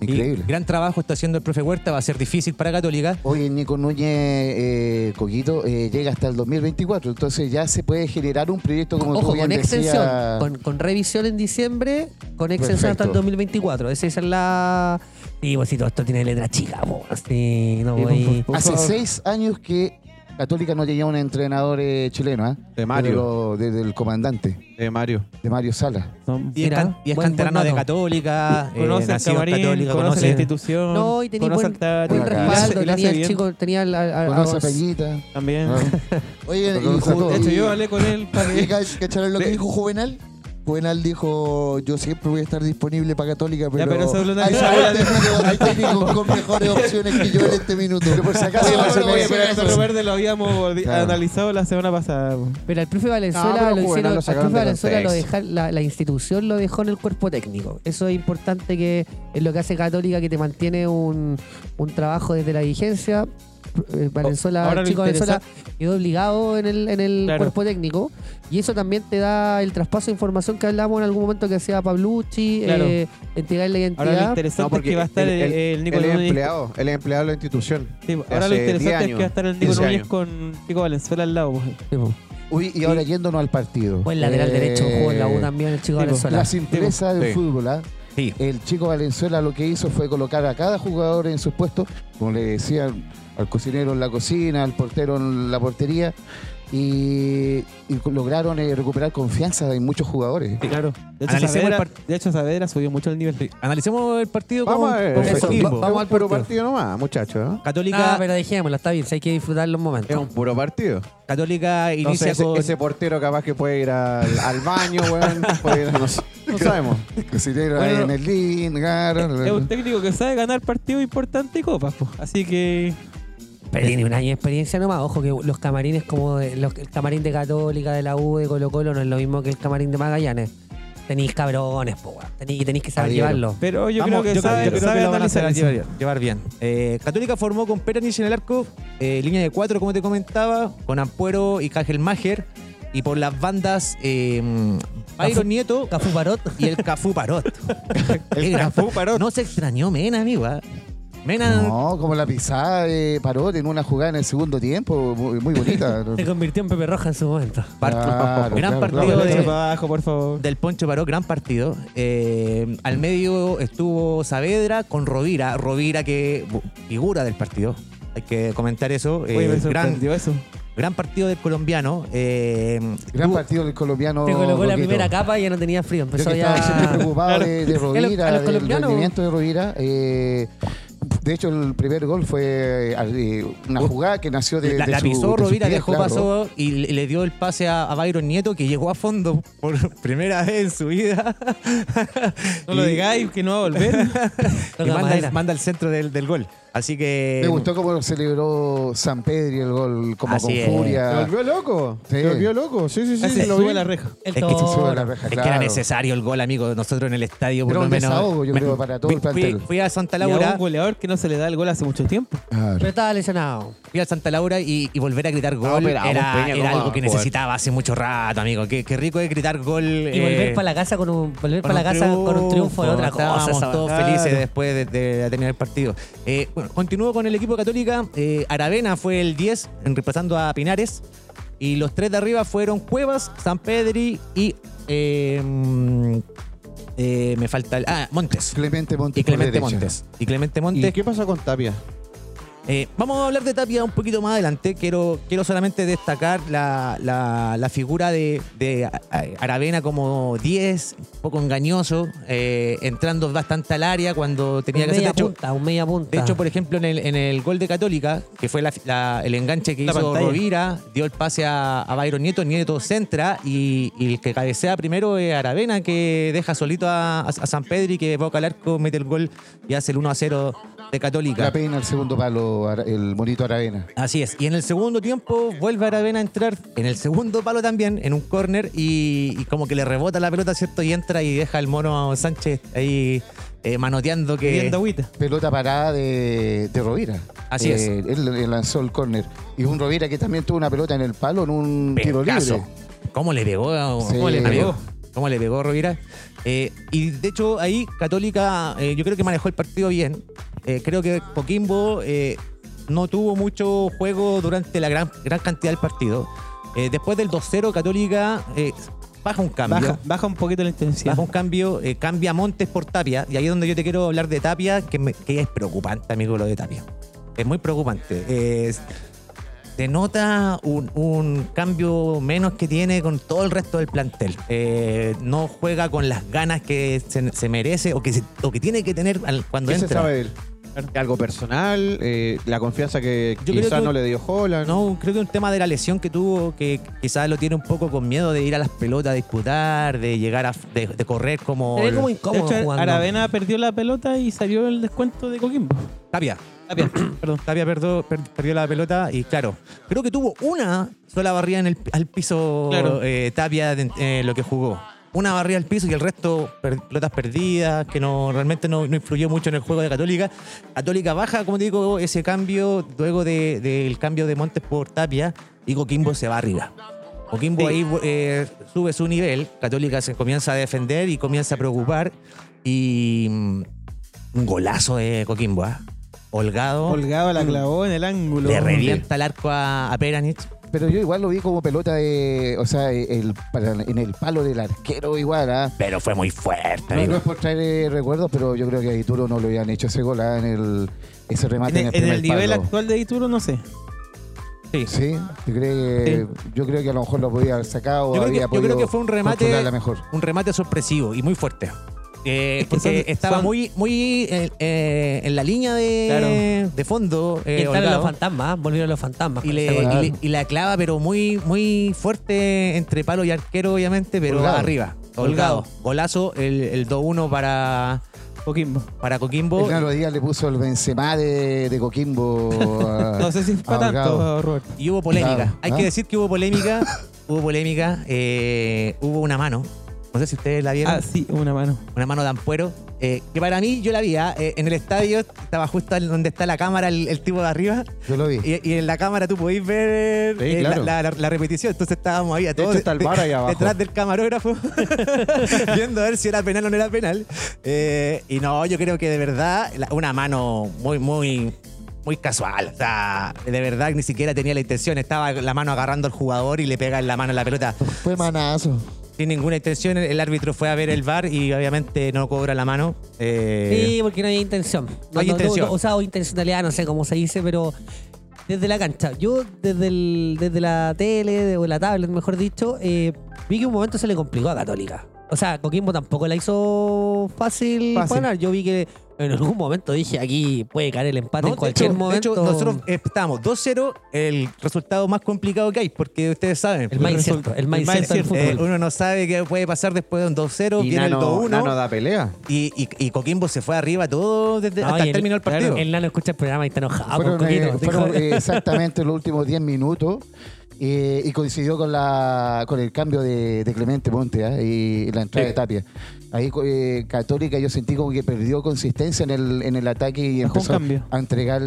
Speaker 7: Y
Speaker 1: Increíble.
Speaker 7: Gran trabajo está haciendo el profe Huerta, va a ser difícil para Católica.
Speaker 1: Oye, Nico Núñez eh, Coquito eh, llega hasta el 2024, entonces ya se puede generar un proyecto como tú
Speaker 4: Ojo,
Speaker 1: bien
Speaker 4: con extensión.
Speaker 1: decías.
Speaker 4: Con, con revisión en diciembre, con extensión hasta el
Speaker 1: Perfecto.
Speaker 4: 2024. Esa esa es la. Y pues si todo esto tiene letra chica, po, así no
Speaker 5: Sí,
Speaker 4: voy.
Speaker 5: por- por
Speaker 1: Hace
Speaker 5: favor.
Speaker 1: seis años que Católica no tenía un entrenador eh, chileno, ¿ah?
Speaker 3: De Mario.
Speaker 1: Desde lo- Desde el comandante,
Speaker 3: Eh, Mario.
Speaker 1: de Mario Sala.
Speaker 5: Son-
Speaker 7: Y,
Speaker 4: Mira,
Speaker 7: es, can- y es
Speaker 4: buen-
Speaker 7: canterano
Speaker 4: buen
Speaker 7: de
Speaker 4: dato.
Speaker 7: Católica, eh,
Speaker 5: Conoce el
Speaker 7: nacido en
Speaker 5: camarín,
Speaker 7: Católica,
Speaker 5: conoce, la
Speaker 7: conoce
Speaker 5: institución,
Speaker 4: No, y tenía
Speaker 5: conoce
Speaker 4: buen,
Speaker 5: al Tati,
Speaker 4: buen
Speaker 1: Buena cara.
Speaker 4: respaldo.
Speaker 5: lo hace
Speaker 4: Tenía el
Speaker 5: bien.
Speaker 4: chico, tenía al- al- al-
Speaker 1: Conoce a
Speaker 4: a-
Speaker 1: Peñita.
Speaker 5: También.
Speaker 1: ¿no?
Speaker 6: Oye,
Speaker 1: Lo
Speaker 6: y
Speaker 1: conoce
Speaker 6: Ju-
Speaker 1: todo.
Speaker 5: De hecho,
Speaker 6: y-
Speaker 5: yo hablé con él para
Speaker 6: ¿Y
Speaker 5: que...
Speaker 6: ca- ¿Cacharon lo que
Speaker 5: De-
Speaker 6: dijo Juvenal? Juvenal dijo, yo siempre voy a estar disponible para Católica, pero,
Speaker 5: pero eso lo
Speaker 6: hay,
Speaker 5: analizamos.
Speaker 6: técnicos- hay técnicos con mejores opciones que yo en este minuto.
Speaker 1: Pero por si acaso,
Speaker 6: Oye,
Speaker 1: no se
Speaker 6: pero
Speaker 1: me
Speaker 6: oye,
Speaker 1: decía
Speaker 6: pero
Speaker 1: eso.
Speaker 5: Pero Verde lo habíamos di-
Speaker 1: Claro.
Speaker 5: analizado la semana pasada. weón.
Speaker 4: Pero al profe Valenzuela,
Speaker 3: pero
Speaker 4: lo
Speaker 3: Juvenal
Speaker 4: hicieron,
Speaker 3: lo
Speaker 4: al
Speaker 3: sacaron
Speaker 4: profe
Speaker 3: de
Speaker 4: Valenzuela lo
Speaker 3: contexto.
Speaker 4: deja- la, la institución lo dejó en el cuerpo técnico. Eso es importante que es lo que hace Católica, que te mantiene un, un trabajo desde la vigencia. Eh, Valenzuela,
Speaker 5: Oh, Ahora
Speaker 4: el
Speaker 5: lo
Speaker 4: chico
Speaker 5: interesa-
Speaker 4: Valenzuela quedó obligado en el, en el
Speaker 5: Claro.
Speaker 4: cuerpo técnico. Y eso también te da el traspaso de información que hablamos en algún momento que hacía Pablucci,
Speaker 5: Claro.
Speaker 4: eh, entregar la
Speaker 5: Ahora lo
Speaker 4: identidad.
Speaker 5: interesante es que va a estar
Speaker 3: él-
Speaker 5: el,
Speaker 3: él-
Speaker 5: el Nico
Speaker 3: él es
Speaker 5: Núñez.
Speaker 3: empleado, él es empleado de la institución.
Speaker 5: Sí,
Speaker 3: Hace
Speaker 5: ahora lo
Speaker 3: 10
Speaker 5: interesante es
Speaker 3: años,
Speaker 5: que va a estar el Nico
Speaker 3: 15
Speaker 5: Núñez
Speaker 3: años.
Speaker 5: con Chico Valenzuela al lado. pues. weón.
Speaker 1: Uy, y ahora yéndonos al partido.
Speaker 4: Buen lateral
Speaker 1: Eh, pues,
Speaker 4: derecho jugó en la U también el chico
Speaker 5: tipo,
Speaker 4: Valenzuela.
Speaker 1: La simpleza del
Speaker 3: Sí.
Speaker 1: fútbol, ¿ah?
Speaker 7: Sí.
Speaker 1: El chico Valenzuela lo que hizo fue colocar a cada jugador en sus puestos, como le decía al cocinero en la cocina, al portero en la portería, y, y lograron eh, recuperar confianza de muchos jugadores.
Speaker 5: Claro. De hecho,
Speaker 7: Analicemos
Speaker 5: Saavedra,
Speaker 7: el
Speaker 5: de hecho, Saavedra subió mucho el nivel.
Speaker 7: Analicemos el partido
Speaker 3: Vamos
Speaker 7: como,
Speaker 3: a ver.
Speaker 7: como
Speaker 4: Eso,
Speaker 7: equipo.
Speaker 4: va- vamos
Speaker 3: es
Speaker 4: al
Speaker 3: un
Speaker 4: partido.
Speaker 3: puro partido nomás, muchachos.
Speaker 7: Católica,
Speaker 4: Ah, pero dejémoslo, está bien, si hay que disfrutar los
Speaker 3: Es
Speaker 4: momentos.
Speaker 3: un puro partido.
Speaker 7: Católica inicia
Speaker 3: Entonces, ese,
Speaker 7: con...
Speaker 3: ese portero capaz que puede ir al, al baño, weón. puede ir a- no, sé, no sabemos.
Speaker 1: El cocinero
Speaker 5: Bueno,
Speaker 1: ahí en el link, eh, claro,
Speaker 4: eh,
Speaker 5: Es un técnico que sabe ganar partidos importantes y copas. po. Así que
Speaker 4: Pero tiene un año de experiencia nomás. Ojo que los camarines como de- los- el camarín de Católica, de la U, de Colo Colo no es lo mismo que el camarín de Magallanes. tenéis cabrones, po, weón. Tenéis- Y tenéis que saber
Speaker 1: Adhiero.
Speaker 4: llevarlo.
Speaker 5: Pero yo
Speaker 7: Vamos,
Speaker 5: creo que sabe,
Speaker 7: yo creo
Speaker 5: sabe
Speaker 7: que lo van a
Speaker 5: analizar
Speaker 7: saber
Speaker 5: eso.
Speaker 7: llevar, llevar bien. Eh, Católica formó con Peranich en el arco, eh, línea de cuatro, como te comentaba, con Ampuero y Cajelmacher. Y por las bandas, eh, Byron Nieto
Speaker 4: Cafú Barot.
Speaker 7: y el Cafú Parot. Qué gran-
Speaker 5: Cafú Parot.
Speaker 7: No se extrañó Mena, amigo. ah. Mena.
Speaker 1: No, como la pisada de Parot en una jugada en el segundo tiempo, muy, muy bonita.
Speaker 4: Se convirtió en Pepe Roja en su momento.
Speaker 7: par-
Speaker 1: Claro,
Speaker 7: gran
Speaker 1: claro,
Speaker 7: partido
Speaker 1: claro.
Speaker 5: Ponlo
Speaker 7: de,
Speaker 5: para abajo, por favor.
Speaker 7: del Poncho Paró, gran partido. Eh, al medio estuvo Saavedra con Rovira. Rovira que bu, figura del partido. Hay que comentar eso. Eh,
Speaker 5: Oye, me
Speaker 7: gran,
Speaker 5: sorprendió eso.
Speaker 7: gran partido del colombiano. Eh,
Speaker 1: Gran partido del colombiano.
Speaker 4: Te colocó la
Speaker 1: Coqueto.
Speaker 4: primera capa y ya no tenía frío.
Speaker 1: Yo
Speaker 7: Pues
Speaker 4: Empezó
Speaker 1: Oh, que
Speaker 4: ya.
Speaker 1: estaba siempre preocupado de, de
Speaker 4: los- a
Speaker 1: Rovira,
Speaker 4: los
Speaker 1: del
Speaker 4: colombianos.
Speaker 1: rendimiento de Rovira. eh, de hecho, el primer gol fue eh, una jugada que nació de,
Speaker 7: la,
Speaker 1: de
Speaker 7: la
Speaker 1: su-
Speaker 7: pisó
Speaker 1: de sus
Speaker 7: Rovira,
Speaker 1: pies,
Speaker 7: dejó
Speaker 1: claro.
Speaker 7: paso y le, le dio el pase a, a Byron Nieto que llegó a fondo por primera vez en su vida.
Speaker 5: No lo
Speaker 7: Y-
Speaker 5: digáis, que no va a volver.
Speaker 7: y
Speaker 4: Toca
Speaker 7: manda,
Speaker 4: madera.
Speaker 7: el- manda el centro del, del gol. Así que.
Speaker 1: Me gustó cómo lo celebró San Pedro el gol, como
Speaker 7: eh, Así
Speaker 1: con
Speaker 7: es.
Speaker 3: Se
Speaker 1: furia.
Speaker 3: volvió loco.
Speaker 1: Sí.
Speaker 3: Se volvió loco. Ah. Sí, sí, sí.
Speaker 5: Casi
Speaker 3: lo
Speaker 5: sube
Speaker 3: vi.
Speaker 5: la reja.
Speaker 4: El
Speaker 7: que se
Speaker 1: Se sube
Speaker 4: toro.
Speaker 1: a la reja,
Speaker 7: Es
Speaker 1: claro.
Speaker 7: que era necesario el gol, amigo. Nosotros en el estadio, por
Speaker 1: Era
Speaker 7: lo
Speaker 1: un
Speaker 7: menos.
Speaker 1: desahogo, yo
Speaker 7: me-
Speaker 1: creo, para todo
Speaker 7: fui,
Speaker 1: el plantel.
Speaker 7: fui- fui a Santa
Speaker 5: Y a un
Speaker 7: Laura,
Speaker 5: goleador que no se le da el gol hace mucho tiempo.
Speaker 4: Pero
Speaker 1: Claro.
Speaker 4: estaba lesionado.
Speaker 7: fui a Santa Laura y, y volver a gritar gol
Speaker 3: pero a un
Speaker 7: era,
Speaker 3: Peña,
Speaker 7: era
Speaker 3: ¿cómo va
Speaker 7: algo
Speaker 3: a
Speaker 7: que
Speaker 3: jugar?
Speaker 7: necesitaba hace mucho rato, amigo. Qué, qué rico es gritar gol. eh,
Speaker 4: Y volver para la casa Eh, con un, volver para la casa con un triunfo es otra cosa.
Speaker 7: Estábamos
Speaker 4: esa
Speaker 7: todos
Speaker 4: weá.
Speaker 7: felices después de, de terminar el partido. Eh, bueno, continúo con el equipo Católica. Eh, Aravena fue el 10, en- reemplazando a Pinares. Y los tres de arriba fueron Cuevas, San Pedri y. eh, mm, eh, me falta. el- ah, Montes.
Speaker 1: Clemente Montes.
Speaker 7: Y Clemente
Speaker 1: por derecha.
Speaker 7: Montes. Y Clemente
Speaker 3: ¿Y
Speaker 7: Montes.
Speaker 3: qué pasa con Tapia?
Speaker 7: Eh, vamos a hablar de Tapia un poquito más adelante. Quiero, quiero solamente destacar la, la- la figura de, de Aravena como 10, un poco engañoso, eh, entrando bastante al área cuando
Speaker 4: Un
Speaker 7: tenía que hacer. De
Speaker 4: media
Speaker 7: hecho,
Speaker 4: punta, un media punta.
Speaker 7: de hecho, por ejemplo, en el, en el gol de Católica, que fue la- la- el enganche que
Speaker 5: La
Speaker 7: hizo
Speaker 5: pantalla.
Speaker 7: Rovira, dio el pase a, a Byron Nieto, Nieto centra y, y el que cabecea primero es Aravena, que deja solito a, a- a San Pedri, que evoca al arco, mete el gol y hace el 1 a 0 de Católica.
Speaker 1: La peina el segundo palo, Ara- el monito Aravena.
Speaker 7: Así es. Y en el segundo tiempo vuelve Aravena a entrar en el segundo palo también, en un córner, y, y como que le rebota la pelota, ¿cierto? Y entra y deja al mono Sánchez ahí eh, manoteando que...
Speaker 5: Pidiendo agüita.
Speaker 1: Pelota parada de, de Rovira.
Speaker 7: Así es.
Speaker 1: Eh, Él, él lanzó el córner. Y un Rovira que también tuvo una pelota en el palo en un tiro
Speaker 7: Pegazo.
Speaker 1: libre.
Speaker 7: ¿Cómo le pegó? ¿Cómo
Speaker 1: Sí.
Speaker 7: le pegó? ¿Cómo le pegó Rovira? Eh, y de hecho ahí Católica eh, yo creo que manejó el partido bien. Eh, creo que Coquimbo eh, no tuvo mucho juego durante la gran, gran cantidad del partido. Eh, después del 2-0 Católica eh, baja un cambio.
Speaker 5: Baja, baja un poquito la intensidad.
Speaker 7: Baja un cambio, eh, cambia Montes por Tapia. Y ahí es donde yo te quiero hablar de Tapia, que, me- que es preocupante, amigo, lo de Tapia. Es muy preocupante. Es- se nota un, un cambio menos que tiene con todo el resto del plantel. Eh, no juega con las ganas que se, se merece o que, se- o que tiene que tener al- cuando
Speaker 3: ¿Qué se
Speaker 7: entra.
Speaker 3: sabe de él? ¿Algo personal? Eh, ¿La confianza que
Speaker 7: Yo creo
Speaker 3: quizás
Speaker 7: que-
Speaker 3: no le dio Holland?
Speaker 7: No, creo que un tema de la lesión que tuvo, que quizás lo tiene un poco con miedo de ir a las pelotas a disputar, de llegar a de, de correr como,
Speaker 4: Se ve como
Speaker 5: De
Speaker 4: incómodo
Speaker 5: hecho,
Speaker 4: jugando.
Speaker 5: Aravena perdió la pelota y salió el descuento de Coquimbo.
Speaker 7: Tapia.
Speaker 5: Tapia, perdón.
Speaker 7: Tapia perdió, per- perdió la pelota y claro, creo que tuvo una sola barrida en el, al piso
Speaker 5: Claro.
Speaker 7: eh, Tapia de- eh, lo que jugó. Una barrida al piso y el resto per- pelotas perdidas, que no realmente no, no influyó mucho en el juego de Católica. Católica baja, como te digo, ese cambio luego de- del cambio de Montes por Tapia y Coquimbo se va arriba. Coquimbo
Speaker 5: Sí.
Speaker 7: ahí eh, sube su nivel, Católica se comienza a defender y comienza a preocupar y mm, un golazo de Coquimbo, ¿ah? Holgado.
Speaker 5: Holgado la clavó en el ángulo.
Speaker 7: Mm. Le revienta el arco a, a Peranich. eh,
Speaker 1: Pero yo igual lo vi como pelota de. O sea, el, para- en el palo del arquero, igual, ¿ah?
Speaker 7: Pero fue muy fuerte,
Speaker 1: No, no
Speaker 7: amigo.
Speaker 1: es por traer eh, recuerdos, pero yo creo que a Ituro no lo habían hecho ese gol ah, en el, ese
Speaker 5: En
Speaker 1: remate en, el
Speaker 5: el, en
Speaker 1: primer
Speaker 5: el nivel
Speaker 1: palo.
Speaker 5: actual de Ituro, no sé.
Speaker 1: Sí, yo creo, que, yo creo que a lo mejor lo podía haber sacado.
Speaker 7: Yo creo, que,
Speaker 1: habría
Speaker 7: yo creo
Speaker 1: podido
Speaker 7: que fue un remate,
Speaker 1: controlarla mejor.
Speaker 7: un remate sorpresivo y muy fuerte. Eh,
Speaker 5: Es que
Speaker 7: porque
Speaker 5: son-
Speaker 7: estaba
Speaker 5: son-
Speaker 7: muy, muy eh, eh, en la línea de,
Speaker 5: Claro.
Speaker 7: de fondo. eh,
Speaker 4: Y entraron los
Speaker 7: Holgado.
Speaker 4: fantasmas, ¿eh? volvieron los fantasmas.
Speaker 7: y,
Speaker 4: con
Speaker 7: le,
Speaker 4: ese gol.
Speaker 1: Claro.
Speaker 7: y le- y la clava, pero muy, muy fuerte entre palo y arquero, obviamente, pero
Speaker 1: Holgado.
Speaker 7: arriba. Holgado. Golazo, el, el 2-1 para,
Speaker 5: Coquimbo.
Speaker 7: para
Speaker 1: El
Speaker 7: Coquimbo.
Speaker 1: Nano Díaz le puso el Benzema de, de Coquimbo.
Speaker 7: Ah,
Speaker 1: a-
Speaker 5: No sé si es
Speaker 1: a
Speaker 5: para
Speaker 1: Holgado.
Speaker 5: tanto, Roberto.
Speaker 7: Y hubo polémica.
Speaker 1: Claro,
Speaker 7: Hay
Speaker 1: ¿ah?
Speaker 7: que decir que hubo polémica. hubo polémica. eh, hubo una mano No sé si ustedes la vieron.
Speaker 5: Ah, sí, una mano.
Speaker 7: una mano de ampuero. eh, que para mí yo la vi ah, eh, en el estadio, estaba justo al- donde está la cámara, el, el tipo de arriba.
Speaker 1: Yo lo vi.
Speaker 7: Y, y en la cámara tú podéis ver
Speaker 3: Sí,
Speaker 7: eh, la-
Speaker 3: claro.
Speaker 7: la, la- la repetición. Entonces estábamos ahí a todos.
Speaker 3: hecho, está el
Speaker 7: de-
Speaker 3: VAR ahí abajo.
Speaker 7: Detrás del camarógrafo, viendo a ver si era penal o no era penal. Eh, y no, yo creo que de verdad, la- una mano muy, muy. Muy casual, o sea, de verdad ni siquiera tenía la intención, estaba la mano agarrando al jugador y le pega en la mano la pelota
Speaker 6: Fue manazo.
Speaker 7: sin ninguna intención. El árbitro fue a ver el bar y obviamente no cobra la mano. Eh,
Speaker 4: Sí, porque no hay intención.
Speaker 7: No hay intención.
Speaker 4: o sea, o intencionalidad, no sé cómo se dice, pero desde la cancha. Yo desde, el- desde la tele de- o la tablet, mejor dicho, eh, vi que un momento se le complicó a Católica. O sea, Coquimbo tampoco la hizo fácil,
Speaker 7: Fácil.
Speaker 4: ganar. Yo vi que en algún momento dije aquí puede caer el empate
Speaker 7: no,
Speaker 4: en
Speaker 7: de
Speaker 4: cualquier
Speaker 7: hecho- de
Speaker 4: momento.
Speaker 7: hecho, nosotros eh, estábamos 2-0, el resultado más complicado que hay, porque ustedes saben.
Speaker 4: el más incierto, el más incierto del
Speaker 7: eh,
Speaker 4: fútbol.
Speaker 7: uno no sabe qué puede pasar después de un 2-0,
Speaker 3: Y
Speaker 7: viene el
Speaker 3: Nano,
Speaker 7: 2-1
Speaker 3: Nano da pelea.
Speaker 7: y, y- y Coquimbo se fue arriba todo desde,
Speaker 4: No,
Speaker 7: hasta
Speaker 4: y
Speaker 7: el término del partido.
Speaker 4: El nano escucha el programa y está
Speaker 7: Ah,
Speaker 4: enojado con
Speaker 1: fueron eh,
Speaker 4: Coquito.
Speaker 1: fueron,
Speaker 4: Dijo-
Speaker 1: eh, exactamente los últimos 10 minutos eh, y coincidió con la con el cambio de, de Clemente Monte ¿ah? y la entrada de Tapia. Ahí eh, Católica yo sentí como que perdió consistencia en el, en el ataque y
Speaker 5: Bajó un
Speaker 1: empezó
Speaker 5: cambio.
Speaker 1: a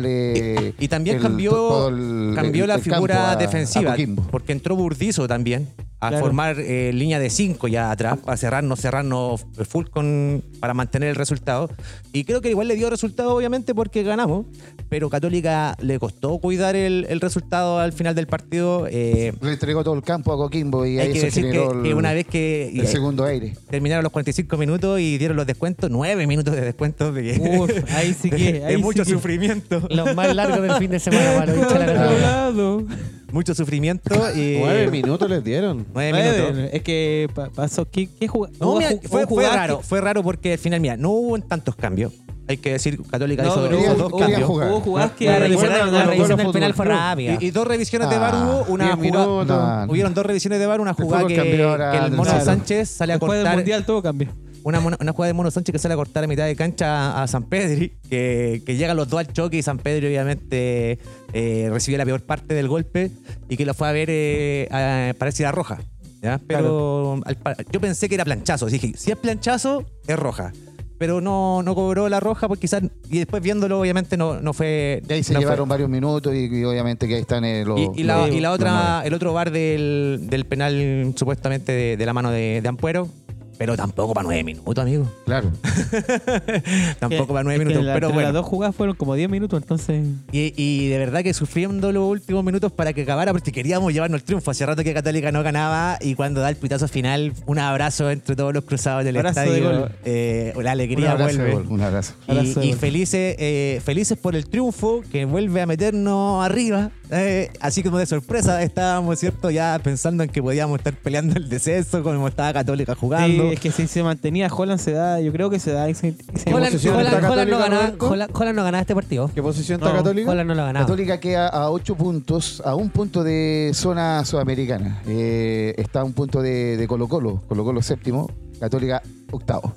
Speaker 1: entregarle
Speaker 7: Y también
Speaker 1: el-
Speaker 7: cambió,
Speaker 1: todo el-
Speaker 7: cambió
Speaker 1: el-
Speaker 7: la
Speaker 1: el campo
Speaker 7: figura
Speaker 1: a- a
Speaker 7: defensiva,
Speaker 1: Coquimbo.
Speaker 7: porque entró Burdizo también a
Speaker 5: Claro.
Speaker 7: formar eh, línea de 5 ya
Speaker 1: Ah.
Speaker 7: atrás, para cerrarnos, cerrarnos full con, para mantener el resultado. Y creo que igual le dio resultado, obviamente, porque ganamos, pero Católica le costó cuidar el, el resultado al final del partido. eh,
Speaker 1: Le entregó todo el campo a Coquimbo y
Speaker 7: hay
Speaker 1: ahí
Speaker 7: que
Speaker 1: se
Speaker 7: decir que,
Speaker 1: generó
Speaker 7: que
Speaker 1: el-
Speaker 7: una vez que
Speaker 1: el segundo aire.
Speaker 7: terminaron los 45 minutos y dieron los descuentos, 9 minutos de descuentos de,
Speaker 5: Uf, ahí sí que-
Speaker 7: de
Speaker 5: ahí sí
Speaker 7: mucho
Speaker 5: que-
Speaker 7: sufrimiento. Ah.
Speaker 4: los más largos del fin de semana para los hinchas de la
Speaker 5: Otro
Speaker 4: Católica.
Speaker 5: lado.
Speaker 7: mucho sufrimiento y
Speaker 3: Nueve minutos les dieron.
Speaker 7: nueve
Speaker 5: Nueve,
Speaker 7: minutos.
Speaker 5: Es que pa- pasó. ¿Qué, qué jugada?
Speaker 7: No,
Speaker 5: Hubo
Speaker 7: mira,
Speaker 5: ju-
Speaker 7: fue,
Speaker 5: hubo
Speaker 7: fue
Speaker 5: jugadas
Speaker 7: raro,
Speaker 5: que-
Speaker 7: fue raro porque al final, mira, no hubo tantos cambios. Hay que decir, Católica
Speaker 5: No,
Speaker 7: hizo,
Speaker 5: pero
Speaker 7: hizo
Speaker 5: hubo-
Speaker 7: dos
Speaker 5: hubo
Speaker 7: cambios.
Speaker 1: jugadas.
Speaker 5: Hubo jugadas que
Speaker 4: La revisión,
Speaker 5: recuerdan
Speaker 4: la
Speaker 5: a los-
Speaker 4: revisión del
Speaker 3: Fútbol
Speaker 4: penal fue
Speaker 3: Club.
Speaker 4: rápida.
Speaker 7: Y, y dos revisiones de VAR
Speaker 1: Ah,
Speaker 7: hubo, una
Speaker 3: Diez
Speaker 7: jugada-
Speaker 3: minutos.
Speaker 1: No, no.
Speaker 7: Hubieron dos revisiones de VAR, una jugada
Speaker 1: fútbol
Speaker 7: que,
Speaker 1: cambió ahora
Speaker 7: que el
Speaker 1: del
Speaker 7: Mono
Speaker 5: sábado.
Speaker 7: Sánchez sale a
Speaker 5: Después del
Speaker 7: cortar.
Speaker 5: mundial todo cambia.
Speaker 7: Una, mona- una jugada de Mono Sánchez que sale a cortar a mitad de cancha a, a San Pedri, que, que llegan los dos al choque y San Pedri obviamente eh, recibió la peor parte del golpe y que lo fue a ver eh, a- parece ir a roja. ¿ya? Pero al pa- yo pensé que era planchazo. Dije, si es planchazo, es roja. Pero no, no cobró la roja porque quizás... Y después viéndolo, obviamente, no, no fue...
Speaker 1: Y ahí se
Speaker 7: no fue.
Speaker 1: llevaron varios minutos y, y obviamente que ahí están eh, los.
Speaker 7: Y, y la,
Speaker 1: los-
Speaker 7: y la
Speaker 1: los
Speaker 7: otra,
Speaker 1: nueve.
Speaker 7: el otro bar del, del penal supuestamente de, de la mano de, de Ampuero, pero tampoco para nueve minutos, amigo.
Speaker 1: Claro.
Speaker 7: Tampoco
Speaker 5: Que-
Speaker 7: para nueve
Speaker 5: es que
Speaker 7: minutos.
Speaker 5: la-
Speaker 7: pero
Speaker 5: entre
Speaker 7: bueno.
Speaker 5: Las dos jugadas fueron como 10 minutos, entonces.
Speaker 7: Y, y de verdad que sufriendo los últimos minutos para que acabara, porque queríamos llevarnos el triunfo. Hace rato que Católica no ganaba y cuando da el pitazo final, un abrazo entre todos los cruzados del
Speaker 5: Abrazo de
Speaker 7: estadio.
Speaker 5: gol.
Speaker 7: eh, la
Speaker 1: Un
Speaker 7: alegría
Speaker 1: abrazo,
Speaker 7: vuelve.
Speaker 1: gol, un abrazo.
Speaker 5: Abrazo de
Speaker 7: Y, y
Speaker 5: gol.
Speaker 7: felices, eh, felices por el triunfo que vuelve a meternos arriba. eh, así como de sorpresa estábamos, ¿cierto? Ya pensando en que podíamos estar peleando el descenso, como estaba Católica
Speaker 5: Sí,
Speaker 7: jugando.
Speaker 5: es que si se mantenía Holland, se da. Yo creo que se da. ese- ese-
Speaker 4: Holland,
Speaker 3: posición
Speaker 4: Holland-
Speaker 3: está
Speaker 4: Holland no
Speaker 3: Católica,
Speaker 4: ganaba,
Speaker 3: Roberto?
Speaker 4: Holland, Holland no ganaba este partido.
Speaker 3: ¿Qué posición está
Speaker 5: No,
Speaker 3: Católica?
Speaker 4: Holland no lo ganaba.
Speaker 1: Católica queda a ocho puntos, a un punto de zona sudamericana. Eh, está a un punto de, de Colo Colo, Colo Colo séptimo, Católica octavo.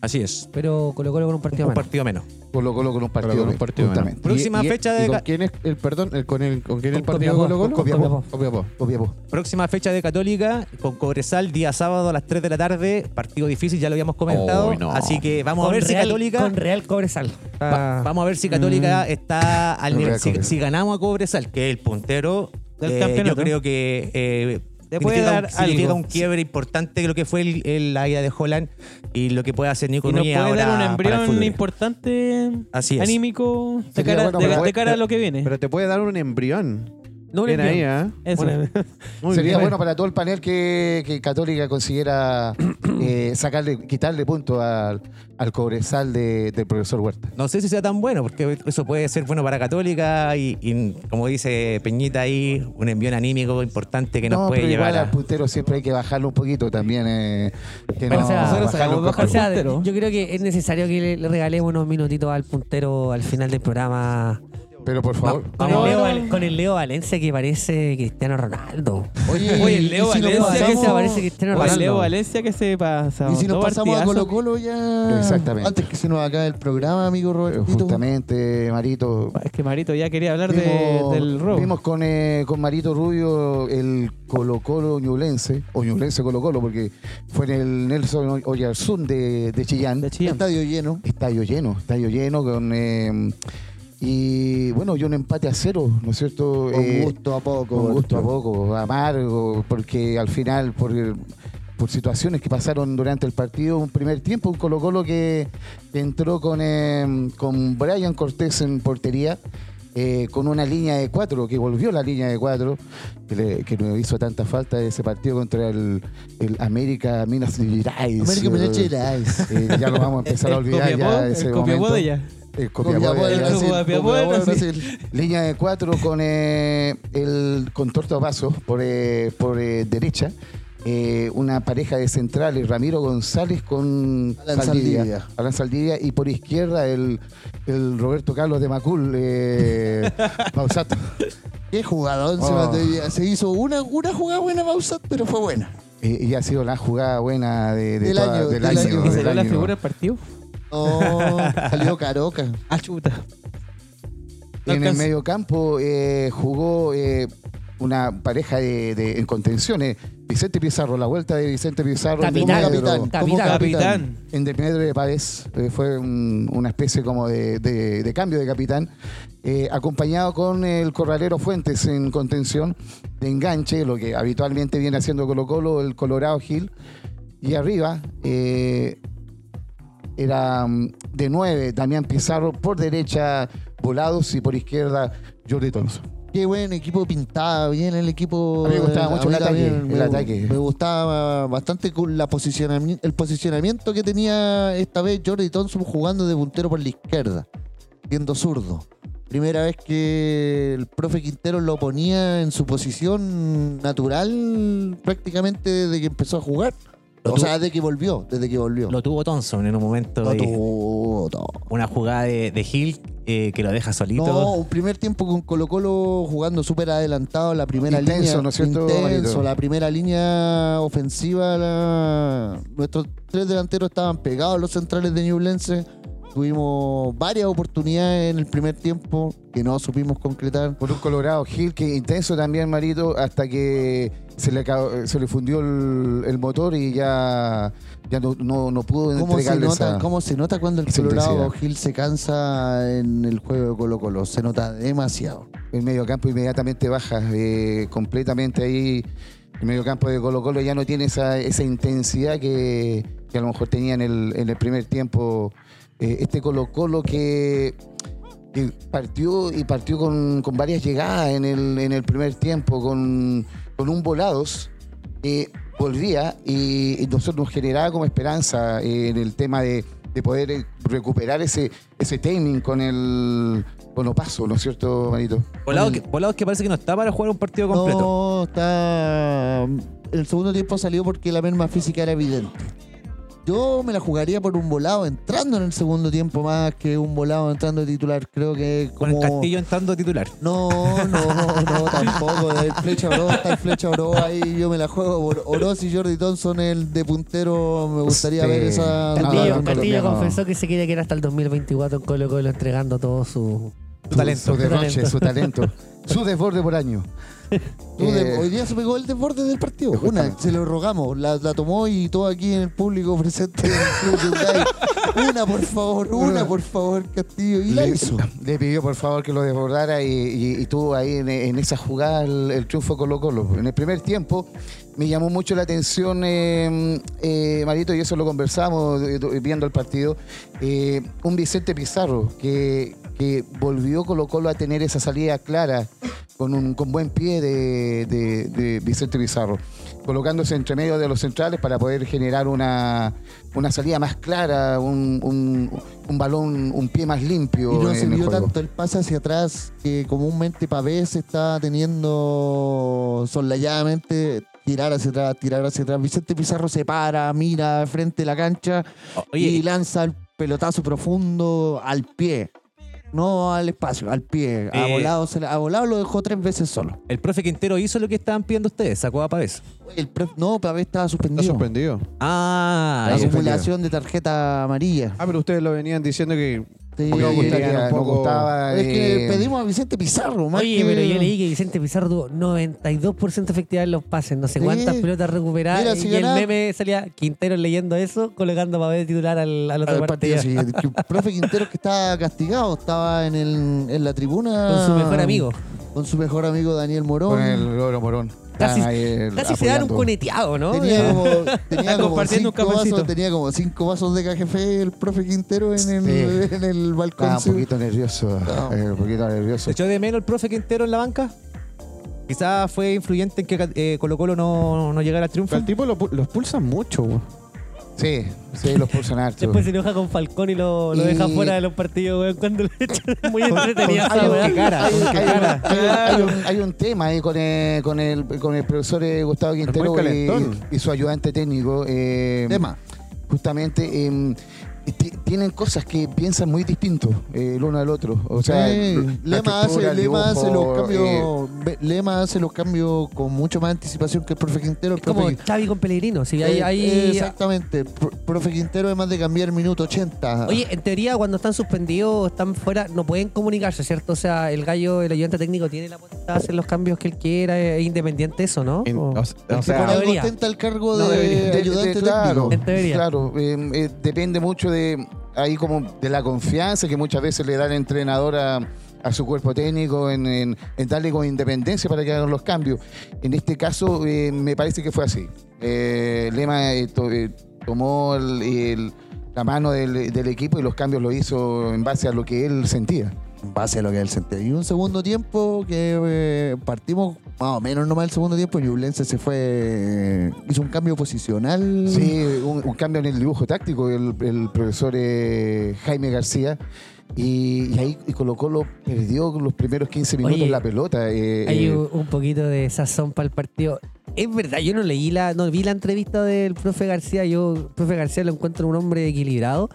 Speaker 7: Así es.
Speaker 4: Pero Colo Colo con un partido
Speaker 7: Un
Speaker 4: menos.
Speaker 7: partido menos.
Speaker 1: Colo Colo con un partido.
Speaker 3: Colo con un
Speaker 1: menos,
Speaker 3: partido menos.
Speaker 1: justamente.
Speaker 7: Próxima
Speaker 3: ¿Y- y-
Speaker 7: fecha de
Speaker 3: ¿y con
Speaker 7: ca-
Speaker 3: quién es el perdón? el- con, el, ¿Con quién el
Speaker 4: Con
Speaker 3: partido
Speaker 4: Copiapó,
Speaker 3: Colo Colo?
Speaker 4: con Copiapó.
Speaker 3: Copiapó.
Speaker 1: Copiapó.
Speaker 7: Próxima fecha de Católica con Cobresal, día sábado a las 3 de la tarde. Partido difícil, ya lo habíamos comentado.
Speaker 3: Uy, no.
Speaker 7: Así que vamos a
Speaker 4: Con
Speaker 7: ver si
Speaker 4: Real-
Speaker 7: Católica.
Speaker 4: Con Real Cobresal. Ah,
Speaker 7: va- vamos a ver si
Speaker 3: Mm.
Speaker 7: Católica está al
Speaker 1: Con
Speaker 7: nivel.
Speaker 1: Real
Speaker 7: Si,
Speaker 1: Cobresal.
Speaker 7: si ganamos a Cobresal, que es el puntero,
Speaker 5: Del
Speaker 7: eh, yo
Speaker 5: campeonato.
Speaker 7: creo que. eh,
Speaker 5: Te puede
Speaker 7: significa
Speaker 5: dar
Speaker 7: un, significa
Speaker 5: algo.
Speaker 7: un quiebre importante de lo que fue el, el- la ida de Holland y lo que puede hacer Nico
Speaker 5: Y nos
Speaker 7: Núñez
Speaker 5: puede
Speaker 7: ahora
Speaker 5: dar un
Speaker 7: para el
Speaker 5: embrión
Speaker 7: fútbol.
Speaker 5: importante
Speaker 7: Así es.
Speaker 5: anímico de
Speaker 1: Sería
Speaker 5: cara,
Speaker 1: bueno
Speaker 5: de-
Speaker 1: para-
Speaker 5: de cara a lo que viene.
Speaker 3: Pero te puede dar un embrión.
Speaker 4: No un
Speaker 3: Bien ahí,
Speaker 4: envío.
Speaker 3: ¿ah?
Speaker 5: Eso.
Speaker 3: Muy
Speaker 1: Sería
Speaker 3: bien.
Speaker 1: bueno para todo el panel que, que Católica consiguiera eh, sacarle, quitarle punto al, al cobresal de- del profesor Huerta.
Speaker 7: No sé si sea tan bueno, porque eso puede ser bueno para Católica y, y, como dice Peñita ahí, un envío anímico importante que nos puede
Speaker 1: pero
Speaker 7: llevar
Speaker 1: igual
Speaker 7: a...
Speaker 1: al puntero siempre hay que bajarlo un poquito también. eh, que
Speaker 4: Pero,
Speaker 1: no,
Speaker 4: o sea,
Speaker 1: bajarlo
Speaker 5: nosotros sabemos
Speaker 1: un
Speaker 5: bajar
Speaker 4: O
Speaker 1: poco.
Speaker 4: sea,
Speaker 5: puntero.
Speaker 4: yo creo que es necesario que le, le regalemos unos minutitos al puntero al final del programa
Speaker 1: Pero por favor. eh,
Speaker 4: Con, el
Speaker 5: No,
Speaker 4: Leo,
Speaker 5: no.
Speaker 4: Val- con el Leo Valencia que parece Cristiano Ronaldo.
Speaker 6: Oye,
Speaker 5: Oye,
Speaker 6: ¿y
Speaker 5: Leo
Speaker 6: si nos
Speaker 5: Valencia,
Speaker 4: Ese que
Speaker 6: pasamos-
Speaker 4: se parece Cristiano
Speaker 5: Oye,
Speaker 4: Ronaldo.
Speaker 5: Leo Valencia que se pasa.
Speaker 6: Y si nos
Speaker 5: Dos
Speaker 6: pasamos a
Speaker 5: partidazos.
Speaker 6: Colo Colo ya.
Speaker 1: Exactamente.
Speaker 6: Antes que se nos acabe el programa, amigo Roberto.
Speaker 1: Justamente, Marito.
Speaker 5: Es que Marito ya quería hablar de-
Speaker 1: Vimos,
Speaker 5: del robo.
Speaker 1: vimos con, eh, con Marito Rubio el Colo Colo Ñulense, o Ñulense Colo Colo, porque fue en el Nelson Oyarzún de, de Chillán.
Speaker 5: de Chillán.
Speaker 6: Estadio lleno.
Speaker 1: Estadio lleno, estadio lleno con... eh, y bueno, y un empate a cero, ¿no es cierto?
Speaker 6: Con
Speaker 1: Eh,
Speaker 6: gusto a poco.
Speaker 1: con gusto a poco, amargo, porque al final, por, por situaciones que pasaron durante el partido, un primer tiempo, un Colo Colo que entró con, eh, con Brian Cortés en portería, eh, con una línea de cuatro, que volvió la línea de cuatro, que, le, que nos hizo tanta falta ese partido contra el, el América Minas Gerais.
Speaker 6: América Minas Gerais.
Speaker 1: Eh, ya lo vamos a empezar a
Speaker 5: El
Speaker 1: olvidar ya
Speaker 5: copiapó,
Speaker 1: ese
Speaker 5: el copiapó
Speaker 1: momento.
Speaker 5: de ella.
Speaker 1: El copiapó
Speaker 6: Copiapó
Speaker 1: de
Speaker 6: de
Speaker 1: ella,
Speaker 5: El
Speaker 1: sí.
Speaker 6: Brasil,
Speaker 5: Copiapó de
Speaker 6: Copiapó de
Speaker 5: Brasil.
Speaker 6: Brasil.
Speaker 1: Línea de cuatro con eh, el con tortapasos por, eh, por eh, derecha. Eh, una pareja de centrales, Ramiro González con
Speaker 6: Alan
Speaker 1: Saldivia.
Speaker 6: Saldivia.
Speaker 1: Alan Saldivia. Y por izquierda el, el Roberto Carlos de Macul, eh, Pausato.
Speaker 6: Qué jugador. se
Speaker 1: Oh.
Speaker 6: mató hoy día. Se hizo una, una jugada buena, Bausat, pero fue buena.
Speaker 1: Eh, Y, y ha sido la jugada buena de, de
Speaker 6: Del
Speaker 1: toda-
Speaker 6: año,
Speaker 1: del
Speaker 6: del
Speaker 1: año,
Speaker 6: año.
Speaker 5: Y
Speaker 1: del
Speaker 5: salió la
Speaker 1: año.
Speaker 5: figura del partido.
Speaker 6: No, Oh, salió caroca.
Speaker 5: Ah, chuta. No
Speaker 1: en el
Speaker 5: alcanza.
Speaker 1: medio campo eh, jugó eh, una pareja de, de- en contenciones. Vicente Pizarro, la vuelta de Vicente Pizarro. en
Speaker 4: Capitán,
Speaker 1: Pedro.
Speaker 6: capitán.
Speaker 4: capitán.
Speaker 5: Capitán.
Speaker 1: En De Pedro de Pavés eh, fue un- una especie como de, de- de cambio de capitán, eh, acompañado con el corralero Fuentes en contención de enganche, lo que habitualmente viene haciendo Colo Colo, el Colorado Gil. Y arriba eh, era mm, de nueve Damián Pizarro, por derecha Volados y por izquierda Jordi Thompson.
Speaker 6: Qué buen equipo pintaba, bien el equipo.
Speaker 1: A mí me gustaba mucho el
Speaker 6: mí
Speaker 1: ataque,
Speaker 6: también,
Speaker 1: el
Speaker 6: me,
Speaker 1: ataque.
Speaker 6: me gustaba bastante con la posicionami- el posicionamiento que tenía esta vez Jordi Thompson jugando de puntero por la izquierda, siendo zurdo. Primera vez que el profe Quintero lo ponía en su posición natural prácticamente desde que empezó a jugar.
Speaker 7: Lo
Speaker 6: O
Speaker 7: tu-
Speaker 6: sea, desde que volvió, desde que volvió.
Speaker 7: Lo tuvo Thompson en un momento.
Speaker 6: No
Speaker 7: y
Speaker 6: tuvo- no.
Speaker 7: Una jugada de, de Hill eh, que lo deja solito.
Speaker 6: No, un primer tiempo con Colo Colo jugando súper adelantado, la primera
Speaker 1: Intenso,
Speaker 6: línea.
Speaker 1: ¿no es cierto, Marito?
Speaker 6: intenso, la primera línea ofensiva. la- Nuestros tres delanteros estaban pegados a los centrales de Newlense. Tuvimos varias oportunidades en el primer tiempo que no supimos concretar.
Speaker 1: Por un Colorado Gil que intenso también, Marito, hasta que se le, acabó- se le fundió el, el motor y ya, ya no, no, no pudo
Speaker 6: ¿Cómo se,
Speaker 1: entregarle
Speaker 6: nota,
Speaker 1: esa-
Speaker 6: cómo se nota cuando el
Speaker 1: esa
Speaker 6: Colorado
Speaker 1: intensidad.
Speaker 6: Gil se cansa en el juego de Colo Colo? Se nota demasiado.
Speaker 1: el mediocampo inmediatamente baja eh, completamente ahí. El mediocampo de Colo Colo ya no tiene esa, esa intensidad que, que a lo mejor tenía en el, en el primer tiempo. Eh, este Colo Colo que, que partió y partió con, con varias llegadas en el, en el primer tiempo, con, con un volados que volvía y, y nosotros nos generaba como esperanza eh, en el tema de, de poder eh, recuperar ese, ese timing con el con lo paso, ¿no es cierto, Manito?
Speaker 7: Volados que, Volados que parece que no está para jugar un partido completo.
Speaker 6: No, está. El segundo tiempo salió porque la merma física era evidente. Yo me la jugaría por un volado entrando en el segundo tiempo más que un volado entrando de titular. Creo que
Speaker 7: Con el
Speaker 6: como.
Speaker 7: Castillo entrando titular.
Speaker 6: No, no, no, tampoco. De flecha Oro, está el flecha Oro ahí. Yo me la juego por Oroz y Jordi Thompson, el de puntero. Me gustaría
Speaker 1: Sí.
Speaker 6: ver esa.
Speaker 1: Castillo,
Speaker 6: dupla
Speaker 1: no, no,
Speaker 4: Castillo,
Speaker 6: con
Speaker 4: Castillo
Speaker 1: no.
Speaker 4: confesó que se quiere quedar hasta el 2024 en Colo Colo entregando todo su...
Speaker 7: Su talento.
Speaker 1: Su derroche, su talento. su desborde por año.
Speaker 6: Tú de-
Speaker 1: Eh,
Speaker 6: hoy día se pegó el desborde del partido. Una,
Speaker 1: Justamente.
Speaker 6: se lo rogamos, la, la tomó y todo aquí en el público presente del Club Hyundai. Una, por favor, una, por favor, Castillo. Y la
Speaker 1: le,
Speaker 6: hizo.
Speaker 1: le pidió por favor que lo desbordara y, y- y tuvo ahí en, en esa jugada el, el triunfo Colo Colo. En el primer tiempo me llamó mucho la atención, eh, eh, Marito, y eso lo conversamos eh, du- viendo el partido, eh, un Vicente Pizarro que, que volvió Colo Colo a tener esa salida clara con un con buen pie de, de- de Vicente Pizarro, colocándose entre medio de los centrales para poder generar una, una salida más clara, un, un- un balón, un pie más limpio.
Speaker 6: Y no
Speaker 1: en
Speaker 6: se
Speaker 1: el
Speaker 6: vio
Speaker 1: juego.
Speaker 6: tanto el pase hacia atrás que comúnmente Pavés está teniendo solalladamente tirar hacia atrás, tirar hacia atrás. Vicente Pizarro se para, mira frente a la cancha
Speaker 7: Oye,
Speaker 6: y lanza el pelotazo profundo al pie. No al espacio, al pie. A,
Speaker 7: Eh.
Speaker 6: volado, se le- a volado lo dejó tres veces solo.
Speaker 7: El profe Quintero hizo lo que estaban pidiendo ustedes, sacó a Pavés.
Speaker 6: El prof- no, Pavés estaba
Speaker 3: Está
Speaker 6: suspendido.
Speaker 3: suspendido.
Speaker 7: Ah,
Speaker 6: La
Speaker 7: ya.
Speaker 3: suspendido.
Speaker 6: acumulación de tarjeta amarilla.
Speaker 3: Ah, pero ustedes lo venían diciendo que
Speaker 6: Sí.
Speaker 3: Porque
Speaker 1: No
Speaker 3: Sí,
Speaker 1: gustaría,
Speaker 3: querían un
Speaker 1: no
Speaker 3: poco-
Speaker 1: gustaba,
Speaker 6: Es que
Speaker 1: eh,
Speaker 6: pedimos a Vicente Pizarro, más
Speaker 4: Oye,
Speaker 6: que-
Speaker 4: pero yo leí que Vicente Pizarro tuvo 92% efectividad en los pases, no sé
Speaker 6: Sí.
Speaker 4: cuántas pelotas recuperadas.
Speaker 6: Mira, si
Speaker 4: y
Speaker 6: ganaba-
Speaker 4: el meme salía Quintero leyendo eso, colocando a Pavés de titular al, al otro
Speaker 6: al
Speaker 4: partido.
Speaker 6: partido siguiente. Que un profe Quintero que estaba castigado, estaba en, el, en la tribuna.
Speaker 4: Con su mejor amigo.
Speaker 6: Con su mejor amigo Daniel Morón.
Speaker 1: Con el loro morón. Estaban
Speaker 4: Casi-
Speaker 1: ahí, eh,
Speaker 4: Casi se dan un
Speaker 1: apoyando.
Speaker 4: cuneteado, ¿no?
Speaker 6: Tenía como, tenía
Speaker 5: Están
Speaker 6: como
Speaker 5: compartiendo un
Speaker 6: cinco vasos,
Speaker 5: cafecito.
Speaker 6: tenía como cinco vasos de café el profe Quintero en el,
Speaker 1: Sí.
Speaker 6: en el balcón.
Speaker 1: Estaba un
Speaker 6: sí.
Speaker 1: poquito nervioso.
Speaker 6: No.
Speaker 1: eh, un poquito nervioso.
Speaker 7: ¿Se echó de menos el profe Quintero en la banca? Quizás fue influyente en que eh, Colo Colo no, no llegara al triunfo.
Speaker 3: al tipo lo, pu- los pulsan mucho, güey.
Speaker 1: Sí, sí, los pulsan harto.
Speaker 4: Después se enoja con Falcón y lo, lo
Speaker 6: Y-
Speaker 4: deja fuera de los partidos, weón, cuando lo echan. Muy entretenido.
Speaker 1: Hay
Speaker 4: esa
Speaker 1: un-
Speaker 4: weá.
Speaker 1: hay- hay un- hay un- hay un- hay un tema ahí con el, con el, con el profesor eh, Gustavo Quintero
Speaker 3: muy
Speaker 1: y,
Speaker 3: calentón.
Speaker 1: y su ayudante técnico. eh,
Speaker 6: Tema.
Speaker 1: Justamente eh, ti- tienen cosas que piensan muy distintos eh, el uno al otro. O sea,
Speaker 6: Sí,
Speaker 1: l- la
Speaker 6: Lema, hace,
Speaker 1: estructura, el
Speaker 6: Lema hace
Speaker 1: dibujo,
Speaker 6: los cambios,
Speaker 1: eh,
Speaker 6: ve- Lema hace los cambios con mucho más anticipación que el profe Quintero. El
Speaker 4: Es como
Speaker 6: profe-
Speaker 4: Xavi con Pellegrino. Si hay,
Speaker 6: Eh,
Speaker 4: hay-
Speaker 6: Exactamente. Pro- profe Quintero además de cambiar el minuto 80.
Speaker 4: Oye, en teoría, cuando están suspendidos o están fuera, no pueden comunicarse, ¿cierto? O sea, el gallo, el ayudante técnico, tiene la potestad de hacer los cambios que él quiera, es independiente eso, ¿no?
Speaker 3: En-
Speaker 4: O-
Speaker 3: o s- o
Speaker 6: Porque
Speaker 3: sea,
Speaker 6: por algo
Speaker 4: debería.
Speaker 6: ostenta el cargo
Speaker 1: No,
Speaker 6: de
Speaker 1: debería. De-
Speaker 6: ayudante
Speaker 1: de- claro,
Speaker 6: técnico.
Speaker 4: En teoría.
Speaker 1: Claro, eh, eh, depende mucho de ahí como de la confianza que muchas veces le da el entrenador a, a su cuerpo técnico en, en- en darle con independencia para que hagan los cambios. En este caso eh, me parece que fue así. Eh, Lema eh, to- eh, tomó el- el- la mano del, del equipo y los cambios lo hizo en base a lo que él sentía.
Speaker 6: En base a lo que es el sentido. Y un segundo tiempo que eh, partimos más o menos nomás el segundo tiempo. Ñublense se fue. eh, hizo un cambio posicional.
Speaker 1: Sí, un, un cambio en el dibujo táctico el, el profesor eh, Jaime García. Y, y ahí Colo Colo perdió los primeros 15 minutos
Speaker 4: Oye,
Speaker 1: la pelota. eh,
Speaker 4: Hay
Speaker 1: eh,
Speaker 4: un, un poquito de sazón para el partido. Es verdad, yo no leí la, no vi la entrevista del profe García. Yo, el profe García lo encuentro un hombre equilibrado.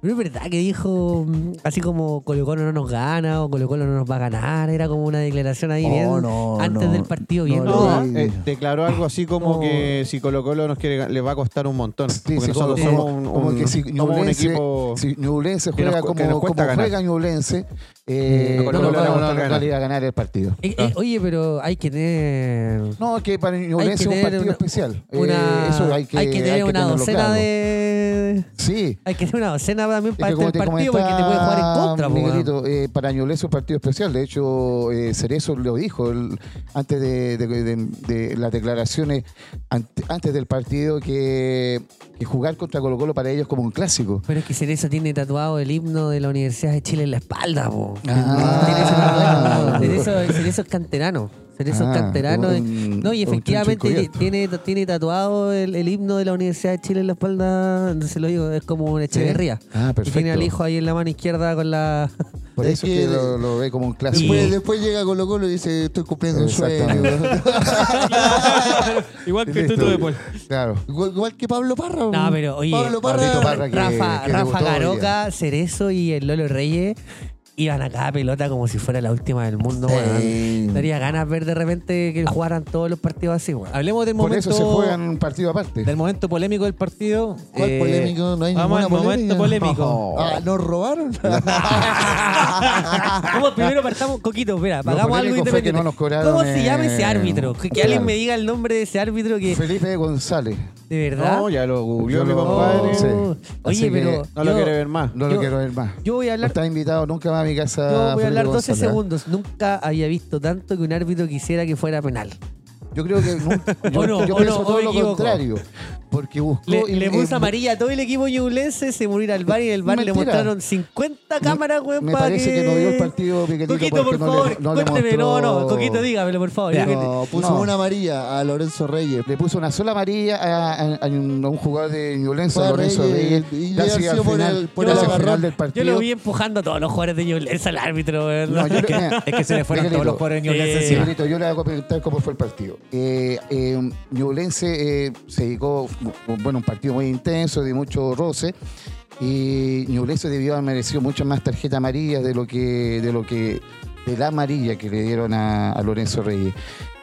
Speaker 4: Pero es verdad que dijo mm, así como Colo Colo no nos gana o Colo Colo no nos va a ganar. Era como una declaración ahí
Speaker 6: Oh,
Speaker 4: bien
Speaker 6: no,
Speaker 4: antes
Speaker 6: no.
Speaker 4: del partido. Bien,
Speaker 6: No,
Speaker 3: No,
Speaker 4: ¿no?
Speaker 6: Ay.
Speaker 3: eh, declaró algo así como
Speaker 4: No.
Speaker 3: que si Colo Colo nos quiere le va a costar un montón.
Speaker 1: sí,
Speaker 3: porque
Speaker 1: sí, como,
Speaker 3: nosotros
Speaker 1: como-
Speaker 3: somos un,
Speaker 1: como
Speaker 3: un-
Speaker 1: que si
Speaker 3: somos un
Speaker 1: Ñublense-
Speaker 3: equipo.
Speaker 1: si Ñublense
Speaker 3: que nos
Speaker 1: juega
Speaker 3: cu- que
Speaker 1: como, como
Speaker 3: nos cuesta ganar.
Speaker 1: juega Ñublense, eh,
Speaker 3: A Colo
Speaker 1: no, no,
Speaker 3: Colo le va a
Speaker 1: no,
Speaker 3: costar
Speaker 1: no, no
Speaker 3: ganar.
Speaker 1: le iba a ganar el partido.
Speaker 4: Eh,
Speaker 6: Ah.
Speaker 4: eh, oye, pero hay que tener.
Speaker 1: No, es que para Ñublense es un
Speaker 4: tener
Speaker 1: partido
Speaker 4: una-
Speaker 1: especial. Eh,
Speaker 4: una-
Speaker 1: eso hay que,
Speaker 4: tener
Speaker 1: hay que
Speaker 4: una
Speaker 1: tenerlo
Speaker 4: docena
Speaker 1: claro.
Speaker 4: de.
Speaker 1: Sí.
Speaker 4: Hay que tener una docena también
Speaker 1: Es
Speaker 4: para
Speaker 1: que como
Speaker 4: este
Speaker 1: te
Speaker 4: partido porque
Speaker 1: comentaba,
Speaker 4: te puede jugar en contra, po, weón.
Speaker 1: Miguelito, eh, para Ñublense es un partido especial. De hecho, eh, Cerezo lo dijo el- antes de, de- de- de las declaraciones, ante- antes del partido, que, que jugar contra Colo Colo para ellos es como un clásico.
Speaker 4: Pero es que Cerezo tiene tatuado el himno de la Universidad de Chile en la espalda, po.
Speaker 1: Ah.
Speaker 4: Tiene ese tatuaje. Cerezo, Cerezo es canterano. Cerezo
Speaker 1: Ah,
Speaker 4: es canterano.
Speaker 1: un-
Speaker 4: no, y
Speaker 1: un chuncho
Speaker 4: efectivamente
Speaker 1: encubierto.
Speaker 4: tiene, tiene tatuado el, el himno de la Universidad de Chile en la espalda. No se lo digo, es como una Echeverría.
Speaker 1: Ah,
Speaker 4: Que Tiene al hijo ahí en la mano izquierda con la.
Speaker 1: Por
Speaker 6: Es
Speaker 1: eso es que
Speaker 6: que-
Speaker 1: lo, lo ve como un clásico.
Speaker 6: Después, después llega Colo Colo y dice: Estoy cumpliendo un sueño.
Speaker 1: Exactamente.
Speaker 5: Igual que tú, tú de Paul.
Speaker 1: Claro.
Speaker 6: igual, igual que Pablo Parra.
Speaker 4: No, pero oye,
Speaker 6: Pablo Parra.
Speaker 1: Pablito Parra que-
Speaker 4: Rafa,
Speaker 1: que debutó
Speaker 4: Rafa
Speaker 1: hoy día.
Speaker 4: Garoca, Cerezo y el Lolo Reyes iban a cada pelota como si fuera la última del mundo, weón.
Speaker 6: Sí.
Speaker 4: Daría ganas ver de repente que jugaran todos los partidos así, weón.
Speaker 7: Hablemos del
Speaker 1: Por
Speaker 7: momento,
Speaker 1: eso se juegan un partido aparte.
Speaker 7: del momento polémico del partido.
Speaker 6: ¿Cuál
Speaker 7: Eh,
Speaker 6: polémico? No hay
Speaker 5: Vamos al
Speaker 6: ninguna
Speaker 5: momento polémico.
Speaker 3: Oh,
Speaker 6: Ah, ¿Nos robaron?
Speaker 4: ¿Cómo primero partamos, Coquito? Espera, pagamos algo
Speaker 1: polémico fue que
Speaker 4: independiente.
Speaker 1: no nos cobraron,
Speaker 4: ¿Cómo se llama ese
Speaker 1: eh,
Speaker 4: árbitro? Que, que
Speaker 1: claro.
Speaker 4: alguien me diga el nombre de ese árbitro que,
Speaker 1: Felipe González.
Speaker 4: de verdad.
Speaker 3: no, ya lo googleó
Speaker 1: Yo
Speaker 3: mi
Speaker 1: lo-
Speaker 3: compadre.
Speaker 1: sí. Así
Speaker 4: Oye,
Speaker 1: que
Speaker 4: pero.
Speaker 3: No lo
Speaker 4: yo-
Speaker 3: quiere ver más.
Speaker 1: No lo
Speaker 4: Yo-
Speaker 1: quiero ver más.
Speaker 4: Yo voy a
Speaker 1: No
Speaker 4: hablar
Speaker 1: está invitado nunca más a mi casa.
Speaker 4: Yo voy
Speaker 1: Felipe
Speaker 4: a hablar 12
Speaker 1: González, ¿eh?
Speaker 4: segundos. Nunca había visto tanto que un árbitro quisiera que fuera penal.
Speaker 1: Yo creo que nunca- yo,
Speaker 4: O no,
Speaker 1: yo
Speaker 4: o
Speaker 1: pienso
Speaker 4: no, o
Speaker 1: todo
Speaker 4: me
Speaker 1: lo
Speaker 4: equivoco.
Speaker 1: contrario. Porque buscó
Speaker 4: Le,
Speaker 1: y-
Speaker 4: le
Speaker 1: eh,
Speaker 4: puso amarilla a todo el equipo ñublense, se murió al bar y en el bar
Speaker 1: Mentira.
Speaker 4: le mostraron 50 cámaras, weón,
Speaker 1: Me
Speaker 4: para
Speaker 1: parece que... no vio el partido Miguelito
Speaker 4: Coquito,
Speaker 1: porque
Speaker 4: por favor,
Speaker 1: no le, no le
Speaker 4: cuénteme. No, no,
Speaker 1: mostró-
Speaker 4: Coquito, dígamelo, por favor. Yo que-
Speaker 6: No, puso
Speaker 1: No. Eh,
Speaker 6: una amarilla a Lorenzo Reyes.
Speaker 1: Le puso una sola amarilla a, a- a un, a un jugador de Ñublense,
Speaker 6: Fue a
Speaker 1: Lorenzo
Speaker 6: Reyes,
Speaker 1: Reyes,
Speaker 6: y
Speaker 1: casi
Speaker 6: García
Speaker 1: al
Speaker 6: por
Speaker 1: final,
Speaker 6: el- por
Speaker 1: casi
Speaker 4: el
Speaker 1: al final
Speaker 6: agarrón.
Speaker 1: del partido.
Speaker 4: Yo lo vi empujando a todos los jugadores de ñublense al árbitro, weón.
Speaker 1: No, yo lo- mira,
Speaker 7: Es que se le fueron todos los
Speaker 1: Miguelito,
Speaker 7: jugadores de Ñublense
Speaker 4: eh,
Speaker 1: Sí,
Speaker 7: encima.
Speaker 1: Benito, yo le hago comentar cómo fue el partido. Eh, eh, Ñublense eh, se dedicó, bu- bu- bueno, un partido muy intenso, de mucho roce. Y Ñublense debió haber merecido muchas más tarjetas amarillas de lo que, de lo que, de la amarilla que le dieron a, a Lorenzo Reyes.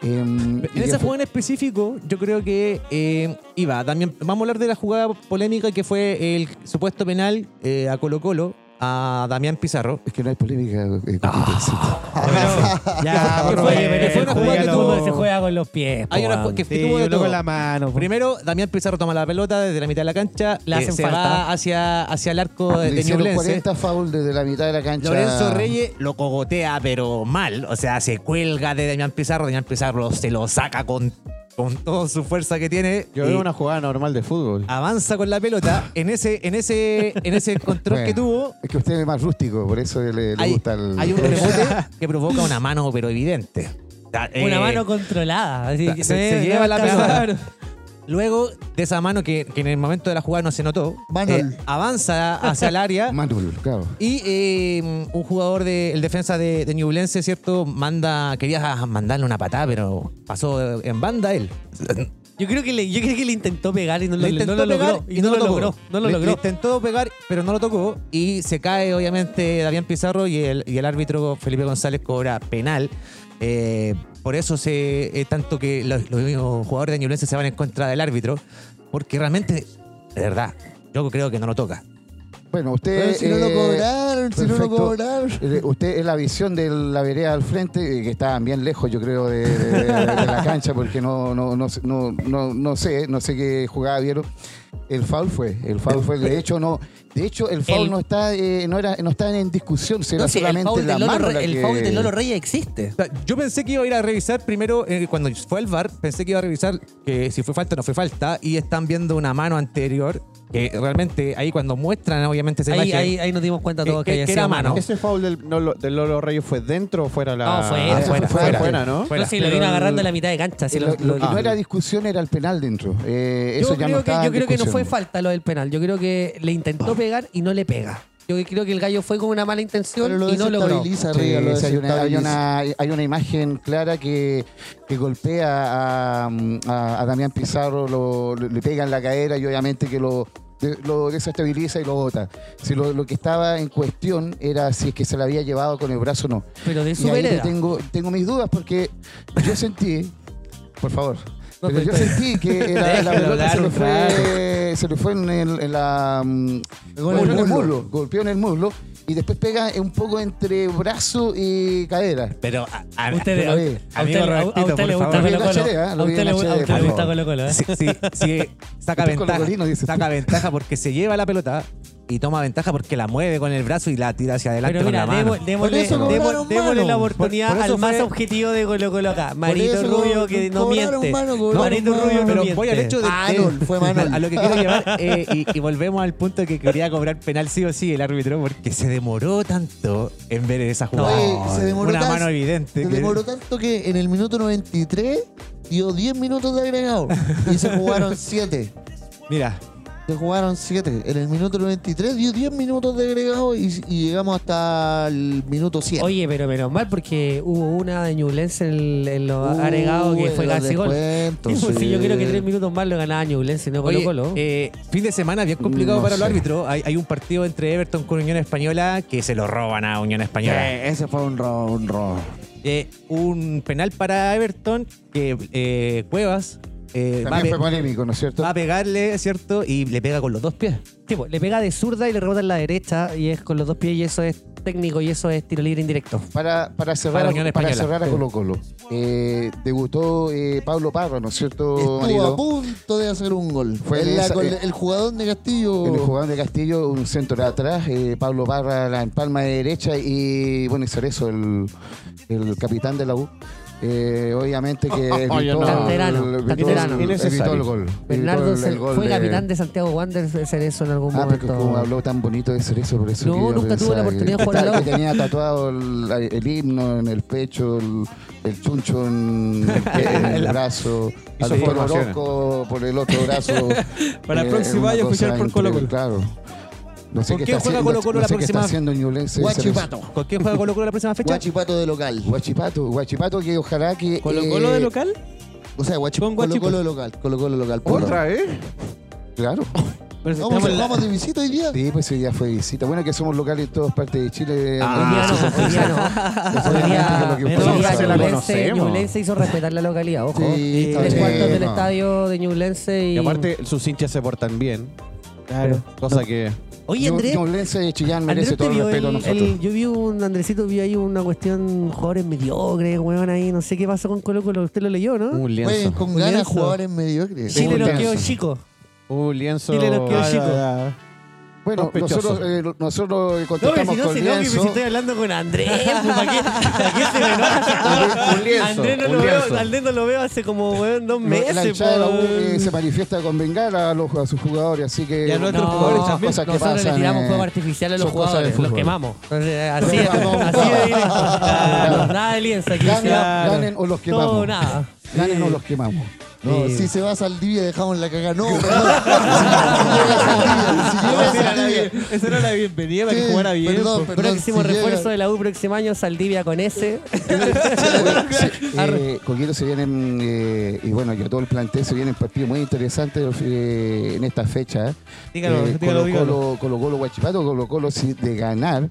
Speaker 1: Em, y
Speaker 7: En esa
Speaker 1: después-
Speaker 7: jugada en específico, yo creo que eh, iba. También vamos a hablar de la jugada polémica que fue el supuesto penal eh, a Colo Colo a Damián Pizarro.
Speaker 1: Es que no hay polémica. eh,
Speaker 7: Ah,
Speaker 5: Ya,
Speaker 7: ¿Qué
Speaker 5: por
Speaker 7: fue?
Speaker 5: favor,
Speaker 7: Fue una jugada que
Speaker 5: dígalo.
Speaker 7: tuvo-
Speaker 4: se juega con los pies.
Speaker 7: Hay una
Speaker 4: po,
Speaker 7: jugada que, que
Speaker 5: Sí,
Speaker 7: tuvo de
Speaker 5: uno
Speaker 7: todo.
Speaker 5: con la mano. po.
Speaker 7: Primero, Damián Pizarro toma la pelota desde la mitad de la cancha,
Speaker 4: Le
Speaker 7: eh,
Speaker 4: hacen
Speaker 7: se
Speaker 4: falta.
Speaker 7: va hacia, hacia el arco de,
Speaker 1: Le
Speaker 7: de
Speaker 1: hicieron
Speaker 7: Ñublense.
Speaker 1: 40 fouls desde la mitad de la cancha.
Speaker 7: Lorenzo Reyes lo cogotea, pero mal. O sea, se cuelga de Damián Pizarro. Damián Pizarro se lo saca con, con toda su fuerza que tiene.
Speaker 3: Yo
Speaker 7: y
Speaker 3: veo una jugada normal de fútbol.
Speaker 7: Avanza con la pelota. En ese, en ese, en ese control que
Speaker 1: Bueno.
Speaker 7: tuvo,
Speaker 1: Es que usted es más rústico, por eso le, le
Speaker 7: hay,
Speaker 1: gusta el.
Speaker 7: hay un rebote que provoca una mano, pero evidente. O sea, eh,
Speaker 4: Una mano controlada. así
Speaker 7: se-
Speaker 4: que
Speaker 7: se,
Speaker 4: ve-
Speaker 7: lleva la pelota.
Speaker 4: Claro.
Speaker 7: Luego de esa mano que, que en el momento de la jugada no se notó,
Speaker 6: Manol.
Speaker 7: eh, avanza hacia el área.
Speaker 1: Manul, claro.
Speaker 7: Y eh, un jugador de el defensa de, de Ñublense, ¿cierto? Manda, quería mandarle una patada, pero pasó en banda él.
Speaker 4: Yo creo que le, yo creo que le intentó pegar y no
Speaker 7: Le
Speaker 4: lo,
Speaker 7: intentó
Speaker 4: no lo
Speaker 7: pegar
Speaker 4: logró. Y no, lo logró. No lo
Speaker 7: Le- le
Speaker 4: logró.
Speaker 7: intentó pegar, pero no lo tocó. Y se cae, obviamente, Damián Pizarro y el, y el árbitro Felipe González cobra penal. Eh, por eso se eh, tanto que los, los mismos jugadores de Ñublense se van en contra del árbitro. Porque realmente, de verdad, yo creo que no lo toca.
Speaker 1: Bueno, usted.
Speaker 6: Pero si no lo
Speaker 1: eh,
Speaker 6: cobraron, si no lo
Speaker 1: perfecto.
Speaker 6: cobraron.
Speaker 1: Eh, Usted es la visión de la vereda al frente, eh, que estaban bien lejos, yo creo, de, de- de- de la cancha, porque no, no, no, sé- no, no- no sé, no sé qué jugada vieron. El foul fue, el foul fue. De hecho, no, de hecho, el foul
Speaker 4: El-
Speaker 1: no está, eh, no era, no está en discusión, sino
Speaker 4: No, sí, el
Speaker 1: solamente
Speaker 4: foul
Speaker 1: la
Speaker 4: de Lolo,
Speaker 1: mano
Speaker 4: Re-
Speaker 1: la
Speaker 4: el
Speaker 1: que-
Speaker 4: foul de Lolo Reyes existe.
Speaker 7: O sea, yo pensé que iba a ir a revisar primero, eh, cuando fue al VAR, pensé que iba a revisar que si fue falta o no fue falta, y están viendo una mano anterior, que realmente ahí cuando muestran, obviamente, esa
Speaker 4: Ahí,
Speaker 7: imagen,
Speaker 4: ahí, ahí nos dimos cuenta
Speaker 7: Que-
Speaker 4: todos que,
Speaker 7: que-
Speaker 4: haya
Speaker 7: que era
Speaker 4: sido
Speaker 7: mano.
Speaker 3: ¿Ese foul del, no, lo- del Lolo Reyes fue dentro o fuera la.?
Speaker 4: No, fuera,
Speaker 1: Ah,
Speaker 7: fuera,
Speaker 1: fue
Speaker 7: fuera.
Speaker 3: ¿no?
Speaker 4: No, sí, lo
Speaker 1: Pero
Speaker 4: vino
Speaker 1: el-
Speaker 4: agarrando en la mitad de cancha. sí,
Speaker 1: Eh,
Speaker 4: lo-
Speaker 1: lo, lo que
Speaker 4: lo-
Speaker 1: no era discusión era el penal dentro. Eh, eso
Speaker 4: yo
Speaker 1: ya
Speaker 4: creo,
Speaker 1: no
Speaker 4: que,
Speaker 1: estaba
Speaker 4: yo
Speaker 1: en
Speaker 4: creo que no fue
Speaker 1: discusión.
Speaker 4: falta lo del penal. Yo creo que le intentó pegar y no le pega. Yo creo que el gallo fue con una mala intención
Speaker 6: Pero lo
Speaker 4: y no logró.
Speaker 6: desestabiliza
Speaker 1: Sí,
Speaker 6: arriba, lo
Speaker 1: sí, hay, una, hay,
Speaker 6: desestabiliza.
Speaker 1: una, hay una imagen clara que, que golpea a, a- a Damián Pizarro, lo- le le pega en la cadera y obviamente que lo, de- lo desestabiliza y lo bota. Si lo, lo que estaba en cuestión era si es que se la había llevado con el brazo o no.
Speaker 4: Pero de
Speaker 1: Y
Speaker 4: su
Speaker 1: ahí yo
Speaker 4: vereda.
Speaker 1: tengo, tengo mis dudas porque yo sentí, por favor,
Speaker 4: No,
Speaker 1: pero
Speaker 4: te-
Speaker 1: yo
Speaker 4: te-
Speaker 1: sentí que la, la
Speaker 7: Déjalo
Speaker 1: pelota se
Speaker 7: hablar
Speaker 1: le
Speaker 7: un
Speaker 1: fue, se le fue en, el- en la... mm, golpeó en el muslo. Golpeó en el muslo y después pega un poco entre brazo y cadera.
Speaker 7: pero a- a-
Speaker 1: Yo lo vi.
Speaker 4: a
Speaker 7: Amigo
Speaker 4: a- a
Speaker 7: Robertito, por
Speaker 1: favor. Lo vi en HD, ¿eh? Lo vi en
Speaker 4: le- a
Speaker 1: HD, por
Speaker 4: gusta
Speaker 1: favor.
Speaker 4: Colo-Colo, ¿eh?
Speaker 7: sí, sí, sí, saca
Speaker 1: Estoy con
Speaker 7: ventaja.
Speaker 1: Logolino, dices
Speaker 7: Saca ventaja porque se lleva la pelota y toma ventaja porque la mueve con el brazo y la tira hacia adelante
Speaker 4: Pero
Speaker 7: con
Speaker 4: mira,
Speaker 7: la mano.
Speaker 4: demo- démosle,
Speaker 6: eso
Speaker 4: demo-
Speaker 6: cobraron
Speaker 4: démosle la
Speaker 6: mano.
Speaker 4: oportunidad
Speaker 7: Por- por eso
Speaker 4: al más
Speaker 7: fue-
Speaker 4: objetivo de Colo Colo acá. Marito
Speaker 6: eso
Speaker 4: Rubio
Speaker 6: cobraron-
Speaker 4: que no
Speaker 6: cobraron
Speaker 4: miente.
Speaker 6: mano, cobraron
Speaker 4: Marito
Speaker 6: mano.
Speaker 4: Rubio no
Speaker 7: pero
Speaker 4: miente. Ah,
Speaker 7: voy al hecho de
Speaker 6: Manol, fue Manol.
Speaker 7: a lo que quiero llevar eh, y, y volvemos al punto que quería cobrar penal sí o sí el árbitro porque se demoró tanto en ver esa jugada
Speaker 6: Oye, se demoró
Speaker 7: una
Speaker 6: tan-
Speaker 7: mano evidente
Speaker 6: Se
Speaker 7: que-
Speaker 6: demoró tanto que en el minuto 93 dio 10 minutos de agregado y se jugaron 7.
Speaker 7: mira
Speaker 6: Se jugaron 7. En el minuto 93 dio 10 minutos de agregado y, y llegamos hasta el minuto 7.
Speaker 4: Oye, pero menos mal porque hubo una de Ñublense en, en lo
Speaker 6: Uh,
Speaker 4: agregado que fue casi gol. Sí, pues, sí, yo creo que tres minutos más lo ganaba Ñublense, no Colo
Speaker 7: Oye,
Speaker 4: Colo.
Speaker 7: eh, fin de semana bien complicado
Speaker 1: No
Speaker 7: para
Speaker 1: sé.
Speaker 7: los árbitros hay, hay un partido entre Everton con Unión Española que se lo roban a Unión Española
Speaker 6: ese fue un robo, un robo.
Speaker 7: Eh, un penal para Everton que eh, Cuevas eh, va, a
Speaker 1: También
Speaker 7: pe-
Speaker 1: fue polémico, ¿no es cierto?
Speaker 7: va a pegarle cierto y le pega con los dos pies
Speaker 4: Eh, Tipo, le pega de zurda y le rebota en la derecha y es con los dos pies y eso es técnico y eso es tiro libre indirecto.
Speaker 1: Para, para cerrar,
Speaker 7: Para
Speaker 1: a-
Speaker 7: Unión
Speaker 1: para,
Speaker 7: Española.
Speaker 1: cerrar a Colo Colo. Eh, debutó eh, Pablo Parra, ¿no es cierto,
Speaker 6: Estuvo a
Speaker 1: Marilo?
Speaker 6: punto de hacer un gol.
Speaker 1: Fue
Speaker 6: el, la-
Speaker 1: esa-
Speaker 6: con
Speaker 1: eh,
Speaker 6: el jugador de Castillo.
Speaker 1: El jugador de Castillo, un centro de atrás, eh, Pablo Parra la en palma de derecha y bueno, y Cerezo, el, el capitán de la U. Eh, obviamente que
Speaker 3: Oye, no.
Speaker 4: Canterano,
Speaker 1: el- evitó
Speaker 4: canterano.
Speaker 1: el- evitó el gol.
Speaker 4: Bernardo
Speaker 1: Evitó el- el
Speaker 4: Cer-
Speaker 1: gol
Speaker 4: fue
Speaker 1: de-
Speaker 4: capitán de Santiago Wander Cerezo en algún
Speaker 1: Ah, porque
Speaker 4: momento.
Speaker 1: como habló tan bonito de Cerezo, por eso
Speaker 4: No,
Speaker 1: que yo
Speaker 4: nunca tuve
Speaker 1: pensaba
Speaker 4: la oportunidad de jugar
Speaker 1: que-
Speaker 4: al lado.
Speaker 1: que tenía tatuado el, el himno en el pecho, el, el chuncho en el, en el brazo,
Speaker 3: Hizo
Speaker 1: al Víctor
Speaker 3: formaciones.
Speaker 1: Orozco por el otro brazo.
Speaker 5: Para el
Speaker 1: Eh,
Speaker 5: próximo
Speaker 1: una
Speaker 5: año
Speaker 1: cosa
Speaker 5: fichar por Colo
Speaker 1: increíble,
Speaker 5: Colo.
Speaker 1: Claro. No sé
Speaker 7: ¿Con
Speaker 1: qué
Speaker 7: quién
Speaker 1: está
Speaker 7: juega
Speaker 1: haciendo-
Speaker 7: Colo Colo
Speaker 1: no
Speaker 7: la
Speaker 1: sé qué
Speaker 7: próxima?
Speaker 1: está haciendo Ñublense.
Speaker 6: Guachipato.
Speaker 7: ¿con quién juega Colo Colo la próxima fecha?
Speaker 6: Guachipato de local.
Speaker 1: Guachipato, Guachipato que ojalá que...
Speaker 5: ¿Colo
Speaker 1: eh,
Speaker 5: Colo de local?
Speaker 6: O sea, Guachi-
Speaker 5: Con
Speaker 6: Colo
Speaker 5: Guachipato.
Speaker 6: Colo de local. Colo Colo local.
Speaker 3: ¿Otra vez?
Speaker 1: Claro.
Speaker 5: Pero si
Speaker 6: Vamos,
Speaker 5: estamos en la-
Speaker 6: vamos de visita hoy día.
Speaker 1: Sí, pues hoy día fue visita. Bueno, que somos locales en todas partes de Chile.
Speaker 4: hoy día no,
Speaker 1: Eso
Speaker 4: hoy día
Speaker 1: obviamente
Speaker 4: no.
Speaker 1: que
Speaker 4: Hoy
Speaker 1: lo que
Speaker 4: día,
Speaker 1: pasa.
Speaker 4: hoy día
Speaker 1: Se la
Speaker 4: Ñublense,
Speaker 3: conocemos.
Speaker 4: Ñublense hizo respetar la localidad, ojo.
Speaker 6: Sí, está
Speaker 4: Tres
Speaker 6: bien.
Speaker 4: cuartos del
Speaker 1: no.
Speaker 4: estadio de Ñublense y...
Speaker 3: Y aparte, sus hinchas se portan bien.
Speaker 5: Claro.
Speaker 3: Cosa que.
Speaker 4: Oye,
Speaker 1: Ñu-
Speaker 4: Andrés,
Speaker 1: Ñublense y Chillán merece
Speaker 4: Andrés te
Speaker 1: todo el
Speaker 4: vio
Speaker 1: respeto a
Speaker 4: el-
Speaker 1: nosotros.
Speaker 4: el- yo vi un Andresito, vi ahí una cuestión, jugadores mediocres, weón, ahí, no sé qué pasó con Colo Colo, usted lo leyó,
Speaker 1: Ah,
Speaker 4: ¿no?
Speaker 3: Un
Speaker 6: Jueguen
Speaker 3: uh, lienzo.
Speaker 6: con ganas
Speaker 4: Lienzo.
Speaker 6: jugadores mediocres.
Speaker 4: Chile
Speaker 1: un
Speaker 4: nos
Speaker 1: lienzo.
Speaker 4: quedó chico.
Speaker 3: Un lienzo.
Speaker 4: Dile lo que
Speaker 3: Ah,
Speaker 4: os- chico.
Speaker 1: Bueno,
Speaker 3: Sospechoso.
Speaker 1: nosotros, eh, nosotros eh,
Speaker 4: No, pero si
Speaker 1: contactamos
Speaker 4: no,
Speaker 1: con
Speaker 4: si no, que si
Speaker 1: Lienzo.
Speaker 4: estoy hablando con Andrés, pues, ¿para qué, para qué se me enoja?
Speaker 3: Un lienzo,
Speaker 4: Andrés no
Speaker 3: un
Speaker 4: lo
Speaker 3: lienzo.
Speaker 4: veo, Andrés no lo veo hace como, weón, dos meses, pues.
Speaker 1: la hinchada de la U,
Speaker 4: po.
Speaker 1: eh, se manifiesta con bengala a, los, a sus jugadores, así que...
Speaker 5: Y a nuestros
Speaker 1: son
Speaker 5: jugadores
Speaker 1: cosas
Speaker 5: también.
Speaker 1: que
Speaker 4: Nosotros
Speaker 1: pasan,
Speaker 4: le tiramos
Speaker 1: eh,
Speaker 4: fuego artificial a los
Speaker 1: son cosas del
Speaker 4: jugadores, los
Speaker 1: fútbol.
Speaker 4: quemamos. Entonces, así, es,
Speaker 1: vamos.
Speaker 4: así de directo. Claro, nada de lienzo aquí.
Speaker 1: Ganen,
Speaker 4: claro.
Speaker 1: ganen o los quemamos.
Speaker 4: Todo nada.
Speaker 1: Ganen o los quemamos.
Speaker 6: No,
Speaker 4: Sí.
Speaker 6: si se va a Saldivia dejamos la caga. No, no. Si llega Saldivia, si llega Saldivia.
Speaker 5: Esa era la bienvenida para que
Speaker 6: Sí,
Speaker 5: jugara bien.
Speaker 6: Perdón,
Speaker 5: po.
Speaker 6: perdón.
Speaker 4: Próximo
Speaker 6: si llega-
Speaker 4: refuerzo de la U, próximo año, Saldivia con S.
Speaker 1: Eh, Coquito se vienen, eh, y bueno, yo todo el plantel se vienen partidos muy interesantes eh, en esta fecha.
Speaker 5: Dígalo,
Speaker 1: Eh,
Speaker 5: dígalo,
Speaker 1: Colo,
Speaker 5: dígalo.
Speaker 1: Colo, Colo Colo Guachipato, Colo Colo sí, de ganar.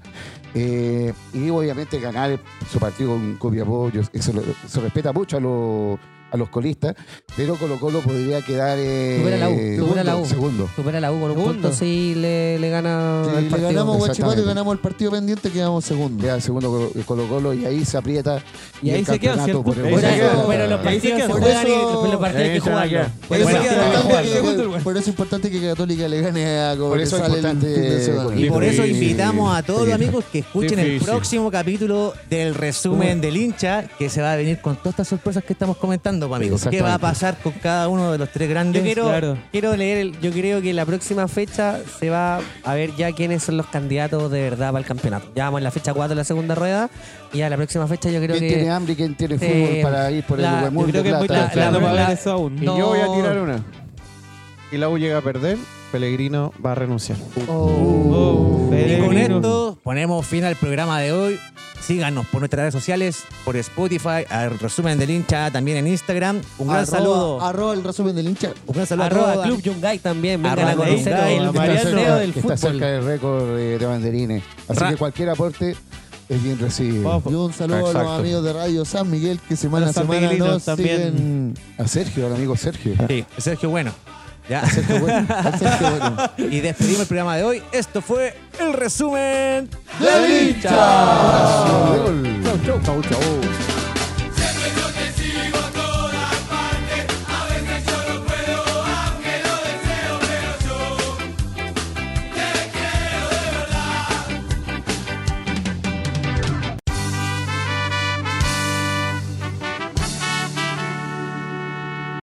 Speaker 1: eh, y obviamente ganar su partido con Copiapó, yo- eso lo- se respeta mucho a los a los colistas, pero Colo Colo podría quedar eh,
Speaker 4: Supera la U, supera
Speaker 1: segundo,
Speaker 4: la U.
Speaker 1: segundo.
Speaker 4: Supera la U con un
Speaker 5: Segundo.
Speaker 4: punto si le, le gana al
Speaker 6: Si le
Speaker 4: partido.
Speaker 6: ganamos a Guachipato y
Speaker 1: Exactamente.
Speaker 6: ganamos el partido pendiente, quedamos segundos.
Speaker 1: Queda segundo Colo Colo y ahí se aprieta.
Speaker 5: Y ahí
Speaker 1: el
Speaker 5: se quedan,
Speaker 1: campeonato
Speaker 5: ¿cierto?
Speaker 1: por el-
Speaker 3: Ahí
Speaker 4: Por
Speaker 3: se
Speaker 1: Ahí
Speaker 4: eso,
Speaker 3: queda.
Speaker 4: pero los
Speaker 5: Ahí se
Speaker 4: partidos se
Speaker 5: queda.
Speaker 4: juegan y
Speaker 6: Por eso-
Speaker 4: los partidos hay que
Speaker 3: Ahí
Speaker 7: Ah,
Speaker 3: se va a
Speaker 4: jugarlos.
Speaker 3: quedar.
Speaker 4: Por
Speaker 5: Ahí
Speaker 4: eso-
Speaker 5: se
Speaker 6: Por
Speaker 5: queda,
Speaker 6: eso
Speaker 5: hay que
Speaker 6: importante
Speaker 5: jugarlo.
Speaker 6: que-
Speaker 5: Segundo lugar.
Speaker 6: Por eso es importante que Católica le gane a
Speaker 1: Por eso es
Speaker 6: Cobresal el fin de
Speaker 1: importante.
Speaker 6: semana.
Speaker 7: Y por eso
Speaker 1: Sí,
Speaker 7: invitamos a todos
Speaker 1: sí.
Speaker 7: los amigos que escuchen el
Speaker 3: Difícil.
Speaker 7: próximo capítulo del resumen del hincha, que se va a venir con todas estas sorpresas que estamos comentando, pues, amigos. ¿Qué va a
Speaker 1: Exactamente.
Speaker 7: pasar con cada uno de los tres
Speaker 4: Yo
Speaker 7: grandes?
Speaker 4: quiero,
Speaker 5: Claro.
Speaker 4: quiero leer, el- yo creo que la próxima fecha se va a ver ya quiénes son los candidatos de verdad para el campeonato. Ya vamos en la fecha 4 de la segunda rueda y a la próxima fecha yo creo
Speaker 1: ¿Quién tiene
Speaker 4: que...
Speaker 1: hambre y quién tiene
Speaker 4: Sí.
Speaker 1: fútbol para ir por el
Speaker 4: La- yo
Speaker 1: Huemul de
Speaker 5: Creo que es muy
Speaker 1: Plata?
Speaker 4: la-
Speaker 5: temprano para
Speaker 4: la-
Speaker 5: ver eso aún.
Speaker 3: Y yo voy a tirar una. Y la U llega a perder, Pellegrino va a renunciar.
Speaker 5: Oh,
Speaker 7: Y con
Speaker 5: Pellegrino.
Speaker 7: esto ponemos fin al programa de hoy. Síganos por nuestras redes sociales, por Spotify, al resumen del hincha, también en Instagram. Un gran
Speaker 6: Arroba-
Speaker 7: saludo.
Speaker 6: Arroba el resumen del hincha.
Speaker 7: un gran saludo a
Speaker 4: Arroba
Speaker 7: todos.
Speaker 4: Club Yungay también, vengan
Speaker 7: Arroba
Speaker 4: a
Speaker 7: Club
Speaker 4: conocer
Speaker 7: Yungay,
Speaker 4: el
Speaker 1: Está
Speaker 5: Mariano
Speaker 1: cerca-
Speaker 4: Mariano del
Speaker 1: Está cerca
Speaker 4: fútbol.
Speaker 1: del récord eh, de banderines. Así
Speaker 7: Ra-
Speaker 1: que cualquier aporte es bien recibido.
Speaker 5: Vamos.
Speaker 6: Y un saludo a
Speaker 3: Exacto.
Speaker 6: los amigos de Radio San Miguel que semana
Speaker 5: Los
Speaker 6: a semana nos
Speaker 5: sanmiguelinos también.
Speaker 6: siguen.
Speaker 1: A Sergio, al amigo Sergio.
Speaker 7: Sí, Sergio Bueno. Ya.
Speaker 1: Sergio, bueno.
Speaker 6: Sergio Bueno.
Speaker 7: y despedimos el programa de hoy. Esto fue el resumen
Speaker 1: ¡Del hincha! Gol.
Speaker 3: Chau, chau.